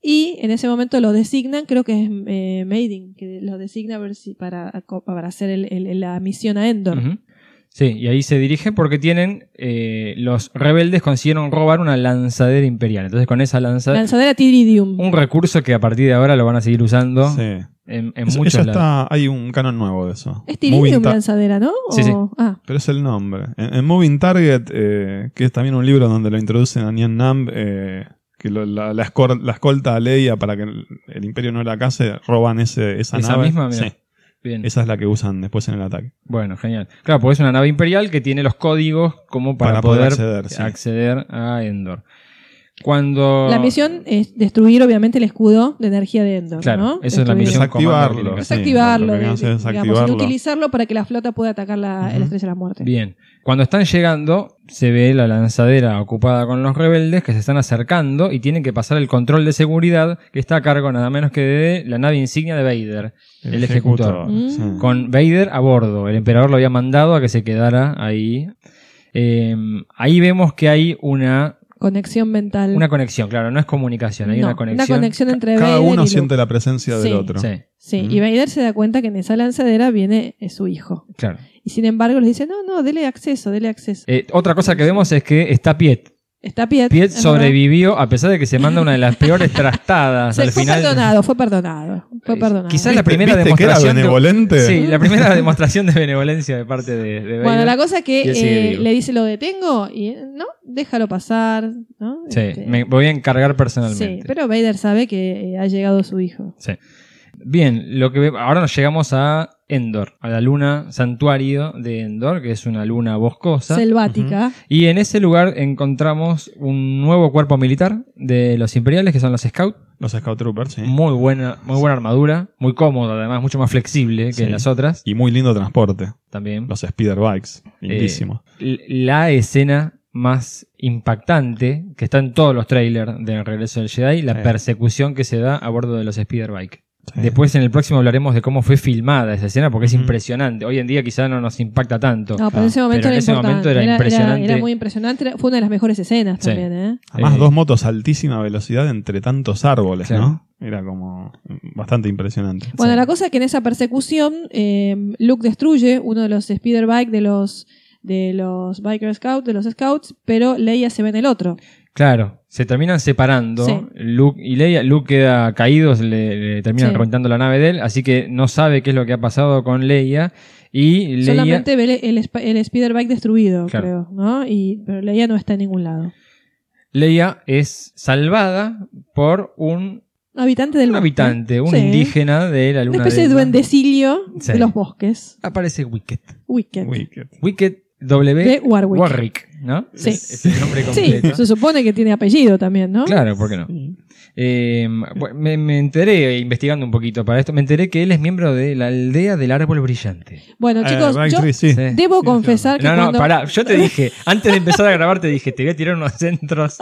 y en ese momento lo designan, creo que es eh, Maiden, que lo designa a ver si para, para hacer el- el- la misión a Endor.
Ujú. Sí, y ahí se dirige porque tienen. eh, los rebeldes consiguieron robar una lanzadera imperial. Entonces, con esa lanzadera.
Lanzadera Tiridium.
un recurso que a partir de ahora lo van a seguir usando
Sí.
en, en
Eso-
muchos
eso
lados.
está, hay un canon nuevo de eso.
Es Tiridium
Moving Tar-
lanzadera, ¿no?
Sí,
O-
sí.
Ah,
pero es el nombre. En, en Moving Target, eh, que es también un libro donde lo introducen a Nian Nam, eh, que lo- la, la escor- la escolta a Leia para que el, el imperio no la case, roban ese, esa,
Esa
nave.
misma, mira.
Sí,
Bien.
esa es la que usan después en el ataque.
Bueno, genial. Claro, porque es una nave imperial que tiene los códigos como para,
Para
poder,
poder
acceder,
acceder, sí.
a Endor. Cuando.
la misión es destruir obviamente el escudo de energía de Endor,
Claro,
¿no?
eso es la
Destruir-
misión
Desactivarlo.
comando que tiene que hacer.
Desactivarlo,
Sí, lo que
de-
hace es
digamos,
desactivarlo.
inutilizarlo para que la flota pueda atacar la,
Ujú.
la estrella de la muerte.
Bien. Cuando están llegando, se ve la lanzadera ocupada con los rebeldes que se están acercando y tienen que pasar el control de seguridad que está a cargo nada menos que de la nave insignia de Vader, el, ejecutor.
Mm.
sí.
Con Vader a bordo. El emperador lo había mandado a que se quedara ahí. Eh, ahí vemos que hay una,
Conexión mental.
una conexión, claro, no es comunicación, hay
No,
una conexión.
entre
Cada
Vader y
uno
Luke.
siente la presencia
Sí.
del otro.
Sí,
Sí,
Mm.
y Vader se da cuenta que en esa lanzadera viene eh, su hijo.
claro.
Y sin embargo les dice, no, no, dele acceso, dele acceso.
Eh, otra cosa que vemos es que está Piet.
Está Piet.
Piet
es
sobrevivió a pesar de que se manda una de las peores
verdad.
trastadas
Se-
al
fue
final.
perdonado, fue perdonado. Fue
Eh,
perdonado.
quizás la
¿Viste-
primera
viste que era
demostración de-
benevolente?
Sí, la primera demostración de benevolencia de parte de, de Vader.
Bueno, la cosa es que
Y él sigue
eh,
vivo.
le dice, lo detengo y eh, no, déjalo pasar. ¿no?
Sí,
Este,
me voy a encargar personalmente.
sí, pero Vader sabe que eh, ha llegado su hijo.
Bien, lo que ve- ahora nos llegamos a Endor, a la luna santuario de Endor, que es una luna boscosa.
Selvática.
Y en ese lugar encontramos un nuevo cuerpo militar de los imperiales, que son los Scouts.
Los Scout Troopers, sí.
Muy buena, muy buena armadura, muy cómoda, además, mucho más flexible que
Sí.
las otras.
Y muy lindo transporte.
También. Eh,
Los speeder bikes. Lindísimo.
L- La escena más impactante que está en todos los trailers de Regreso del Jedi, la
Sí.
persecución que se da a bordo de los speeder bike.
Sí.
Después en el próximo hablaremos de cómo fue filmada esa escena porque es
Ujú.
impresionante. Hoy en día quizá no nos impacta tanto.
No, pero en ese momento,
Pero en
era,
ese
importante.
momento era
Era- era-
impresionante.
era muy impresionante. Era- Fue una de las mejores escenas
Sí.
también, ¿eh?
Además,
Eh,
dos motos a altísima velocidad entre tantos árboles,
Claro.
¿no? Era como mm, bastante impresionante.
Bueno,
Sí.
la cosa es que en esa persecución, eh, Luke destruye uno de los speeder bike de los de los biker scouts, de los scouts, pero Leia se ve en el otro.
Claro, se terminan separando
Sí.
Luke y Leia. Luke queda caído, se le, le terminan
Sí.
reventando la nave de él, así que no sabe qué es lo que ha pasado con Leia. Y Leia,
Solamente ve el, el, sp- el speeder bike destruido,
Claro.
creo, ¿no? Y, pero Leia no está en ningún lado.
Leia es salvada por un,
Habitante del
un
bosque.
habitante, un
Sí.
indígena de la luna.
Una especie de
Endor.
duendecillo
Sí.
de los bosques.
Aparece Wicked.
Wicked.
Wicked.
Wicked W.
De Warwick.
Warwick, ¿no?
Sí.
Es el nombre
Sí,
completo.
se supone que tiene apellido también, ¿no?
Claro, ¿por qué no? Eh, bu- me, me enteré, investigando un poquito para esto, me enteré que él es miembro de la aldea del árbol brillante.
Bueno,
Eh,
chicos,
Bike
yo
Tree, sí.
Sí.
debo
Sí,
confesar que
No, no,
cuando...
pará, yo te dije, antes de empezar a grabar te dije, te voy a tirar unos centros.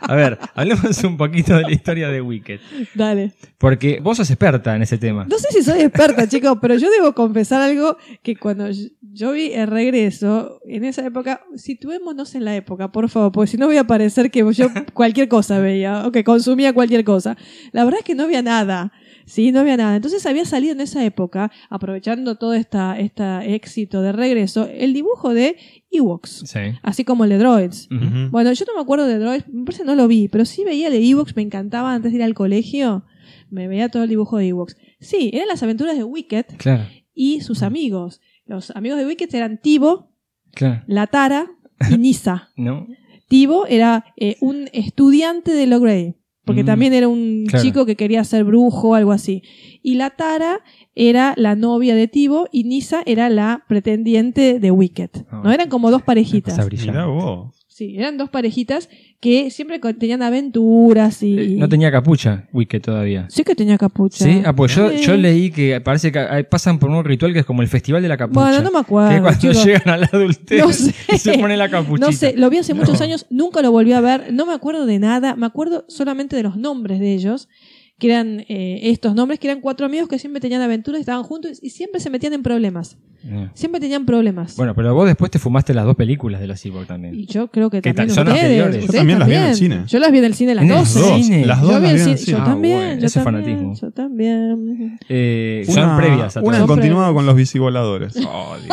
A ver, hablemos un poquito de la historia de Wicked.
Dale.
Porque vos sos experta en ese tema.
No sé si soy experta, chicos, pero yo debo confesar algo que cuando yo- yo vi el regreso, en esa época, situémonos en la época, por favor, porque si no voy a parecer que yo cualquier cosa veía o que consumía cualquier cosa. La verdad es que no había nada. Sí, no había nada. Entonces había salido en esa época, aprovechando todo esta, esta éxito de regreso, el dibujo de Ewoks,
Sí.
así como el de Droids.
Ujú.
Ujú.
Bueno, yo no me acuerdo de Droids, me parece que no lo vi, pero sí veía el de Ewoks, me encantaba antes de ir al colegio, me veía todo el dibujo de Ewoks. Sí, eran las aventuras de Wicked
Claro,
y sus amigos. Los amigos de Wicked eran Tibo,
claro.
Latara y Nisa.
¿No?
Tibo era eh, un estudiante de Logrey, porque
Mm,
también era un
claro.
chico que quería ser brujo o algo así. Y Latara era la novia de Tibo y Nisa era la pretendiente de Wicked.
Ah,
¿no? Eran como dos parejitas.
Cosa
Mirá
brillante.
vos.
Sí, eran dos parejitas que siempre co- tenían aventuras y...
Eh, No tenía capucha Wicked todavía.
Sí que tenía capucha. Eh,
Sí, ah, pues yo,
Sí.
yo leí que parece que ah, pasan por un ritual que es como el festival de la capucha.
Bueno, no me
que
acuerdo.
cuando
chicos.
llegan a la adultez
No sé.
y se pone la capuchita.
No sé, lo vi hace
No.
muchos años, nunca lo volví a ver, no me acuerdo de nada, me acuerdo solamente de los nombres de ellos, que eran eh, estos nombres, que eran cuatro amigos que siempre tenían aventuras, estaban juntos y siempre se metían en problemas,
Eh.
siempre tenían problemas.
Bueno, pero vos después te fumaste las dos películas de los Cyborg también.
y yo creo que
¿Qué tal?
también
Son
ustedes,
anteriores. Yo
ustedes
también las vi en el cine.
Yo las vi en el cine las
En el
dos.
cine.
¿eh?
Dos, las
Yo
dos
vi el
las vi en
cine-
el cine.
Yo
Ah,
también,
bueno,
yo
ese
también,
fanatismo.
yo también.
Eh,
Una-
son previas a
Una en
todas.
Son
continuado
previas.
con los bicivoladores.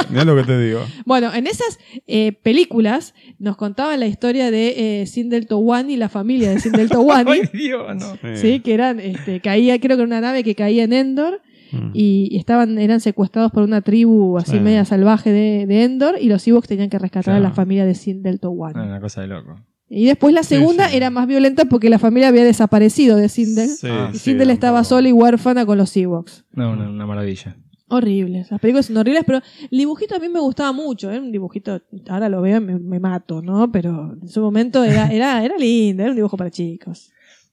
Mirá lo que te digo.
Bueno, en esas eh, películas nos contaban la historia de eh, Sindel Towani y la familia de Sindel Towani.
Ay, Dios, no.
Sí.
Sí, que eran, este, caía, creo que era una nave que caía en Endor
Mm.
y, y estaban, eran secuestrados por una tribu así
Sí.
media salvaje de, de Endor y los Ewoks tenían que rescatar a la
Claro.
familia de Sin del Towan.
Ah, Una cosa de loco.
Y después la
Sí,
segunda
sí.
era más violenta porque la familia había desaparecido de Sindel.
Sí,
Ah,
y
sí,
Sindel
era
estaba
como-
sola y huérfana con los Ewoks.
No, una, una maravilla.
Horribles. Las películas son horribles, pero el dibujito a mí me gustaba mucho. Era un dibujito, ahora lo veo y me, me mato, ¿no? Pero en su momento era, era, era lindo, era un dibujo para chicos.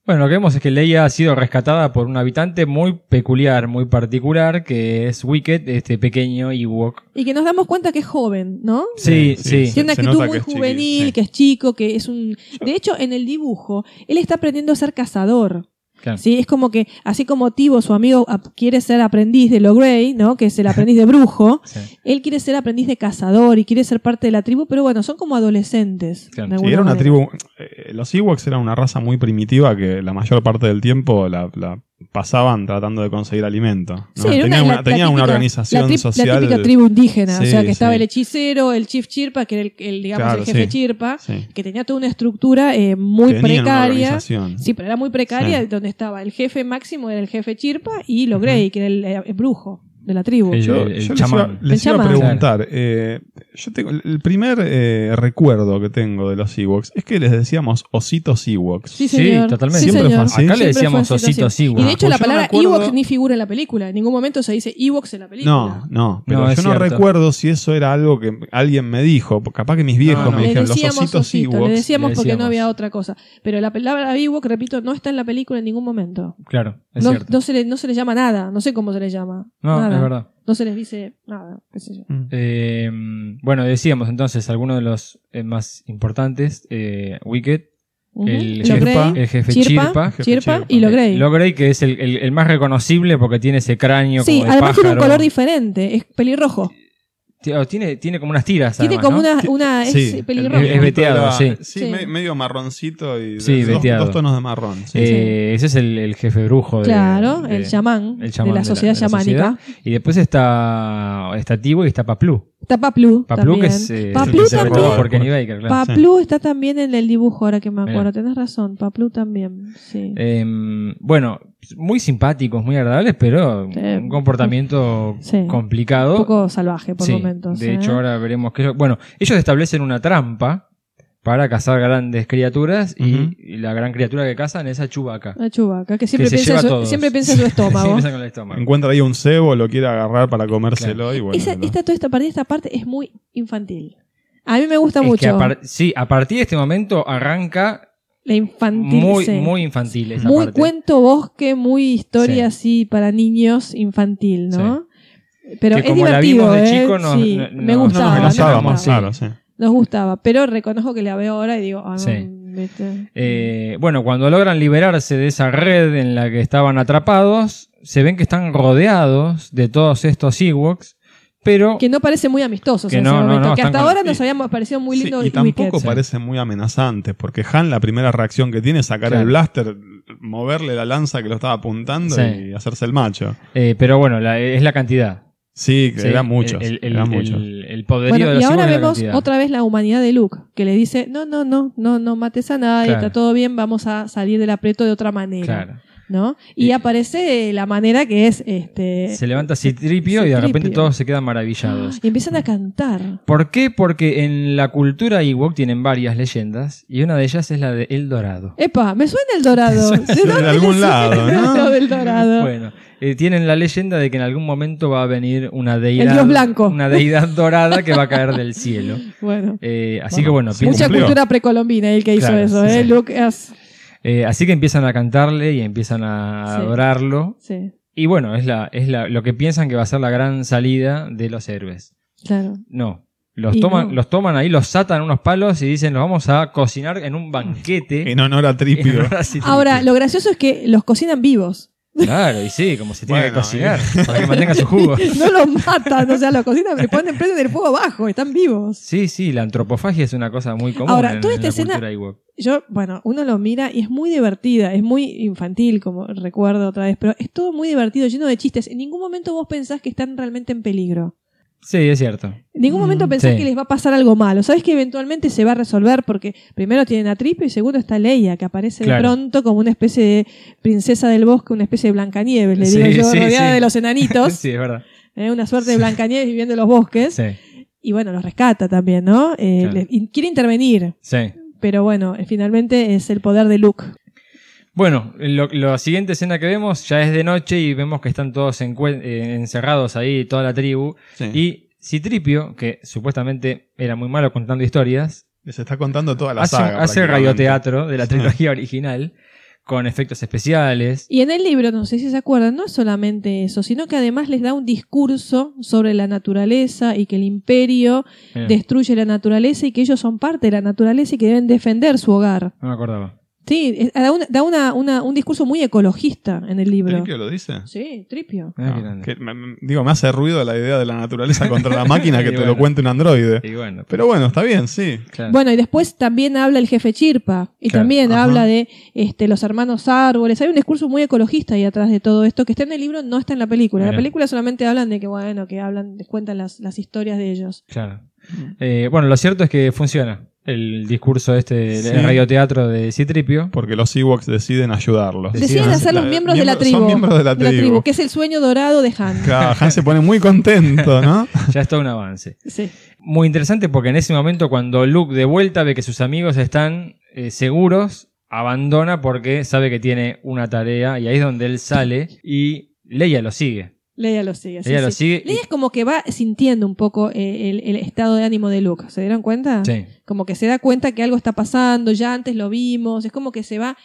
Bueno, lo que vemos es que Leia ha sido rescatada por un habitante muy peculiar, muy particular, que es Wicked, este pequeño Ewok.
Y que nos damos cuenta que es joven, ¿no?
Sí, sí.
Sí,
Tiene una
Se
actitud
nota
muy
que es chiqui,
juvenil,
sí.
que es chico, que es un... De hecho, en el dibujo, él está aprendiendo a ser cazador.
Ah.
Claro.
¿sí? Es como que, así como Tibo, su amigo, ap- quiere ser aprendiz de Logrey, ¿no? que es el aprendiz de brujo,
Sí.
él quiere ser aprendiz de cazador y quiere ser parte de la tribu, pero bueno, son como adolescentes.
Claro.
de
Sí,
alguna
era una
manera.
tribu. eh, los Ewoks eran una raza muy primitiva que la mayor parte del tiempo la, la pasaban tratando de conseguir alimento. ¿no?
Sí, era
tenían
la-
una,
la
tenían una
típica-
organización
la tri-
social.
La típica tribu indígena, o
Sí,
sea, que estaba
sí.
el hechicero, el chief chirpa, que era el, el, digamos,
Claro,
el jefe
sí.
chirpa,
Sí.
que tenía toda una estructura eh, muy
Tenían una
precaria.
organización.
Sí, pero era muy precaria,
Sí.
donde estaba el jefe máximo, era el jefe Chirpa, y Logrey, que era el, eh, el brujo. de la tribu.
El-
Yo, yo les iba,
chamán.
les
El
iba a
chamán.
preguntar, eh, yo tengo, el primer eh, recuerdo que tengo de los Ewoks es que les decíamos ositos Ewoks.
Sí,
Sí,
señor.
totalmente.
Sí,
Siempre
señor.
fue así.
Acá le
Siempre
decíamos
fue así,
ositos
sí.
Ewok.
Y de hecho
Pues
la
yo me
palabra
acuerdo-
Ewoks ni figura en la película. En ningún momento se dice Ewoks en la película.
No, no, pero
No,
yo
es
no
cierto.
recuerdo si eso era algo que alguien me dijo, porque capaz que mis viejos
No, no.
me
Les
dijeron los
decíamos
ositos
osito,
Ewoks.
le decíamos
le
porque
decíamos.
no había otra cosa. Pero la palabra Ewok, repito, no está en la película en ningún momento.
Claro, es
No,
cierto.
no se le, no se le llama nada, no sé cómo se le llama.
No,
nada.
es verdad.
No se les dice nada, qué sé yo.
Mm.
Eh, bueno, decíamos entonces algunos de los eh, más importantes: eh, Wicked,
Ujú.
el,
Lo
Chirpa,
Grey,
el jefe
Chirpa,
Chirpa,
Jefe
Chirpa
Chirpa.
y lo Grey.
Logrey, que es el, el- el más reconocible porque tiene ese cráneo
Sí,
como de
además tiene un
pájaro.
color diferente, es pelirrojo.
Ti- o Tiene, tiene como unas tiras.
Tiene
además,
como
¿no?
una, una Ah, es
Sí,
pelirrojo.
Es- es veteado,
Era-
sí.
Sí,
Sí.
me- medio marroncito y de-
Sí,
dos,
veteado.
dos tonos de marrón. sí.
Eh, Ese es el, el jefe brujo. de-
claro,
de-
el chamán,
el chamán
de la sociedad
de la
chamánica.
Y después está, está Tivo y está Paplú.
Está Paplu.
Paplú
también.
que es eh,
Paplú
interpretado
también.
por Kenny Baker, claro.
Paplú está también en el dibujo, ahora que me acuerdo.
Mirá.
Tenés razón, Paplú también. Sí.
Em, bueno, muy simpáticos, muy agradables, pero
Sí.
un comportamiento
Sí.
complicado.
un poco salvaje por
Sí,
momentos.
De
¿eh?
hecho, ahora veremos que. Bueno, ellos establecen una trampa para cazar grandes criaturas y,
Ujú.
y la gran criatura que cazan es a Chubaca.
La Chewbacca, que siempre,
se
piensa,
lleva
en
a
su,
todos.
siempre piensa en su estómago.
con el estómago.
Encuentra ahí un cebo, lo quiere agarrar para comérselo y bueno.
Esa-
lo-
esta, toda esta parte, esta parte es muy infantil. A mí me gusta
Es que
mucho
a par- sí, a partir de este momento arranca
la infantil.
muy,
sí.
muy infantil esa
Muy
parte.
cuento bosque, muy historia así para niños infantil, ¿no? Pero
Que
es
como la
divertido,
vimos de
¿eh?
chico, nos-
Sí,
no- no- no
me
nos
gustaba.
no nos
relacionábamos,
me
enlazábamos,
gustaba.
claro, sí.
nos gustaba, pero reconozco que la veo ahora y digo, ah, no,
Sí.
viste.
Eh, bueno, cuando logran liberarse de esa red en la que estaban atrapados, se ven que están rodeados de todos estos Ewoks, pero
que no parece muy amistoso
Que
en
no,
ese
no,
momento,
no,
que
están
hasta
con-
ahora nos
y-
habíamos parecido muy
Sí,
lindo
y tampoco
Wicked.
parece muy amenazante, porque Han la primera reacción que tiene es sacar
Claro.
el blaster, moverle la lanza que lo estaba apuntando
Sí.
y hacerse el macho.
eh, pero bueno, la- es la cantidad.
Sí, que
Sí,
eran muchos.
El, el-
eran
el-
muchos.
el poderío
Bueno,
de
y
los
ahora
Ewoks es la
vemos
cantidad.
otra vez la humanidad de Luke, que le dice, no, no, no, no, no mates a nadie,
Claro.
está todo bien, vamos a salir del aprieto de otra manera,
Claro.
¿no? Y
Y-
aparece la manera que es, este,
Se levanta Citripio y de repente
Citripio.
todos se quedan maravillados.
y empiezan a cantar.
¿Por qué? Porque en la cultura Ewok tienen varias leyendas y una de ellas es la de El Dorado.
Epa, me suena el dorado. ¿De,
de
dónde
algún
le suena
lado,
el
¿no?
dorado del dorado?
Bueno, eh, tienen la leyenda de que en algún momento va a venir una
El
deidad,
dios blanco.
una deidad dorada que va a caer del cielo.
Bueno.
Eh, así
Bueno,
que bueno,
sí,
pi-
Mucha
cumplió.
cultura precolombina el que hizo
Claro,
eso,
sí,
¿eh?
sí.
Luke es-
eh, así que empiezan a cantarle y empiezan a
Sí.
adorarlo.
Sí,
Y bueno, es la es la, lo que piensan que va a ser la gran salida de los héroes.
claro.
No. Los
Y
toman,
no.
los toman ahí, los atan unos palos y dicen, los vamos a cocinar en un banquete.
En honor a
En
Tripio.
honor a Citripio".
Ahora, lo gracioso es que los cocinan vivos.
Claro, y sí, como se tiene que
Bueno, eh.
cocinar, para que mantenga su jugo.
No los matan, o sea, los cocinan, le ponen, prenden el fuego abajo, están vivos.
Sí, sí, la antropofagia es una cosa muy común
Ahora,
en,
toda
en
esta
la
escena-
cultura Ewok.
Yo, bueno, uno lo mira y es muy divertida, es muy infantil, como recuerdo otra vez, pero es todo muy divertido, lleno de chistes. En ningún momento vos pensás que están realmente en peligro.
Sí, es cierto.
En ningún momento pensás
Mm, sí.
que les va a pasar algo malo. Sabes que eventualmente se va a resolver porque primero tienen a Tripio y segundo está Leia, que aparece de
Claro.
pronto como una especie de princesa del bosque, una especie de Blancanieves, le digo
Sí,
yo,
sí,
rodeada
sí.
de los enanitos,
sí, es verdad.
¿eh? una suerte de Blancanieves viviendo en los bosques.
Sí,
Y bueno, los rescata también, ¿no? Eh,
Claro.
les- y quiere intervenir,
sí.
pero bueno, eh, finalmente es el poder de Luke.
Bueno, lo- la siguiente escena que vemos ya es de noche y vemos que están todos encue- eh, encerrados ahí, toda la tribu.
Sí.
Y Citripio, que supuestamente era muy malo contando historias,
Les está contando toda la
hace,
saga.
hace
prácticamente.
radioteatro de la trilogía original con efectos especiales.
Y en el libro, no sé si se acuerdan, no es solamente eso, sino que además les da un discurso sobre la naturaleza y que el imperio
Mira,
destruye la naturaleza y que ellos son parte de la naturaleza y que deben defender su hogar.
No me acordaba.
Sí, es- da, una- da una- una- un discurso muy ecologista en el libro.
¿Tripio lo dice?
Sí, Tripio.
Mirá qué
No,
grande.
que me- me- digo, me hace ruido la idea de la naturaleza contra la máquina que
Y
te
bueno.
lo cuente un androide.
Y bueno,
Pero bueno, está bien, sí.
claro.
Bueno, y después también habla el jefe Chirpa y
Claro,
también
ajá.
habla de este, los hermanos árboles. Hay un discurso muy ecologista ahí atrás de todo esto que está en el libro, no está en la película. En la
Mira.
película solamente hablan de que, bueno, que hablan, les cuentan las, las historias de ellos.
Claro. Eh, bueno, lo cierto es que funciona. el discurso este, el
Sí.
radioteatro de Citripio.
Porque los Ewoks deciden ayudarlos.
Deciden hacerlos miembros de la tribu.
Son miembros de la tribu.
que es el sueño dorado de Han.
Claro, Han se pone muy contento, ¿no?
Ya está un avance.
Sí.
Muy interesante porque en ese momento cuando Luke de vuelta ve que sus amigos están eh, seguros, abandona porque sabe que tiene una tarea y ahí es donde él sale y Leia lo sigue.
Leia lo sigue. sí,
Leia lo
sí.
sigue. y-
Leia es como que va sintiendo un poco eh, el, el estado de ánimo de Luke. ¿Se dieron cuenta?
Sí.
Como que se da cuenta que algo está pasando, ya antes lo vimos. Es como que se va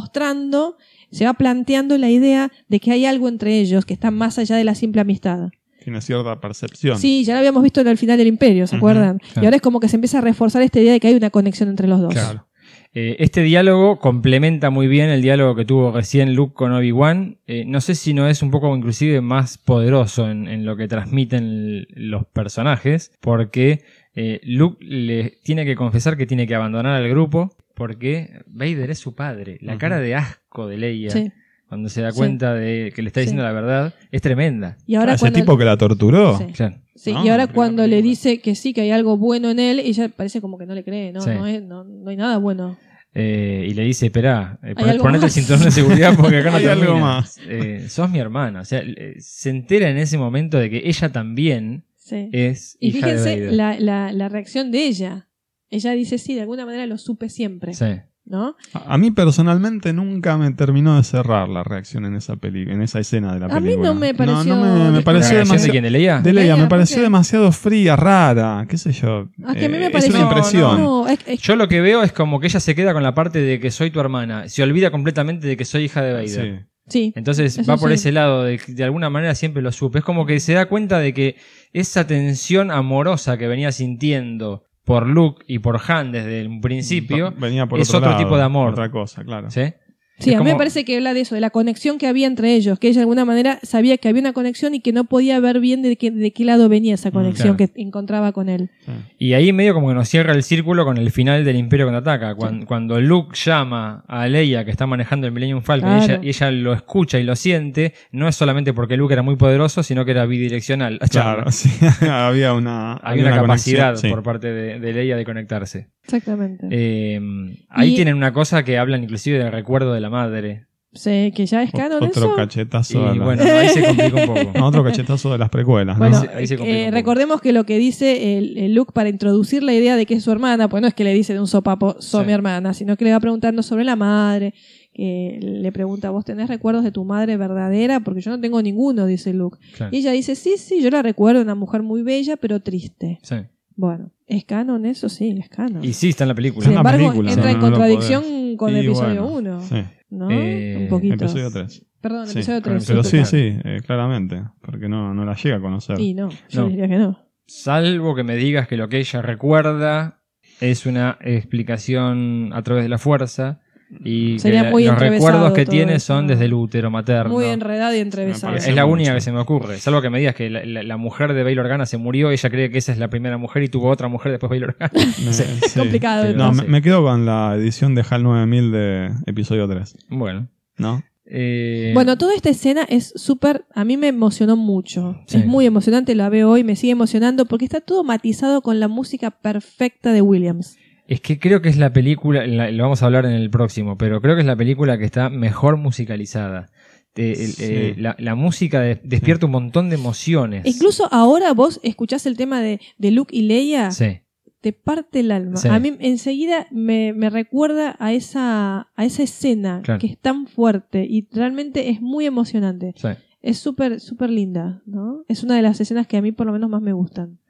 mostrando, se va planteando la idea de que hay algo entre ellos que está más allá de la simple amistad.
Tiene cierta percepción.
Sí, ya lo habíamos visto en el final del Imperio, ¿se
Ujú,
acuerdan?
claro.
Y ahora es como que se empieza a reforzar esta idea de que hay una conexión entre los dos.
Claro.
Eh, este diálogo complementa muy bien el diálogo que tuvo recién Luke con Obi-Wan. Eh, no sé si no es un poco inclusive más poderoso en, en lo que transmiten l- los personajes, porque eh, Luke le tiene que confesar que tiene que abandonar al grupo porque Vader es su padre. La
Ujú.
cara de asco de Leia
Sí.
cuando se da
Sí.
cuenta de que le está diciendo
Sí.
la verdad es tremenda.
Y ahora
Ese
cuando-
tipo que la torturó.
Sí.
Claro.
Sí,
No,
y ahora
no creo
cuando
que
le
ninguna.
dice que sí, que hay algo bueno en él, ella parece como que no le cree, no,
Sí.
no, es- no, no hay nada bueno.
Eh, y le dice, espera,
algo
ponete el
más?"
cinturón de seguridad porque acá no
Hay algo
termina.
más.
Eh, sos mi hermana. O sea, eh, se entera en ese momento de que ella también
Sí.
Eh,
es
y
hija de
fíjense
Vader.
la, la- la reacción de ella. Ella dice sí, de alguna manera lo supe siempre,
Sí.
¿no?
A a mí personalmente nunca me terminó de cerrar la reacción en esa peli en esa escena de la
A mí
película.
no me pareció-
No, no me, me
La
¿La
pareció
canción de
demasiado.
quién? ¿De Leia?
de Leia,
Leia,
me
¿por
pareció
qué?
demasiado fría, rara, qué sé yo.
Ah, que a mí
Eh,
me parece
Es una
No,
impresión.
No, es- es-
Yo lo que veo es como que ella se queda con la parte de que soy tu hermana. Se olvida completamente de que soy hija de Vader.
Sí.
sí.
Entonces
Eso
va por
sí.
ese lado, de, de alguna manera siempre lo supe. Es como que se da cuenta de que esa tensión amorosa que venía sintiendo por Luke y por Han desde el principio,
Venía por
es otro tipo de amor.
Otra cosa, claro.
¿sí?
Sí,
Es
a mí me
como-
parece que habla de eso, de la conexión que había entre ellos, que ella de alguna manera sabía que había una conexión y que no podía ver bien de qué, de qué lado venía esa conexión
Mm, claro.
que encontraba con él.
Sí.
Y ahí medio como que nos cierra el círculo con el final del Imperio Contraataca. Cuando, cuando Luke llama a Leia, que está manejando el Millennium Falcon, y
Claro.
ella, y ella lo escucha y lo siente, no es solamente porque Luke era muy poderoso, sino que era bidireccional. la charla.
Claro, sí. había una,
Hay una, capacidad
conexión, sí.
por parte de, de Leia de conectarse.
Exactamente.
Eh, ahí
Y-
tienen una cosa que hablan inclusive del recuerdo de la madre.
Sí, que ya es canon
Otro
eso.
Y
cachetazo. a la-
bueno, ahí se complica un poco.
No, otro cachetazo de las precuelas, ¿no?
Bueno,
Ahí se- ahí se complica
eh,
un poco.
recordemos que lo que dice el, el Luke para introducir la idea de que es su hermana, pues no es que le dice de un sopapo, soy
Sí.
mi hermana, sino que le va preguntando sobre la madre, que le pregunta, ¿vos tenés recuerdos de tu madre verdadera? Porque yo no tengo ninguno, dice Luke.
Claro.
Y ella dice, sí, sí, yo la recuerdo, una mujer muy bella, pero triste.
Sí.
Bueno, ¿es canon eso? Sí, es canon.
Y sí, está en la película.
Sin
una
embargo,
película,
entra
no,
en
no lo
contradicción con el
Y
episodio
bueno,
1,
Sí.
¿no?
Eh,
Un poquito.
Episodio 3.
Perdón,
Sí,
episodio
con el
3.
Pero sí,
total.
sí, eh, claramente. Porque no, no la llega a conocer.
Y no, yo
No.
diría que no.
Salvo que me digas que lo que ella recuerda es una explicación a través de la fuerza y que
Sería
la-
muy
los
entrevesado
recuerdos que
todo
tiene
eso,
son
¿no?
desde el útero materno.
Muy enredado y entrevesado.
parece
es la
mucho.
única que se me ocurre. Salvo que me digas que la, la- la mujer de Bail Organa se murió, ella cree que esa es la primera mujer y tuvo otra mujer después Bail Organa.
Me- sí.
complicado.
pero-
No,
Sí.
me, me quedo con la edición de HAL 9000 de episodio 3.
bueno.
¿No?
eh,
Bueno, toda esta escena es súper, a mí me emocionó mucho.
Sí.
Es muy emocionante, la veo hoy, me sigue emocionando porque está todo matizado con la música perfecta de Williams.
es que creo que es la película, la- lo vamos a hablar en el próximo, pero creo que es la película que está mejor musicalizada. Eh, el-
Sí.
eh, la, la música de- despierta un montón de emociones.
Incluso ahora vos escuchás el tema de, de Luke y Leia,
Sí.
te parte el alma.
Sí.
A mí enseguida me, me recuerda a esa, a esa escena
Claro.
que es tan fuerte y realmente es muy emocionante.
sí.
Es súper, súper linda, ¿no? Es una de las escenas que a mí por lo menos más me gustan.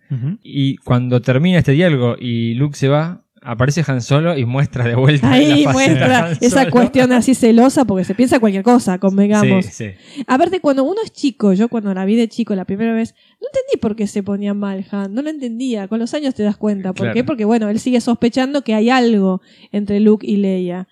Y cuando termina este diálogo y Luke se va, aparece Han Solo y muestra de vuelta
Ahí
la faceta de
muestra
Han
esa
Solo.
cuestión así celosa porque se piensa cualquier cosa, convengamos.
Sí, sí.
Aparte, cuando uno es chico, yo cuando la vi de chico la primera vez, no entendí por qué se ponía mal Han, no lo entendía, con los años te das cuenta. ¿Por
Claro.
qué? Porque bueno, él sigue sospechando que hay algo entre Luke y Leia.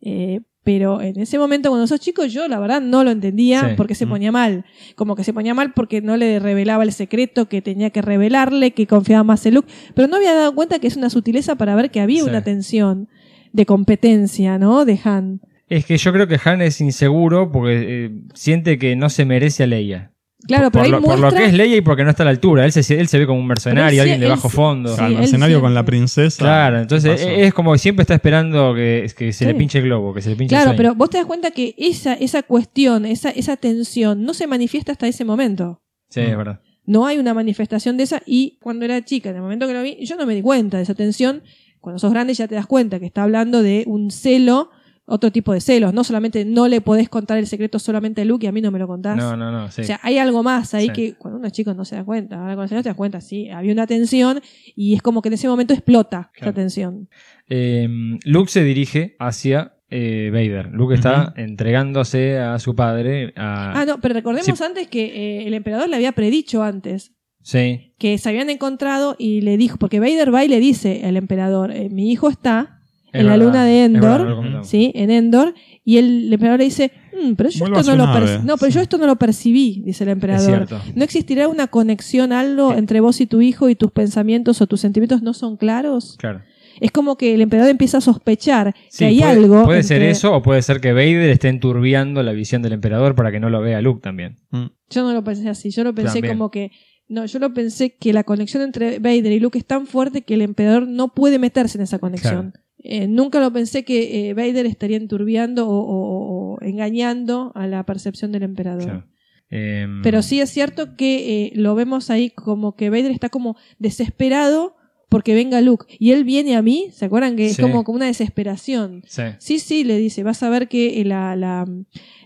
Eh, pero en ese momento cuando sos chico yo la verdad no lo entendía
Sí.
porque se
Mm.
ponía mal. Como que se ponía mal porque no le revelaba el secreto que tenía que revelarle, que confiaba más en Luke. Pero no había dado cuenta que es una sutileza para ver que había
Sí.
una tensión de competencia, ¿no? De Han.
Es que yo creo que Han es inseguro porque eh, siente que no se merece a Leia.
Claro,
por,
pero ahí
lo, por lo
muestra...
que es Leia y porque no está a la altura. Él se, él se ve como un mercenario,
Pero él
alguien
se-
de bajo
él se-
fondo.
O sea,
Sí,
al
él
mercenario con la
siempre-
princesa.
Claro, entonces
¿qué pasó?
es como siempre está esperando que, que se le
Sí.
pinche el globo, que se le pinche
Claro,
el sueño.
pero vos te das cuenta que esa, esa cuestión, esa, esa tensión, no se manifiesta hasta ese momento.
Sí, es verdad.
No hay una manifestación de esa y cuando era chica, en el momento que lo vi, yo no me di cuenta de esa tensión. Cuando sos grande ya te das cuenta que está hablando de un celo, otro tipo de celos. No solamente no le podés contar el secreto solamente a Luke y a mí no me lo contás.
No, no, no. Sí.
O sea, hay algo más ahí
Sí.
que cuando uno es chico no se da cuenta. Ahora cuando se te das cuenta, sí, había una tensión y es como que en ese momento explota
Claro.
esa tensión.
Eh, Luke se dirige hacia eh, Vader. Luke está entregándose a su padre. A...
Ah, no, pero recordemos antes que eh, el emperador le había predicho antes
Sí.
que se habían encontrado y le dijo, porque Vader va y le dice al emperador, eh, mi hijo está
es
en la
verdad.
luna de
Es verdad, no
Endor,
lo comentamos.
¿sí? En Endor, y el emperador le dice, "Mm, pero, yo
Vuelva
esto
a
no,
su
lo
nave,
perci- no, pero
sí.
yo esto no lo percibí, dice el
Es
emperador.
cierto.
¿No existirá una conexión, algo, entre vos y tu hijo y tus pensamientos o tus sentimientos no son claros?
Claro.
Es como que el emperador empieza a sospechar
Sí,
que hay
puede,
algo.
Puede ser
entre-
eso o puede ser que Vader esté enturbiando la visión del emperador para que no lo vea Luke también.
Mm.
Yo no lo pensé así, yo lo pensé
También.
como que. No, yo lo pensé que la conexión entre Vader y Luke es tan fuerte que el emperador no puede meterse en esa conexión. Eh, nunca lo pensé que eh, Vader estaría enturbiando o, o- o engañando a la percepción del emperador.
Claro. Em,
Pero sí es cierto que eh, lo vemos ahí como que Vader está como desesperado porque venga Luke. Y él viene a mí, ¿se acuerdan? Que es
Sí.
como como una desesperación.
sí.
Sí, sí, le dice, vas a ver que eh, la, la-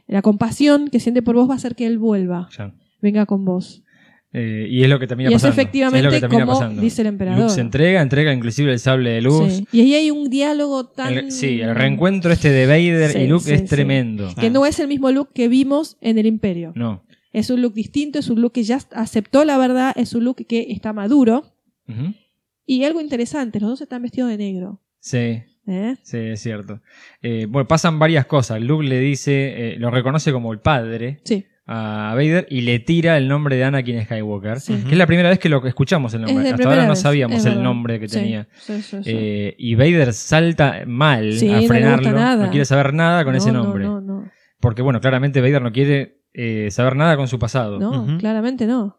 la compasión que siente por vos va a hacer que él vuelva,
ya.
venga con vos.
Eh, y es lo que termina
y es
pasando.
efectivamente
Es lo que termina
como
pasando.
dice el emperador.
Luke se entrega, entrega inclusive el sable de luz.
Sí. Y ahí hay un diálogo tan...
El- sí, el reencuentro este de Vader
Sí,
y Luke
sí,
es
sí.
tremendo.
Que no es el mismo Luke que vimos en el imperio.
No.
Es un Luke distinto, es un Luke que ya aceptó la verdad, es un Luke que está maduro.
Ujú.
Y algo interesante, los dos están vestidos de negro.
Sí,
¿eh?
sí, es cierto. Eh, bueno, pasan varias cosas. Luke le dice, eh, lo reconoce como el padre
Sí,
a Vader y le tira el nombre de Anakin Skywalker.
Sí.
Que es la primera vez que lo que escuchamos el
es
nombre.
de
Hasta
primera
ahora no
vez,
sabíamos
es
el
verdad.
nombre que
Sí,
tenía.
sí, sí, sí.
Eh, y Vader salta mal
Sí, no
a
le
frenarlo.
gusta nada.
quiere saber nada con
No,
ese
no,
nombre.
No, no,
Porque, bueno, claramente Vader no quiere eh, saber nada con su pasado.
no,
Ujú.
claramente no.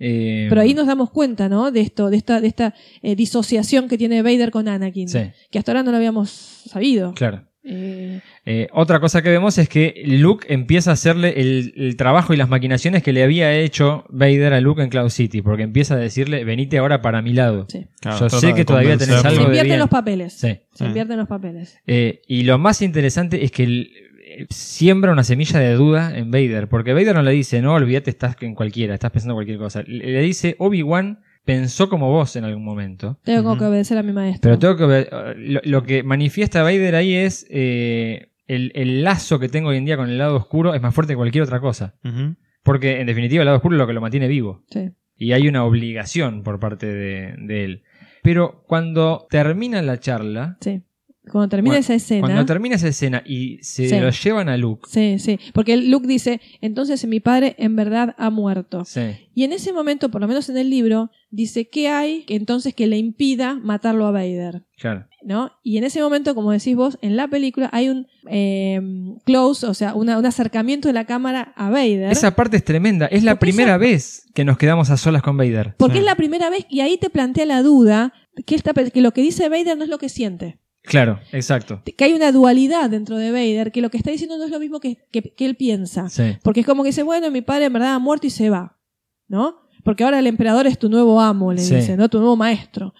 Eh,
Pero ahí nos damos cuenta, ¿no? De esto, de esta, de esta eh, disociación que tiene Vader con Anakin.
Sí,
Que hasta ahora no lo habíamos sabido.
claro.
Eh,
Eh, otra cosa que vemos es que Luke empieza a hacerle el, el trabajo y las maquinaciones que le había hecho Vader a Luke en Cloud City, porque empieza a decirle, venite ahora para mi lado.
sí.
Claro,
Yo
trata
sé
de
que todavía tenés
convencerlo.
Se
algo de
invierten
bien.
los papeles.
Sí.
Sí.
Se invierten los papeles.
Eh, y lo más interesante es que el- eh, siembra una semilla de duda en Vader, porque Vader no le dice, no, olvídate, estás en cualquiera, estás pensando en cualquier cosa. Le, le dice, Obi-Wan pensó como vos en algún momento.
Tengo
Ujú.
que obedecer a mi maestro.
Pero tengo que ver, eh, lo, lo que manifiesta Vader ahí es eh, el, el lazo que tengo hoy en día con el lado oscuro es más fuerte que cualquier otra cosa.
Ujú.
Porque en definitiva el lado oscuro es lo que lo mantiene vivo.
Sí.
Y hay una obligación por parte de, de él. Pero cuando termina la charla,
sí. Cuando termina
Bueno,
esa escena.
cuando termina esa escena y se
Sí.
lo llevan a Luke,
Sí, sí. Porque Luke dice, entonces mi padre en verdad ha muerto.
sí,
Y en ese momento, por lo menos en el libro, dice que hay que entonces que le impida matarlo a Vader.
claro,
¿no? Y en ese momento, como decís vos, en la película hay un eh, close, o sea, una- un acercamiento de la cámara a Vader.
esa parte es tremenda. Es la
Porque
primera
esa-
vez que nos quedamos a solas con Vader.
porque
Sí.
es la primera vez y ahí te plantea la duda que, esta pe- que lo que dice Vader no es lo que siente.
Claro, exacto.
Que hay una dualidad dentro de Vader, que lo que está diciendo no es lo mismo que, que- que él piensa.
Sí,
Porque es como que dice, bueno, mi padre en verdad ha muerto y se va, ¿no? Porque ahora el emperador es tu nuevo amo, le
Sí.
dice, ¿no? Tu nuevo maestro.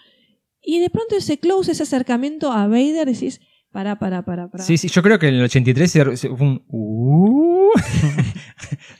Y de pronto ese close, ese acercamiento a Vader, decís, para, para, para, para.
sí, sí, yo creo que en el 83 se- se- fue un... "Uh".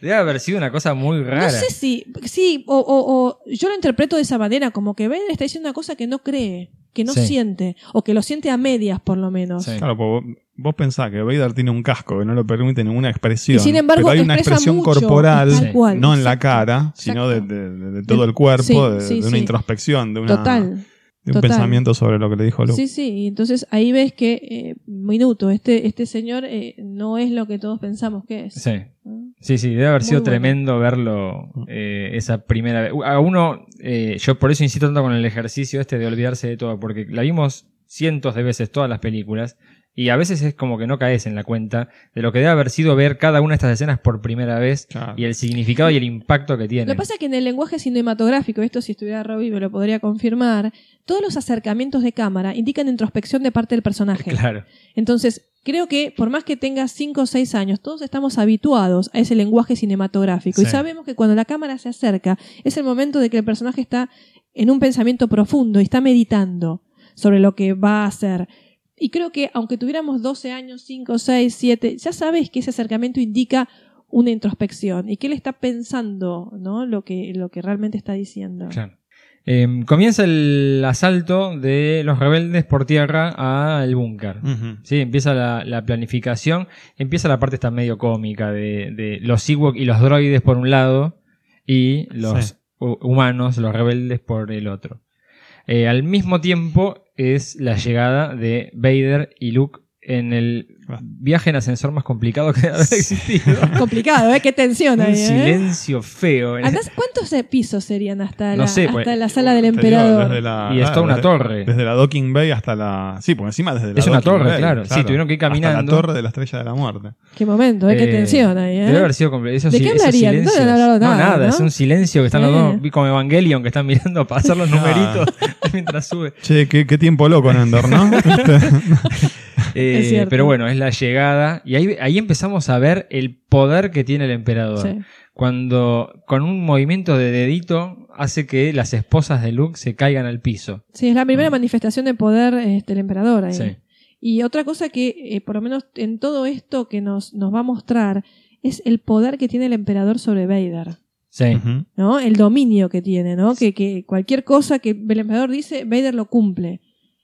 Debe haber sido una cosa muy rara.
No sé si, sí, o, o- o yo lo interpreto de esa manera, como que Vader está diciendo una cosa que no cree, que no
Sí.
siente, o que lo siente a medias por lo menos.
Sí.
Claro, pues vos, vos pensás que Vader tiene un casco que no le permite ninguna expresión.
Y sin embargo,
pero hay una
expresa
expresión
mucho,
corporal,
tal
Sí.
cual,
no en la
exacto,
cara, sino de,
exacto.
de- de- de todo el
Sí,
cuerpo, de,
sí,
de una
sí.
introspección, de, una-
Total.
de un
total.
pensamiento sobre lo que le dijo Luke.
Sí, sí, y entonces ahí ves que, eh, minuto, este, este señor eh, no es lo que todos pensamos que es.
Sí.
¿no?
Sí, sí, debe haber
Muy
sido
bueno.
tremendo verlo eh, esa primera vez. A uno, eh, yo por eso insisto tanto con el ejercicio este de olvidarse de todo, porque la vimos cientos de veces todas las películas Y a veces es como que no caes en la cuenta de lo que debe haber sido ver cada una de estas escenas por primera vez
Claro.
y el significado y el impacto que tiene.
Lo que pasa es que en el lenguaje cinematográfico, esto si estuviera Robbie me lo podría confirmar, todos los acercamientos de cámara indican introspección de parte del personaje.
Claro.
Entonces, creo que por más que tengas 5 o 6 años, todos estamos habituados a ese lenguaje cinematográfico y
Sí.
sabemos que cuando la cámara se acerca es el momento de que el personaje está en un pensamiento profundo y está meditando sobre lo que va a hacer. Y creo que aunque tuviéramos 12 años, 5, 6, 7, ya sabes que ese acercamiento indica una introspección y que él está pensando ¿no? lo, que, lo que realmente está diciendo.
Claro. Em, comienza el asalto de los rebeldes por tierra al búnker.
Ujú.
Sí, empieza la, la planificación, empieza la parte esta medio cómica de, de los Ewok y los droides por un lado y los
Sí.
hu- humanos, los rebeldes por el otro. Eh, al mismo tiempo es la llegada de Vader y Luke en el
Ah.
viaje en ascensor más complicado que ha existido.
Complicado, ¿eh? Qué tensión ahí,
un
¿eh?
silencio feo. en-
Andás- ¿Cuántos eh, pisos serían hasta,
No
la,
sé, pues,
hasta la sala del
Te digo,
emperador?
desde la-
Y es toda una
desde-
torre.
Desde la Docking Bay hasta la. Sí, por encima desde la.
Es una
Docking
torre,
Bay,
claro. Sí, tuvieron que ir
Hasta
caminando.
la torre de la estrella de la muerte.
Qué momento, ¿eh? qué
Eh,
tensión ahí, ¿eh?
Debe haber sido compl- esos
¿De
sil-
qué
esos
hablarían? No deben
silencios.
haber hablado
No,
nada,
nada,
¿no? Eh.
es un silencio que están los
Sí.
dos, vi como Evangelion, que están mirando pasar los
Ah.
numeritos mientras sube.
Che, qué, qué tiempo loco, Nandor, ¿no? Este,
Eh,
Es cierto.
pero bueno, es la llegada. Y ahí, ahí empezamos a ver el poder que tiene el emperador.
Sí.
Cuando con un movimiento de dedito hace que las esposas de Luke se caigan al piso.
Sí, es la primera manifestación de poder este, del emperador ahí.
Mm. Sí.
Y otra cosa que, eh, por lo menos en todo esto que nos, nos va a mostrar, es el poder que tiene el emperador sobre Vader,
Sí.
Ujú.
¿no? El dominio que tiene, ¿no? Que, que cualquier cosa que el emperador dice, Vader lo cumple.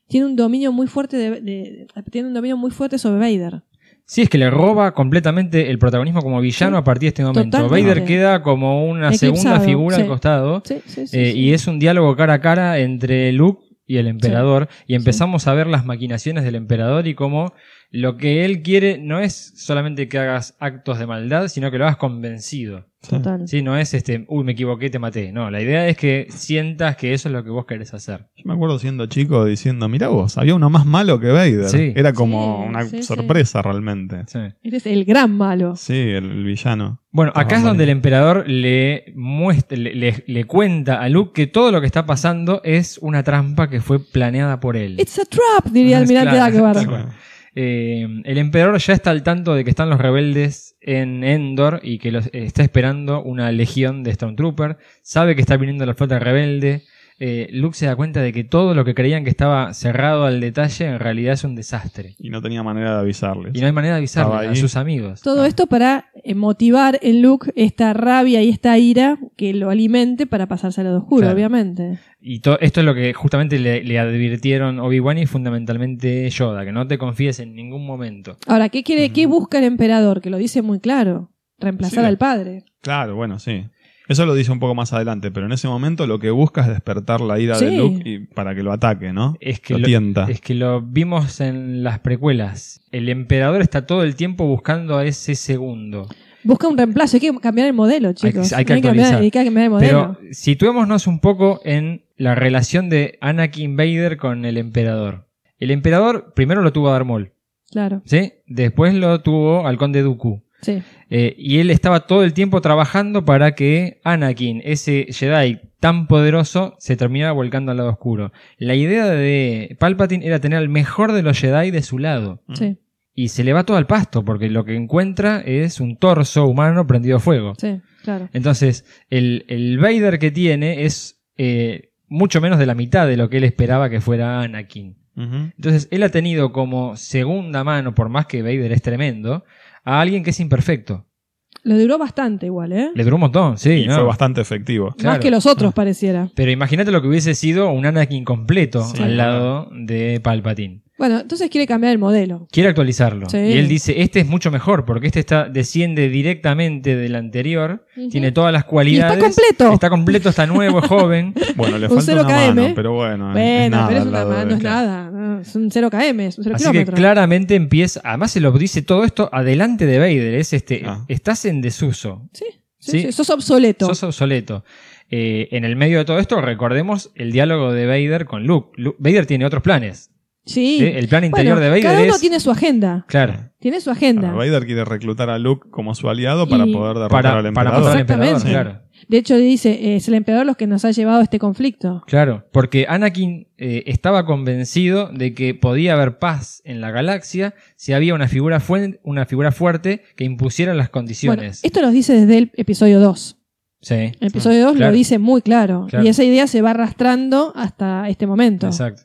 Tiene un dominio muy fuerte de- de- tiene un dominio muy fuerte sobre Vader.
Sí, es que le roba completamente el protagonismo como villano
Sí.
a partir de este momento.
Totalmente.
Vader queda como una segunda
Eclipsado,
figura al
sí.
costado.
Sí, sí, sí,
Eh,
sí.
Y es un diálogo cara a cara entre Luke y el emperador. Y empezamos a ver las maquinaciones del emperador y cómo lo que él quiere no es solamente que hagas actos de maldad, sino que lo hagas convencido.
Total.
Sí, no es este, uy, me equivoqué, te maté. No, la idea es que sientas que eso es lo que vos querés hacer.
Yo me acuerdo siendo chico diciendo, mirá vos, había uno más malo que Vader.
Sí.
Era como
Sí,
una
sí, sí.
sorpresa realmente.
Sí.
Este es el gran malo.
Sí, el, el villano.
Bueno,
Los
acá es donde
Gamorrean.
el emperador le muestra, le, le- le cuenta a Luke que todo lo que está pasando es una trampa que fue planeada por él.
It's a trap, diría
Es
Almirante
claro,
Ackbar.
tal cual. Eh, el emperador ya está al tanto de que están los rebeldes en Endor y que los eh, está esperando una legión de Stormtrooper. Sabe que está viniendo la flota rebelde. Eh, Luke se da cuenta de que todo lo que creían que estaba cerrado al detalle en realidad es un desastre.
Y no tenía manera de avisarles.
Y no hay manera de
Estaba
avisarle a
ahí.
sus amigos. Ah.
Todo esto para eh, motivar en Luke esta rabia y esta ira que lo alimente para pasarse al lado oscuro,
Claro.
obviamente.
Y to- esto es lo que justamente le, le advirtieron Obi-Wan y fundamentalmente Yoda, que no te confíes en ningún momento.
Ahora, ¿qué quiere, qué busca el emperador? Que lo dice muy claro. Reemplazar
Sí.
al padre.
Claro, bueno, sí. Eso lo dice un poco más adelante, pero en ese momento lo que busca es despertar la ira de
Sí.
Luke y- para que lo ataque, ¿no?
Es que
lo,
lo-
tienta.
Es que lo vimos en las precuelas. El emperador está todo el tiempo buscando a ese segundo.
Busca un reemplazo. Hay que cambiar el modelo,
que-
chicos.
hay que
cambiar,
actualizar.
hay que cambiar el modelo.
Pero situémonos un poco en la relación de Anakin Vader con el emperador. El emperador primero lo tuvo a Darth Maul,
Claro,
¿sí? Después lo tuvo al conde Dooku.
sí.
Eh, y él estaba todo el tiempo trabajando para que Anakin, ese Jedi tan poderoso, se terminara volcando al lado oscuro. La idea de Palpatine era tener al mejor de los Jedi de su lado.
Mm.
Sí,
Y se le va todo al pasto, porque lo que encuentra es un torso humano prendido a fuego.
sí, claro.
Entonces, el, el Vader que tiene es eh, mucho menos de la mitad de lo que él esperaba que fuera Anakin.
Ujú.
Entonces, él ha tenido como segunda mano, por más que Vader es tremendo, a alguien que es imperfecto.
Lo duró bastante igual, ¿eh?
Le duró un montón, sí.
y
¿no?
fue bastante efectivo.
Más
claro. Ah.
que los otros, pareciera.
Pero imagínate lo que hubiese sido un Anakin completo
Sí.
al lado de Palpatine.
Bueno, entonces quiere cambiar el modelo.
Quiere actualizarlo.
Sí.
Y él dice, este es mucho mejor, porque este está, desciende directamente del anterior,
Ujú.
tiene todas las
Y está
cualidades.
completo.
Está completo, está nuevo, es joven.
Bueno, le
Un
falta
0
una
km.
mano, pero bueno. es- Ah, es
¿eh? Bueno,
nada
pero es
al
una
lado de-
mano, no es
claro.
nada. no, es un 0 km, es un 0
Así que
kilómetro.
claramente empieza, además se lo dice todo esto adelante de Vader, es este,
Ah.
estás en desuso,
Sí, sí,
Sí.
sí, sos obsoleto.
sos obsoleto. Eh, en el medio de todo esto recordemos el diálogo de Vader con Luke. Lu- Vader tiene otros planes.
Sí.
¿sí? El plan interior
Bueno,
de Vader
Cada uno
es.
tiene su agenda.
Ah,
Claro.
Tiene su agenda.
Claro, Vader quiere reclutar a Luke como su aliado para
Y-
poder derrotar
Para,
al
para
emperador.
matar al emperador,
Exactamente.
claro.
De hecho, dice, eh, es el emperador los que nos ha llevado a este conflicto.
Claro, porque Anakin eh, estaba convencido de que podía haber paz en la galaxia si había una figura, fuen- una figura fuerte que impusiera las
Bueno,
condiciones.
esto lo dice desde el episodio 2.
Sí,
El episodio 2
Ah, claro.
lo dice muy claro,
Claro.
Y esa idea se va arrastrando hasta este momento.
exacto.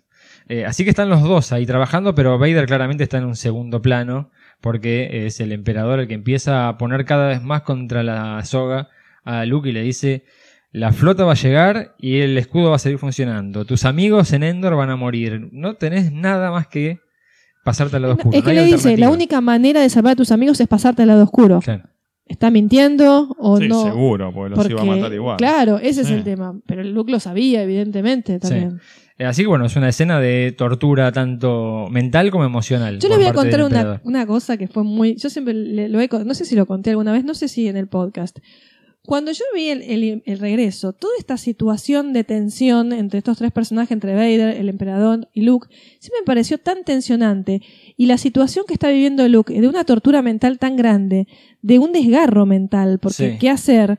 Eh, así que están los dos ahí trabajando, pero Vader claramente está en un segundo plano porque es el emperador el que empieza a poner cada vez más contra la soga a Luke y le dice... La flota va a llegar y el escudo va a seguir funcionando. Tus amigos en Endor van a morir. No tenés nada más que pasarte a los dos
No,
puntos.
es que
no
le
hay
dice, la
alternativa.
única manera de salvar a tus amigos es pasarte al lado oscuro.
Claro.
¿Está mintiendo o
Sí,
no?
seguro, porque los
Porque,
iba a matar igual.
Claro, ese es
Sí.
el tema. Pero Luke lo sabía, evidentemente, también.
Eh, Así que bueno, es una escena de tortura tanto mental como emocional.
Yo
por
les voy a
parte del
contar una,
emperador.
una cosa que fue muy... Yo siempre le- lo he... con- No sé si lo conté alguna vez, no sé si en el podcast. Cuando yo vi el, el- el regreso, toda esta situación de tensión entre estos tres personajes, entre Vader, el emperador y Luke, sí me pareció tan tensionante. Y la situación que está viviendo Luke, de una tortura mental tan grande, de un desgarro mental, porque
Sí.
¿qué hacer?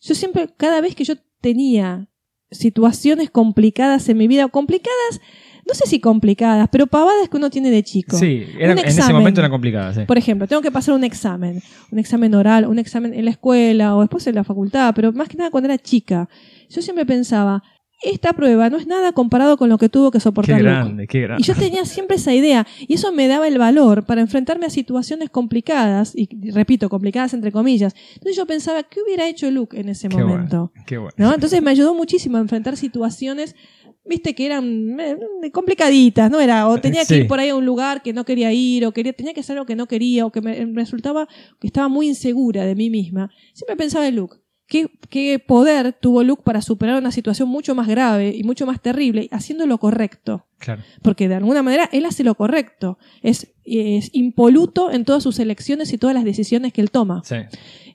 Yo siempre, cada vez que yo tenía situaciones complicadas en mi vida, o complicadas, no sé si complicadas, pero pavadas que uno tiene de chico.
Sí, era-
Un
en ese
examen.
momento era complicada. Sí.
Por ejemplo, tengo que pasar un examen, un examen oral, un examen en la escuela o después en la facultad, pero más que nada cuando era chica, yo siempre pensaba, esta prueba no es nada comparado con lo que tuvo que
Qué
soportar Luke".
grande, qué
Y
grande.
yo tenía siempre esa idea, y eso me daba el valor para enfrentarme a situaciones complicadas, y repito, complicadas entre comillas. Entonces yo pensaba, ¿qué hubiera hecho Luke en ese
Qué
este momento?
bueno. Qué bueno.
¿no? Entonces me ayudó muchísimo a enfrentar situaciones, viste, que eran eh, complicaditas, ¿no? Era, o tenía que
Sí.
ir por ahí a un lugar que no quería ir, o quería, tenía que hacer algo que no quería, o que me, me resultaba que estaba muy insegura de mí misma. Siempre pensaba en Luke. ¿Qué, qué poder tuvo Luke para superar una situación mucho más grave y mucho más terrible haciendo lo correcto?
Claro.
Porque de alguna manera él hace lo correcto. Es, es impoluto en todas sus elecciones y todas las decisiones que él toma.
Sí.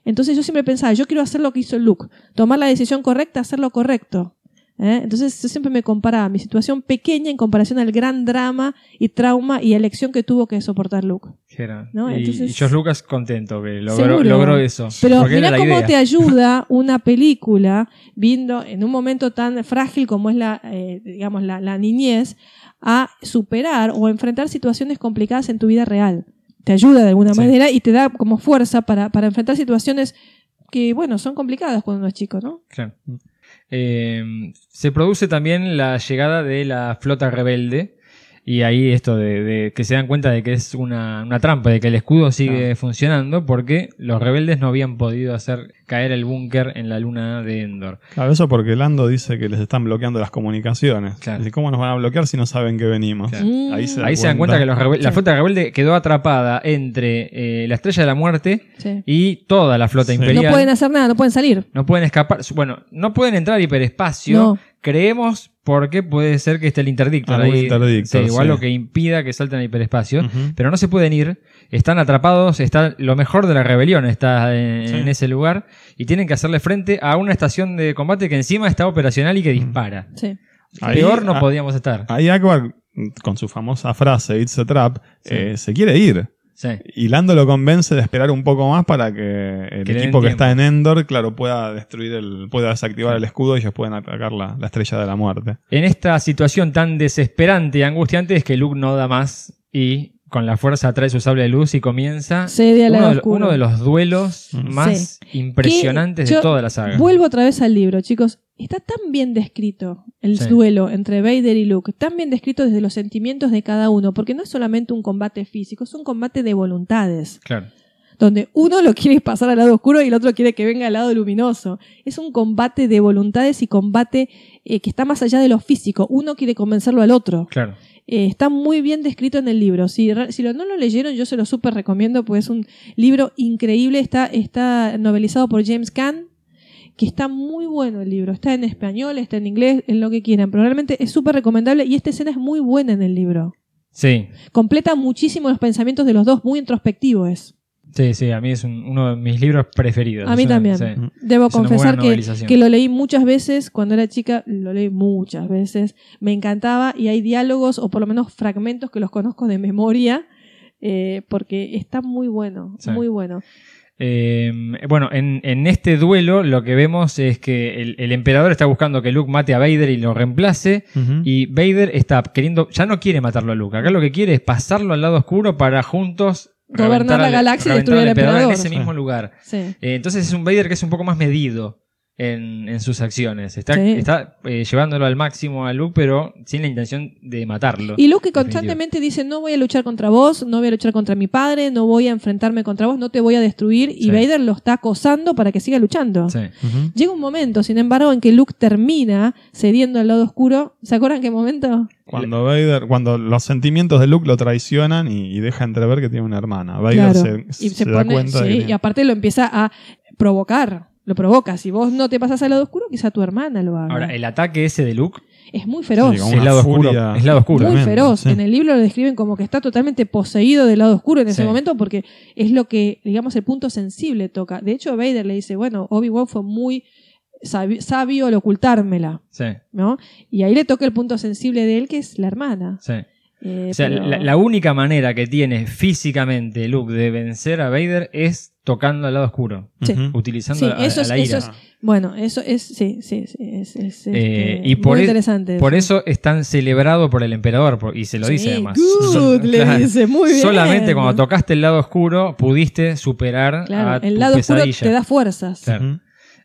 Entonces yo siempre pensaba, yo quiero hacer lo que hizo Luke, tomar la decisión correcta, hacer lo correcto. ¿eh? Entonces yo siempre me comparaba mi situación pequeña en comparación al gran drama y trauma y elección que tuvo que soportar Luke.
qué grande.
No,
Y-
entonces-
y, George Lucas contento que logró,
Seguro.
logró eso.
Pero
porque era
mira
la
cómo
idea.
te ayuda una película viendo en un momento tan frágil como es la, eh, digamos, la, la niñez a superar o enfrentar situaciones complicadas en tu vida real. Te ayuda de alguna
Sí.
manera y te da como fuerza para, para enfrentar situaciones que, bueno, son complicadas cuando uno es chico, ¿no?
Claro. Eh, se produce también la llegada de la flota rebelde. Y ahí esto de, de que se dan cuenta de que es una, una trampa, de que el escudo sigue funcionando porque los rebeldes no habían podido hacer caer el búnker en la luna de Endor.
Claro, eso porque Lando dice que les están bloqueando las comunicaciones.
Claro.
Dice, ¿Cómo nos van a bloquear si no saben que venimos?
Claro.
Mm.
Ahí se dan cuenta que los rebel- la flota rebelde quedó atrapada entre eh, la estrella de la muerte
Sí.
y toda la flota
Sí.
imperial.
No pueden hacer nada, no pueden salir.
No pueden escapar. Bueno, no pueden entrar al hiperespacio.
No.
Creemos porque puede ser que esté el interdictor
Algún
ahí.
interdictor,
Sí, o
sí. Mm.
algo que impida que salten al hiperespacio.
Ujú.
Pero no se pueden ir. Están atrapados. Está lo mejor de la rebelión está en,
Sí.
en ese lugar. Y tienen que hacerle frente a una estación de combate que encima está operacional y que dispara.
Sí.
Mm. Ahí-
Peor no
ah,
podíamos estar.
Ahí Akbar, con su famosa frase, It's a trap,
Sí.
eh, se quiere ir.
Sí.
Y Lando lo convence de esperar un poco más para que el
Que le den
equipo que
tiempo.
está en Endor, claro, pueda destruir el, pueda desactivar el escudo y ellos pueden atacar la, la estrella de la muerte.
En esta situación tan desesperante y angustiante es que Luke no da más y con la fuerza trae su sable de luz y comienza
Cede al
Ah, uno,
lado
de,
oscuro.
uno de los duelos
Mm.
más impresionantes
Que
de
yo
toda la saga.
Vuelvo otra vez al libro, chicos. Está tan bien descrito el
Sí.
duelo entre Vader y Luke, tan bien descrito desde los sentimientos de cada uno, porque no es solamente un combate físico, es un combate de voluntades,
Claro.
donde uno lo quiere pasar al lado oscuro y el otro quiere que venga al lado luminoso. Es un combate de voluntades y combate eh, que está más allá de lo físico. Uno quiere convencerlo al otro.
Claro.
Eh, está muy bien descrito en el libro. Si, re- si lo- no lo leyeron, yo se lo súper recomiendo, porque es un libro increíble. Está, está novelizado por James Caan, que está muy bueno el libro. Está en español, está en inglés, en lo que quieran, pero realmente es súper recomendable y esta escena es muy buena en el libro.
Sí.
Completa muchísimo los pensamientos de los dos, muy introspectivo es.
Sí, sí, a mí es un- uno de mis libros preferidos.
A mí
Es una-
también.
sí.
Debo
Es una muy buena
confesar que,
novelización.
que lo leí muchas veces cuando era chica, lo leí muchas veces, me encantaba y hay diálogos o por lo menos fragmentos que los conozco de memoria eh, porque está muy bueno,
Sí.
muy bueno.
Eh, bueno, en, en este duelo lo que vemos es que el, el emperador está buscando que Luke mate a Vader y lo reemplace.
Ujú.
Y Vader está queriendo, ya no quiere matarlo a Luke. Acá lo que quiere es pasarlo al lado oscuro para juntos
Gobernar
reventar
la
al-
galaxia y
reventar
destruir
al
al
en
emperador.
ese mismo
Sí.
lugar.
Sí.
Eh, entonces es un Vader que es un poco más medido en, en sus acciones. Está,
Sí.
está eh, llevándolo al máximo a Luke, pero sin la intención de matarlo.
Y Luke que
Definitivo.
constantemente dice, no voy a luchar contra vos, no voy a luchar contra mi padre, no voy a enfrentarme contra vos, no te voy a destruir. Y
Sí.
Vader lo está acosando para que siga luchando.
Sí.
Ujú.
Llega un momento, sin embargo, en que Luke termina cediendo al lado oscuro. ¿Se acuerdan qué momento?
Cuando Vader, cuando los sentimientos de Luke lo traicionan y, y deja entrever que tiene una hermana. Vader
Claro.
se,
y
se
se
da
pone-
cuenta de
sí,
que
y
tiene-
aparte lo empieza a provocar. Lo provoca. Si vos no te pasás al lado oscuro, quizá tu hermana lo haga.
Ahora, eh, el ataque ese de Luke
es muy feroz.
Sí, Con
es
una
lado
furia
oscuro. Es lado oscuro.
muy
tremendo,
feroz.
sí.
En el libro lo describen como que está totalmente poseído del lado oscuro en ese
Sí.
momento porque es lo que, digamos, el punto sensible toca. De hecho, Vader le dice, bueno, Obi-Wan fue muy sabi- sabio al ocultármela,
Sí,
¿no? Y ahí le toca el punto sensible de él, que es la hermana.
sí.
Eh,
O sea,
pero-
la, la única manera que tiene físicamente Luke de vencer a Vader es tocando al lado oscuro,
sí.
Ujú.
utilizando
Sí,
a-
eso
a
es-
la ira.
eso es- Bueno, eso es, sí, sí, sí, es, es,
Eh,
este,
y por
muy
e-
interesante.
Por eso es tan celebrado por el emperador, por- y se lo dice
Sí,
además.
Good, le
Claro.
dice, muy bien.
Solamente cuando tocaste el lado oscuro pudiste superar a
Claro,
tu
el lado oscuro
pesadilla.
te da fuerzas.
Claro.
Ujú.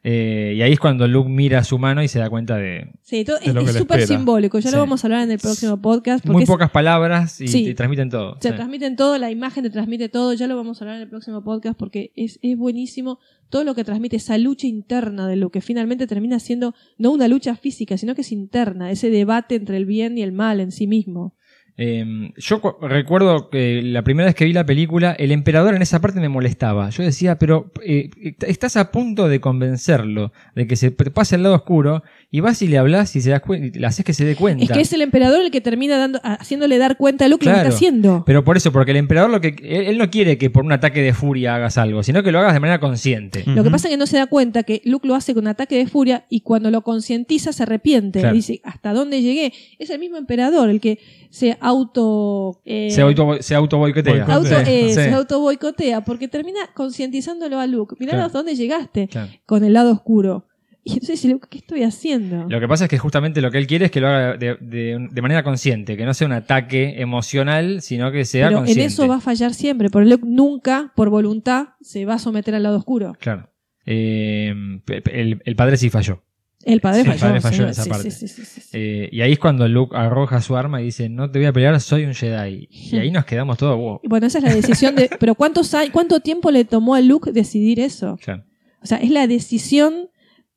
Eh, y ahí es cuando Luke mira su mano y se da cuenta de
Sí, todo-
Es lo que
es
le
súper
espera.
simbólico. Ya
Sí.
lo vamos a hablar en el próximo podcast. Porque
muy
es-
pocas palabras y
Sí.
te transmiten todo.
se
Sí.
transmiten todo, la imagen te transmite todo. Ya lo vamos a hablar en el próximo podcast porque es, es buenísimo todo lo que transmite esa lucha interna de lo que finalmente termina siendo no una lucha física, sino que es interna, ese debate entre el bien y el mal en sí mismo.
Eh, yo cu- recuerdo que la primera vez que vi la película, el emperador en esa parte me molestaba. Yo decía, pero eh, est- estás a punto de convencerlo de que se p- pase al lado oscuro y vas y le hablas y se das cuen- y le haces que se dé cuenta.
Es que es el emperador el que termina dando, haciéndole dar cuenta a Luke lo que
Claro.
está haciendo.
Pero por eso, porque el emperador lo que él, él no quiere que por un ataque de furia hagas algo, sino que lo hagas de manera consciente.
Mm.
Lo que
Ujú.
pasa es que no se da cuenta que Luke lo hace con ataque de furia y cuando lo concientiza se arrepiente.
Claro.
Dice, ¿hasta dónde llegué? Es el mismo emperador el que se auto... eh,
se auto se auto boicotea.
Boicotea.
auto- eh,
Sí.
se auto boicotea porque termina concientizándolo a Luke. Mirá
Claro.
hasta dónde llegaste
Claro.
con el lado oscuro. Y entonces dice, Luke, ¿qué estoy haciendo?
Lo que pasa es que justamente lo que él quiere es que lo haga de, de- de manera consciente, que no sea un ataque emocional, sino que sea
Pero en
consciente.
eso va a fallar siempre, porque Luke nunca, por voluntad, se va a someter al lado oscuro.
Claro. Eh, pe- pe- el, el padre sí falló.
El padre
Sí, el
falló.
padre falló
sí,
en esa
sí,
parte.
sí, sí, sí, sí.
Eh, y ahí es cuando Luke arroja su arma y dice, no te voy a pelear, soy un Jedi. Y ahí nos quedamos todos, wow.
Bueno, esa es la decisión de. Pero ¿cuántos años- ¿cuánto tiempo le tomó a Luke decidir eso?
Claro.
O sea, es la decisión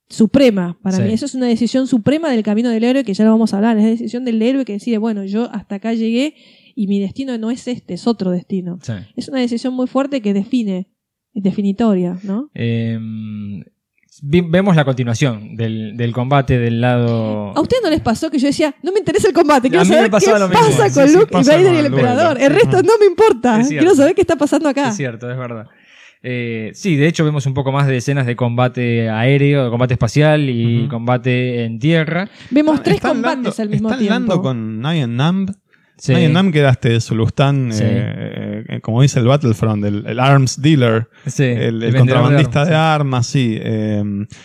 suprema para
Sí.
mí. Eso es una decisión suprema del camino del héroe que ya lo vamos a hablar. Es la decisión del héroe que decide, bueno, yo hasta acá llegué y mi destino no es este, es otro destino.
Sí.
Es una decisión muy fuerte que define, es definitoria, ¿no?
Eh, vi- vemos la continuación del, del combate del lado...
¿A ustedes no les pasó que yo decía, no me interesa el combate, quiero
A mí me
saber qué
pasaba lo mismo.
pasa
Sí,
con
sí,
Luke
pasa
y Vader
con
y el
el duelo.
emperador? El resto no me importa,
Es
quiero
cierto.
saber qué está pasando acá.
Es cierto, es verdad. Eh, sí, de hecho vemos un poco más de escenas de combate aéreo, de combate espacial y
Ujú.
combate en tierra.
Vemos
Están-
tres
Ah, están
combates
lando-
al mismo
están
tiempo.
lando con Nyan Namb.
Sí.
Nyan Namb que era este Zulustán,
Sí.
eh, eh, como dice el Battlefront, el, el arms dealer,
Sí,
el, el
vendedor
contrabandista
armas.
de armas, sí. eh,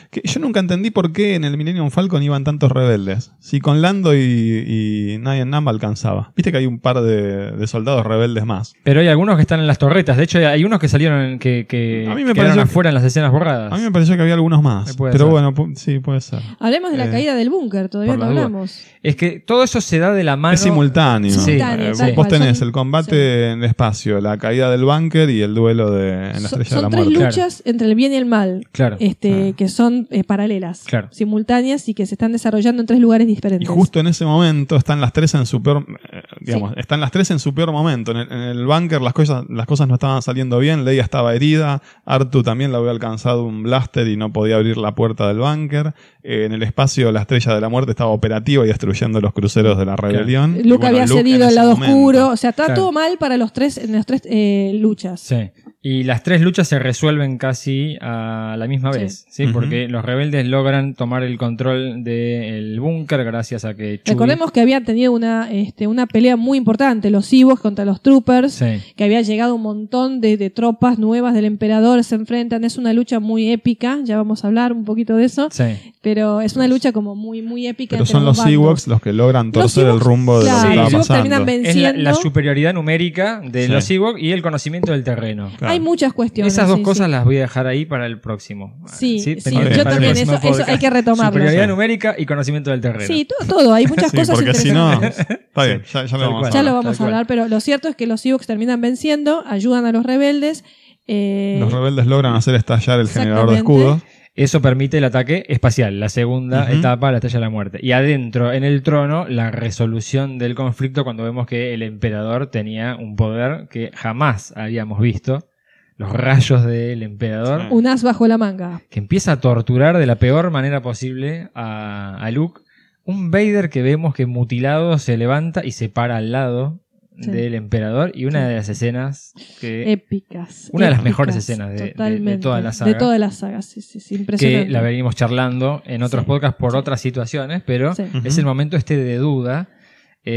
que yo nunca entendí por qué en el Millennium Falcon iban tantos rebeldes. Si con Lando y, y Nyan Namb alcanzaba. Viste que hay un par de, de soldados rebeldes más.
Pero hay algunos que están en las torretas. De hecho, hay unos que salieron que, que
A mí me
quedaron
pareció que-
afuera en las escenas borradas.
A mí me pareció que había algunos más.
Eh, puede
Pero
ser.
bueno, pu- sí, puede ser.
Hablemos de la
Eh,
caída del búnker, todavía
por
no
la duda.
hablamos.
Es que todo eso se da de la mano.
Es simultáneo.
Ah, Sí.
Eh,
Simultáneo,
vos-
tal
vos
cual,
tenés
son-
el combate en el espacio, la caída del búnker y el duelo de, en la
son-
estrella de la
son
muerte.
tres
Claro.
luchas entre el bien y el mal,
Claro.
este,
Ah.
que son eh, paralelas,
Claro.
simultáneas y que se están desarrollando en tres lugares diferentes.
Y justo en ese momento están las tres en su peor, eh, digamos, están las tres en su peor momento. En el, en el búnker las cosas, las cosas no estaban saliendo bien, Leia estaba herida, Artu también le había alcanzado un blaster y no podía abrir la puerta del búnker. Eh, en el espacio la estrella de la muerte estaba operativa y destruyendo los cruceros de la rebelión. Y
Luke
bueno,
había
Luke en
cedido al
ese
lado
momento-
oscuro, o sea, está
Claro.
todo mal para los tres en las tres eh, luchas.
Sí. Y las tres luchas se resuelven casi a la misma
Sí.
vez, ¿sí?
Ujú.
Porque los rebeldes logran tomar el control del búnker gracias a que Chewie-
Recordemos que habían tenido una, este, una pelea muy importante, los Ewoks contra los Troopers,
Sí.
que había llegado un montón de, de tropas nuevas del emperador, se enfrentan, es una lucha muy épica, ya vamos a hablar un poquito de eso,
Sí.
pero es una lucha como muy, muy épica.
Pero
entre
son los
bandos.
Ewoks los que logran
Los
torcer el
Ewoks,
rumbo de
claro,
lo que
los
estaba
Ewoks terminan
pasando.
Es la, la
venciendo.
superioridad numérica de
Sí.
los Ewoks y el conocimiento del terreno.
Claro.
Hay muchas cuestiones.
Esas dos
sí,
cosas
sí.
las voy a dejar ahí para el próximo.
Sí, sí,
Pendiente
yo
para el
también,
próximo
eso- eso hay
podcast.
que retomarlo.
Superioridad
Sí.
numérica y conocimiento del terreno.
Sí, todo, todo, hay muchas
Sí,
cosas
porque si no.
interesantes.
Está bien, ya, ya lo
Tal
vamos a
cual.
Ya
hablar.
lo vamos
tal
a hablar,
cual.
pero lo cierto es que los Ewoks terminan venciendo, ayudan a los rebeldes. eh,
Los rebeldes logran hacer estallar el generador de
Exactamente.
escudos.
Eso permite el ataque espacial, la segunda
Ujú.
etapa, la estrella de la muerte. Y adentro, en el trono, la resolución del conflicto cuando vemos que el emperador tenía un poder que jamás habíamos visto. Los rayos del emperador,
Sí.
un as bajo la manga.
que empieza a torturar de la peor manera posible a, a Luke. Un Vader que vemos que mutilado se levanta y se para al lado
Sí.
del emperador. Y una
Sí. Eh,
de las escenas que
Épicas.
Eh, Una de las
épicas,
mejores escenas de- de- de
totalmente,
toda la saga.
De toda la saga, sí, sí, sí, impresionante.
que la venimos charlando en otros
Sí,
podcasts por
sí.
otras situaciones, pero
Sí.
es
Ujú.
el momento este de duda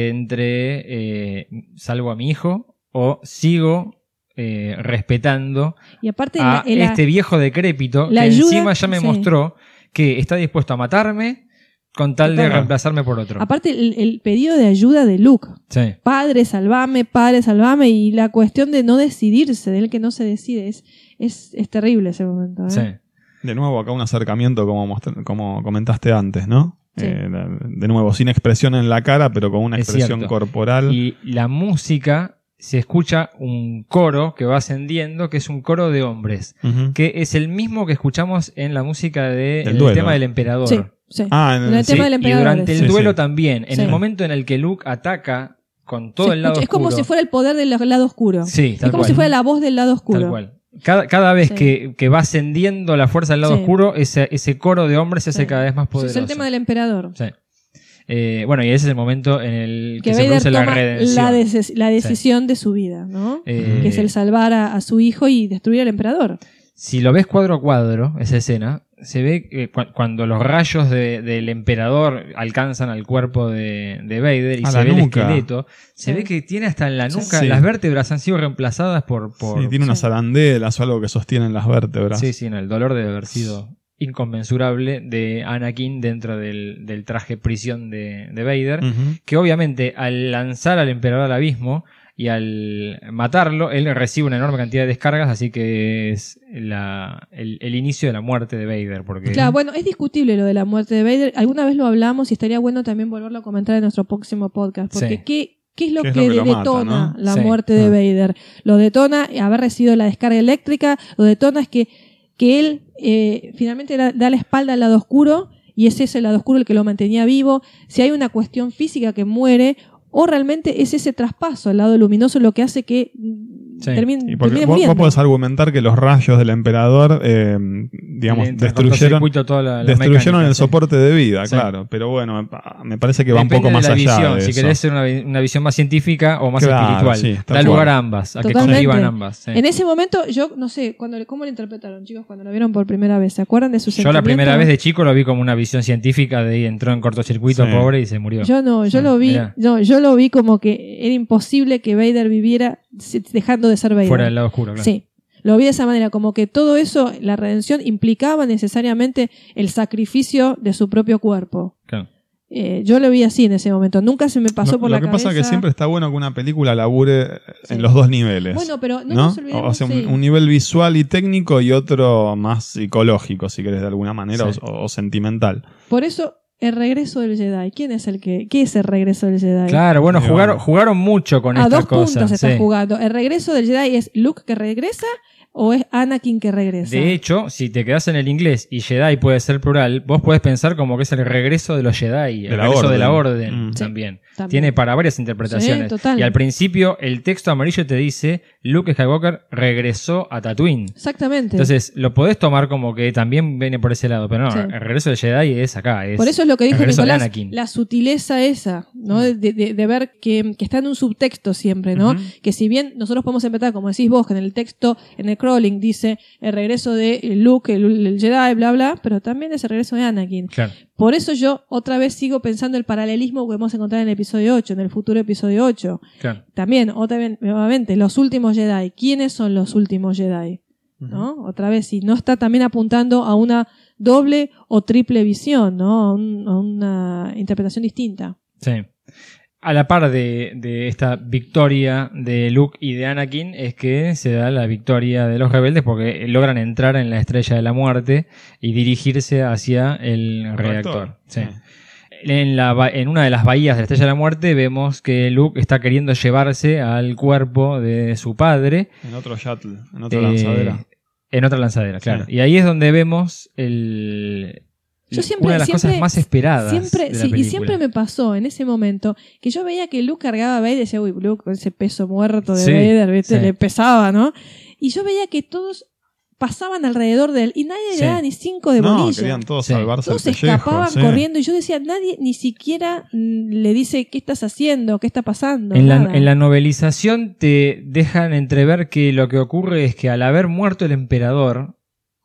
entre eh, salvo a mi hijo o sigo eh, respetando
Y aparte,
a
la- la-
este viejo decrépito
la
que
ayuda-
encima ya me
sí.
mostró que está dispuesto a matarme con tal de
Claro.
reemplazarme por otro.
aparte ¿eh? el, el pedido de ayuda de Luke.
Sí.
Padre, salvame, padre, salvame. Y la cuestión de no decidirse, del que no se decide, es, es, es terrible ese momento. ¿eh?
Sí.
De nuevo, acá un acercamiento como, mostra- como comentaste antes, ¿no?
Sí.
Eh, la- de nuevo, sin expresión en la cara, pero con una
Es
expresión
cierto.
corporal.
Y la música se escucha un coro que va ascendiendo, que es un coro de hombres.
Ujú.
que es el mismo que escuchamos en la música de-
Del
el
duelo.
tema del emperador.
Sí, sí.
Ah, en-
Lo del
sí.
tema del
y
emperador
durante el
es.
Sí,
duelo
sí.
también, en
Sí.
el momento en el que Luke ataca con todo
Se
el lado
escucha- es como
oscuro.
si fuera el poder del lado oscuro.
Sí,
es
tal
como
cual.
si fuera la voz del lado oscuro.
Tal cual. Cada, cada vez
Sí.
que, que va ascendiendo la fuerza del lado
Sí.
oscuro, ese, ese coro de hombres se hace
Sí.
cada vez más
Sí,
poderoso.
Es el tema del emperador.
Sí. Eh, bueno, y ese es el momento en el que,
Que
se
Vader
produce la
toma
redención.
la, deces- la decisión de su vida, ¿no?
Eh,
que es el salvar a, a su hijo y destruir al emperador.
Si lo ves cuadro a cuadro, esa escena, se ve que cu- cuando los rayos de- del emperador alcanzan al cuerpo de, de Vader y
A
se
la
ve
nuca.
el esqueleto, se
Sí.
ve que tiene hasta en la
Sí.
nuca,
Sí.
las vértebras han sido reemplazadas por... por
Sí, tiene unas arandelas o algo que sostienen las vértebras.
Sí, sí, no, el dolor debe haber sido inconmensurable de Anakin dentro del, del traje prisión de, de Vader,
Mm,
Ujú.
que obviamente al lanzar al emperador al abismo y al matarlo, él recibe una enorme cantidad de descargas, así que es la- el, el inicio de la muerte de Vader, porque...
Claro, bueno, es discutible lo de la muerte de Vader. Alguna vez lo hablamos y estaría bueno también volverlo a comentar en nuestro próximo podcast. Porque
Sí.
¿qué, qué es lo
¿Qué es
que,
lo que lo mata,
detona
no?
la
Sí.
muerte de
Ah.
Vader? Lo detona haber recibido la descarga eléctrica, lo detona es que, que él eh, finalmente da, da la espalda al lado oscuro y es ese lado oscuro el que lo mantenía vivo. Si hay una cuestión física que muere... O realmente es ese traspaso al lado luminoso lo que hace que mm,
Sí.
termine,
Y porque
termine
vos, vos
muriendo.
podés argumentar que los rayos del emperador, eh, digamos,
Le entra
destruyeron,
cortocircuito toda la- la
destruyeron
mecánica,
el
sí.
soporte de vida,
Sí.
claro. Pero bueno, me pa- me parece que va un
Depende
poco
de
más
la
allá.
visión,
de
si
eso.
querés una, vi- una visión más científica o más
Claro,
espiritual.
sí, está
da lugar
claro.
a ambas, a
Totalmente.
que convivan ambas. sí.
En ese momento, yo no sé, cuando, le- ¿cómo lo interpretaron, chicos, cuando lo vieron por primera vez? ¿Se acuerdan de
Yo
su
la
sentimiento?
primera vez de chico lo vi como una visión científica de entró en cortocircuito
Sí.
pobre y se murió.
Yo no, yo
Sí,
lo vi,
mirá.
no, yo lo vi como que era imposible que Vader viviera se- dejando de ser Vader.
Fuera del lado oscuro, claro.
Sí. Lo vi de esa manera, como que todo eso, la redención implicaba necesariamente el sacrificio de su propio cuerpo.
Claro.
Eh, yo lo vi así en ese momento. Nunca se me pasó
lo,
por
lo
la
que
cabeza.
pasa es que siempre está bueno que una película labure
Sí.
en los dos niveles.
Bueno, pero no,
¿no?
nos
O
olvidemos.
sea, un,
sí.
un nivel visual y técnico y otro más psicológico, si querés, de alguna manera,
Sí.
o, o sentimental.
Por eso, el regreso del Jedi. ¿Quién es el que.? ¿Qué es el regreso del Jedi?
Claro, bueno,
Sí,
jugaron,
bueno.
jugaron mucho con
a
esta
dos
cosa.
puntos están
sí.
jugando. ¿El regreso del Jedi es Luke que regresa o es Anakin que regresa?
De hecho, si te quedas en el inglés y Jedi puede ser plural, vos puedes pensar como que es el regreso de los Jedi, el
De la
regreso de
orden.
la orden
Mm.
Sí,
también.
también.
Tiene para varias interpretaciones.
Sí, total.
Y al principio el texto amarillo te dice Luke Skywalker regresó a Tatooine.
Exactamente.
Entonces, lo podés tomar como que también viene por ese lado, pero no,
Sí.
el regreso de Jedi es acá. es
Por eso es lo que dijo
Regreso de
Nicolás,
Anakin. Mm.
la sutileza esa, ¿no? De, de- de ver que, que está en un subtexto siempre, ¿no?
Ujú.
Que si bien nosotros podemos empezar, como decís vos, que en el texto, en el crawling, dice el regreso de Luke, el, el Jedi, bla, bla, pero también es el regreso de Anakin.
Claro.
Por eso yo otra vez sigo pensando el paralelismo que vamos a encontrar en el episodio 8, en el futuro episodio 8.
claro.
También, otra vez, nuevamente, los últimos Jedi. ¿Quiénes son los últimos Jedi? ¿No? Otra vez, si no está también apuntando a una doble o triple visión, ¿no? A, un- a una interpretación distinta.
Sí. A la par de, de esta victoria de Luke y de Anakin es que se da la victoria de los rebeldes porque logran entrar en la estrella de la muerte y dirigirse hacia el, reactor. Ah. Sí.
Sí.
En, la ba- en una de las bahías de la Estrella de la Muerte vemos que Luke está queriendo llevarse al cuerpo de su padre
En otro shuttle, en otra
eh,
lanzadera.
En otra lanzadera, claro.
Sí.
Y ahí es donde vemos el,
Yo siempre-
una de las cosas
siempre-
más esperadas.
Siempre,
de la
sí, y
película.
siempre me pasó en ese momento que yo veía que Luke cargaba a Vader y decía, uy, Luke con ese peso muerto de
Sí,
Vader, ¿viste?
sí.
le pesaba, ¿no? Y yo veía que todos pasaban alrededor de él y nadie
Sí.
le daba ni cinco de
no,
bolilla.
querían todos
Sí.
salvarse
Todos
el pellejo,
escapaban
sí.
corriendo y yo decía, nadie ni siquiera mm, le dice qué estás haciendo, qué está pasando.
En la,
nada.
en la novelización te dejan entrever que lo que ocurre es que al haber muerto el emperador,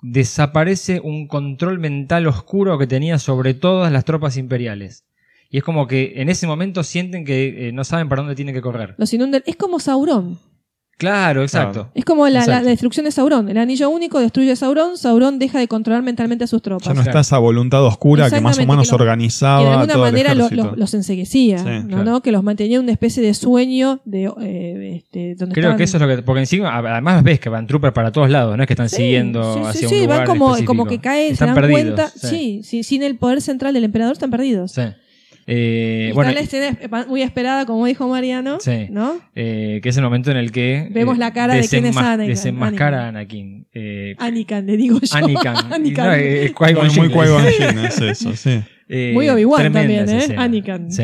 desaparece un control mental oscuro que tenía sobre todas las tropas imperiales. Y es como que en ese momento sienten que eh, no saben para dónde tienen que correr.
Los inundan. Es como Saurón.
Claro, exacto.
Es como la, la-
Exacto.
la destrucción de Saurón. El anillo único destruye a Saurón. Saurón deja de controlar mentalmente a sus
Ya
tropas.
no está esa voluntad oscura que más o
Exactamente,
menos
que lo-
organizaba
que de alguna
todo el
manera lo-
ejército.
los, los enseguecía.
Sí,
¿no?
claro.
¿no? Que los mantenía en una especie de sueño de, eh, este, donde
Creo
estaban-
que eso es lo que. Porque encima, además ves que van troopers para todos lados, no es que están
Sí,
siguiendo
sí, sí,
hacia
sí,
un lugar
van como,
específico.
como que caen, se
están
dan
perdidos,
cuenta.
sí.
Sí, sí, sin el poder central del emperador están perdidos.
Sí. Eh,
Y
bueno,
está la escena esp- muy esperada, como dijo Mariano,
Sí.
¿no?
eh, que es el momento en el que
Vemos
eh,
la cara de quién es
desenma-
Anakin.
desenmascara a Anakin. Eh,
Anikan, le digo yo.
Anikan.
Anikan.
No, eh, eh, Qui-Gon
Muy, muy
Jinn.
Qui-Gon Jinn, es eso, sí.
Eh,
Muy Obi-Wan
tremenda
también,
esa
¿eh?
escena.
Anakin.
Sí.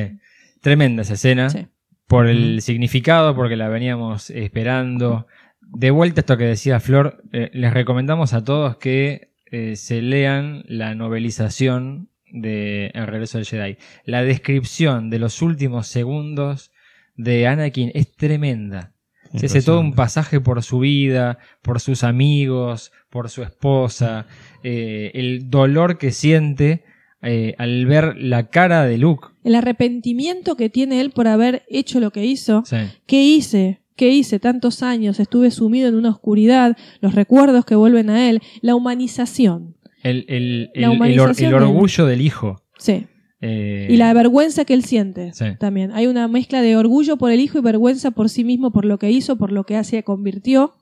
Tremenda esa escena.
Sí.
Por el significado, porque la veníamos esperando. De vuelta a esto que decía Flor, eh, les recomendamos a todos que eh, se lean la novelización de El regreso del Jedi. La descripción de los últimos segundos de Anakin es tremenda. Se hace todo un pasaje por su vida, por sus amigos, por su esposa, eh, el dolor que siente eh, al ver la cara de Luke.
El arrepentimiento que tiene él por haber hecho lo que hizo.
Sí,
¿Qué hice? ¿Qué hice tantos años? Estuve sumido en una oscuridad, los recuerdos que vuelven a él, la humanización.
El, el-
La
el- el or-
humanización
el
del-
orgullo del hijo.
Sí.
eh,
Y la vergüenza que él siente
Sí.
también. Hay una mezcla de orgullo por el hijo y vergüenza por sí mismo, por lo que hizo, por lo que hace, convirtió.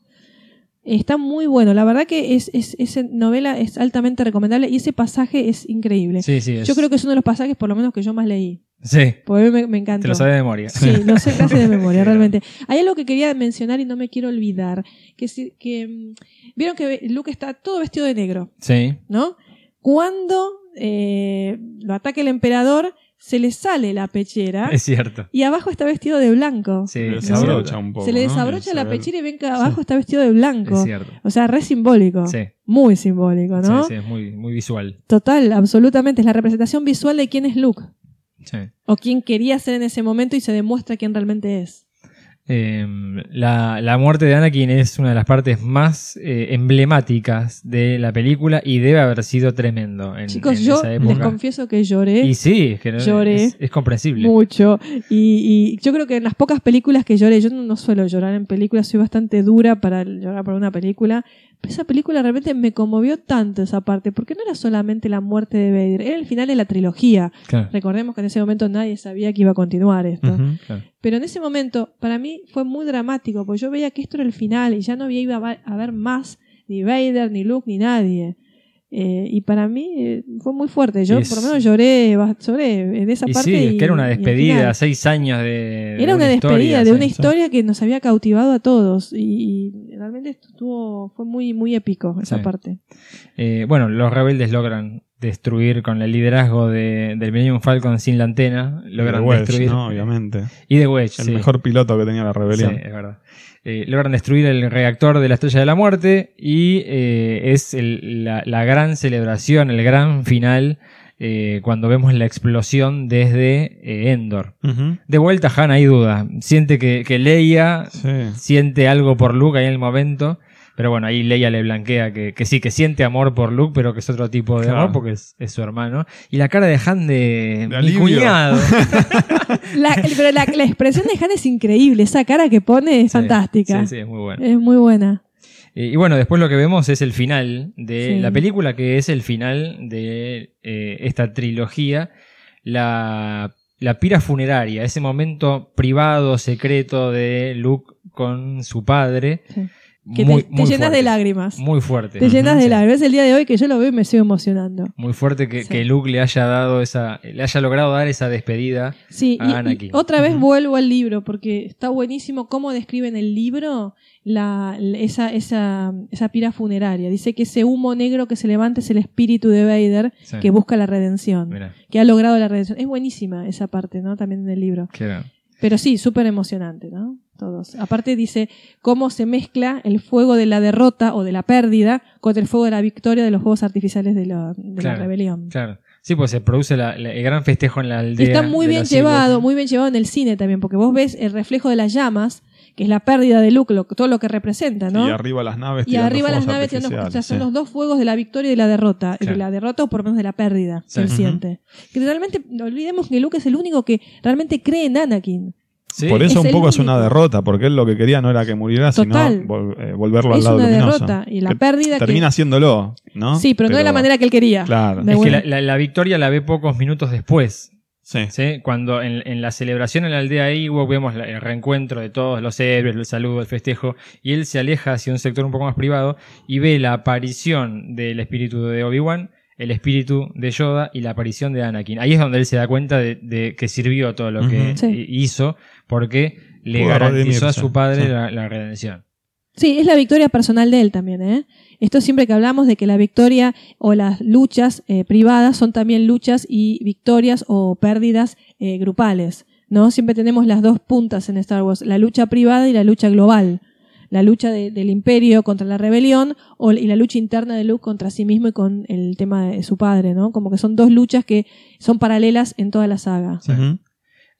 Está muy bueno. La verdad que es, es, esa novela es altamente recomendable y ese pasaje es increíble.
sí, sí, es-
Yo creo que es uno de los pasajes, por lo menos, que yo más leí.
Sí,
Porque a mí me, me encantó.
te lo sabes de memoria.
Sí, lo sé casi de memoria, realmente. Hay algo que quería mencionar y no me quiero olvidar. Que, si- que mm, vieron que Luke está todo vestido de negro,
Sí,
¿no? Cuando eh, lo ataca el emperador, se le sale la pechera
es cierto.
y abajo está vestido de blanco.
Sí,
Se le
es
desabrocha
cierto.
un poco.
se le
¿no?
desabrocha
Se
la
ve-
pechera y ven que abajo está vestido de blanco.
Es cierto.
O sea, re simbólico.
Sí,
Muy simbólico, ¿no?
sí, sí, es muy, muy visual.
Total, absolutamente. Es la representación visual de quién es Luke.
Sí.
O quién quería ser en ese momento y se demuestra quién realmente es.
Eh, la, la muerte de Anakin es una de las partes más eh, emblemáticas de la película y debe haber sido tremendo en,
Chicos,
en
yo
esa
les
época.
confieso que lloré
Y sí, es que no-
Lloré.
es, es comprensible.
mucho. Y, y yo creo que en las pocas películas que lloré, yo no, no suelo llorar en películas, soy bastante dura para llorar por una película. Pero esa película realmente me conmovió tanto esa parte, porque no era solamente la muerte de Vader, era el final de la trilogía.
Claro.
Recordemos que en ese momento nadie sabía que iba a continuar esto.
Ujú.
Pero en ese momento, para mí fue muy dramático, porque yo veía que esto era el final y ya no había iba a haber más ni Vader, ni Luke, ni nadie. Eh, y para mí eh, fue muy fuerte. Yo
Y es-
por lo menos lloré, ba- lloré en esa
Y
parte.
sí, es
y-
que era una
y al
despedida,
final.
seis años de. de
Era una, despedida
historia,
de
sí,
una
sí.
historia que nos había cautivado a todos. Y, y realmente estuvo, fue muy, muy épico esa
Sí.
parte.
Eh, bueno, los rebeldes logran destruir con el liderazgo de, del Millennium Falcon sin la antena. Logran
The Wedge,
destruir.
¿no? Obviamente.
Y de Wedge.
El
sí.
mejor piloto que tenía la
Sí,
rebelión.
es verdad. Eh, logran destruir el reactor de la Estrella de la Muerte y eh, es el- la, la gran celebración, el gran final eh, cuando vemos la explosión desde eh, Endor.
Ujú.
De vuelta, Han, hay duda. Siente que, que Leia
Sí.
siente algo por Luke ahí en el momento. Pero bueno, ahí Leia le blanquea que, que sí, que siente amor por Luke, pero que es otro tipo de
Claro.
amor porque es, es su hermano. Y la cara de Han de, mi
alivio.
cuñado.
La- el- pero la, la expresión de Han es increíble. Esa cara que pone es
Sí,
fantástica.
Sí, sí, es muy bueno.
Es muy buena.
Eh, y bueno, después lo que vemos es el final de
Sí.
la película, que es el final de eh, esta trilogía. La, la pira funeraria, ese momento privado, secreto de Luke con su padre.
Sí. Que
muy,
te, te
muy
llenas
fuerte,
de lágrimas.
Muy fuerte.
Te llenas de
Sí.
lágrimas. Es el día de hoy que yo lo veo y me sigo emocionando.
Muy fuerte que,
Sí.
que Luke le haya dado esa, le haya logrado dar esa despedida.
Sí,
a
y- y,
Anakin.
otra vez
Ujú.
vuelvo al libro porque está buenísimo cómo describen el libro la, la- esa, esa, esa pira funeraria. Dice que ese humo negro que se levanta es el espíritu de Vader
Sí.
que busca la redención,
Mirá,
que ha logrado la redención. Es buenísima esa parte, ¿no? También en el libro.
qué era.
Pero sí, súper emocionante, ¿no? Todos. Aparte dice cómo se mezcla el fuego de la derrota o de la pérdida con el fuego de la victoria de los juegos artificiales de la, de la
Claro,
rebelión.
Claro. Sí, pues se produce la- la- el gran festejo en la
Y
aldea.
está muy
de
bien
los Ewoks.
llevado, muy bien llevado en el cine también, porque vos ves el reflejo de las llamas, que es la pérdida de Luke, lo- todo lo que representa, ¿no?
Y arriba las naves.
Y arriba las naves tirando- o sea, son los dos fuegos de la victoria y de la derrota, eh,
Claro.
de la derrota o por lo menos de la pérdida
Sí.
que él
Ujú.
siente. Que realmente, no olvidemos que Luke es el único que realmente cree en Anakin.
Sí.
Por eso
Es
un
el
poco es una
único.
derrota, porque él lo que quería no era que muriera,
Total.
sino vol- eh, volverlo al
es
lado
una
luminoso.
derrota y la
Que
pérdida que-
Termina haciéndolo, ¿no?
Sí, pero, no de la manera que él quería.
Claro.
De
Es que
vuelta.
la, la- la victoria la ve pocos minutos después.
Sí.
¿sí? Cuando en, en la celebración en la aldea Ewok vemos la- el reencuentro de todos los héroes, el saludo, el festejo, y él se aleja hacia un sector un poco más privado y ve la aparición del espíritu de Obi-Wan, el espíritu de Yoda y la aparición de Anakin. Ahí es donde él se da cuenta de, de que sirvió todo lo que
Ujú.
Sí.
eh, hizo porque le
Pudo
garantizó a
redimirse,
su padre
sí.
la, la redención.
Sí, es la victoria personal de él también, ¿eh? Esto siempre que hablamos de que la victoria o las luchas eh, privadas son también luchas y victorias o pérdidas eh, grupales, ¿no? Siempre tenemos las dos puntas en Star Wars, la lucha privada y la lucha global. La lucha de- del imperio contra la rebelión o, y la lucha interna de Luke contra sí mismo y con el tema de su padre, ¿no? Como que son dos luchas que son paralelas en toda la saga.
Ujú.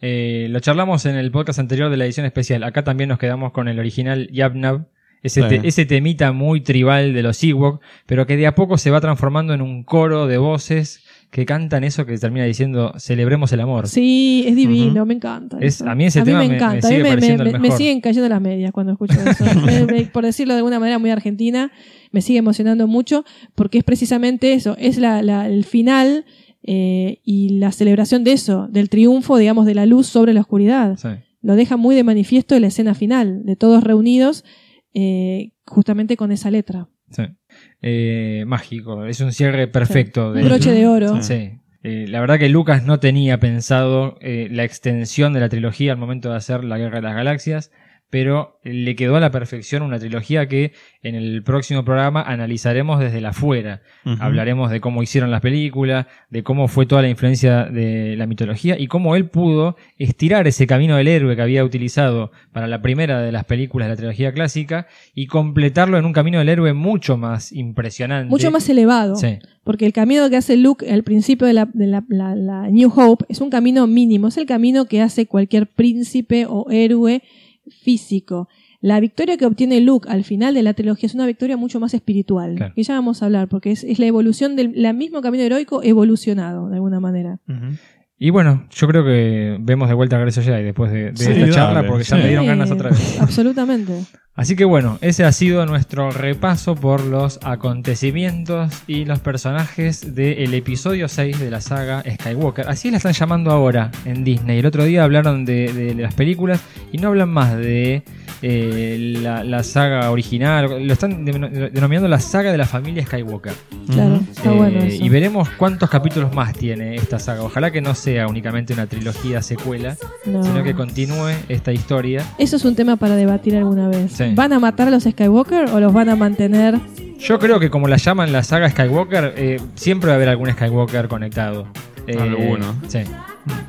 Eh, lo charlamos en el podcast anterior de la edición especial. Acá también nos quedamos con el original Yabnab. Ese,
Sí.
te- ese temita muy tribal de los Ewok, pero que de a poco se va transformando en un coro de voces que cantan eso que termina diciendo celebremos el amor.
Sí, es divino,
Ujú.
me encanta.
Es-
eso.
a mí ese tema me- me
a mí
sigue pareciendo el mejor.
siguen cayendo las medias cuando escucho eso. Me- me- por decirlo de alguna manera muy argentina, me sigue emocionando mucho porque es precisamente eso, es la, la- el final eh, y la celebración de eso, del triunfo, digamos, de la luz sobre la oscuridad.
Sí.
Lo deja muy de manifiesto en la escena final, de todos reunidos eh, justamente con esa letra.
Sí. Eh, mágico, es un cierre perfecto.
Un
de-
broche de oro.
Sí. Eh, la verdad que Lucas no tenía pensado eh, la extensión de la trilogía al momento de hacer la Guerra de las Galaxias, pero eh, le quedó a la perfección una trilogía que en el próximo programa analizaremos desde la fuera.
Ujú.
Hablaremos de cómo hicieron las películas, de cómo fue toda la influencia de la mitología y cómo él pudo estirar ese camino del héroe que había utilizado para la primera de las películas de la trilogía clásica y completarlo en un camino del héroe mucho más impresionante.
Mucho más elevado.
Sí.
Porque el camino que hace Luke al principio de, la, de la- la- la New Hope es un camino mínimo, es el camino que hace cualquier príncipe o héroe físico. La victoria que obtiene Luke al final de la trilogía es una victoria mucho más espiritual,
Claro.
que ya vamos a hablar, porque es, es la evolución del la mismo camino heroico evolucionado, de alguna manera.
Ujú.
Y bueno, yo creo que vemos de vuelta a Grecia ya y después de, de
Sí,
esta
dale,
charla porque ya
sí.
me dieron
Eh,
ganas otra vez.
Absolutamente.
Así que bueno, ese ha sido nuestro repaso por los acontecimientos y los personajes del episodio 6 de la saga Skywalker. Así la están llamando ahora en Disney. El otro día hablaron de, de las películas y no hablan más de eh, la, la saga original. Lo están denom- denominando la saga de la familia Skywalker.
Claro,
Ujú.
está
Eh,
bueno eso.
Y veremos cuántos capítulos más tiene esta saga. Ojalá que no sea únicamente una trilogía secuela,
No.
sino que continúe esta historia.
Eso es un tema para debatir alguna vez.
Sí.
¿Van a matar a los Skywalker o los van a mantener?
Yo creo que como la llaman la saga Skywalker, eh, siempre va a haber algún Skywalker conectado. Eh,
Alguno.
Sí.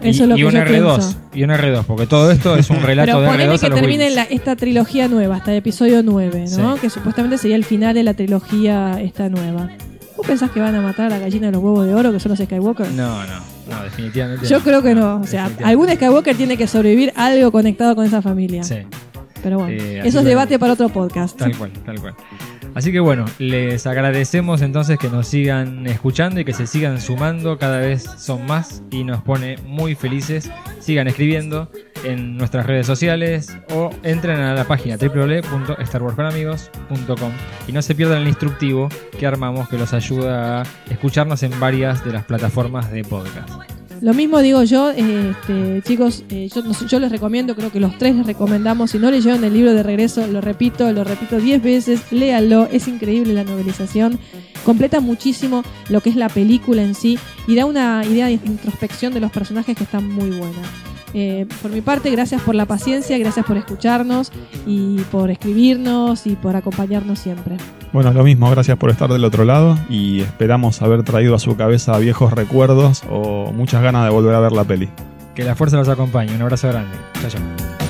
Eso
y,
es lo
y
que
un
yo
R2,
pienso.
y un R2, porque todo esto es un relato
Pero
de
ponele
R2
que
a los
termine
Willis.
la- esta trilogía nueva, hasta el episodio 9, ¿no?
Sí.
Que supuestamente sería el final de la trilogía esta nueva. ¿Vos pensás que van a matar a la gallina de los huevos de oro, que son los Skywalker?
No, no, no, definitivamente.
Yo creo que no. O sea, algún Skywalker tiene que sobrevivir algo conectado con esa familia.
Sí.
Pero bueno,
Eh, así
eso es
lo-
debate para otro podcast.
Tal cual, tal cual. Así que bueno, les agradecemos entonces que nos sigan escuchando y que se sigan sumando, cada vez son más y nos pone muy felices. Sigan escribiendo en nuestras redes sociales o entren a la página www.starwarsconamigos.com y no se pierdan el instructivo que armamos que los ayuda a escucharnos en varias de las plataformas de podcast.
Lo mismo digo yo, eh, este, chicos, eh, yo, nos- yo les recomiendo, creo que los tres les recomendamos, si no leyeron el libro de regreso, lo repito, lo repito 10 veces, léanlo, es increíble la novelización, completa muchísimo lo que es la película en sí y da una idea de introspección de los personajes que está muy buena. Eh, por mi parte, gracias por la paciencia, gracias por escucharnos y por escribirnos y por acompañarnos siempre.
Bueno, lo mismo, gracias por estar del otro lado y esperamos haber traído a su cabeza viejos recuerdos o muchas ganas de volver a ver la peli.
Que la fuerza los acompañe, un abrazo grande. Chao, chao.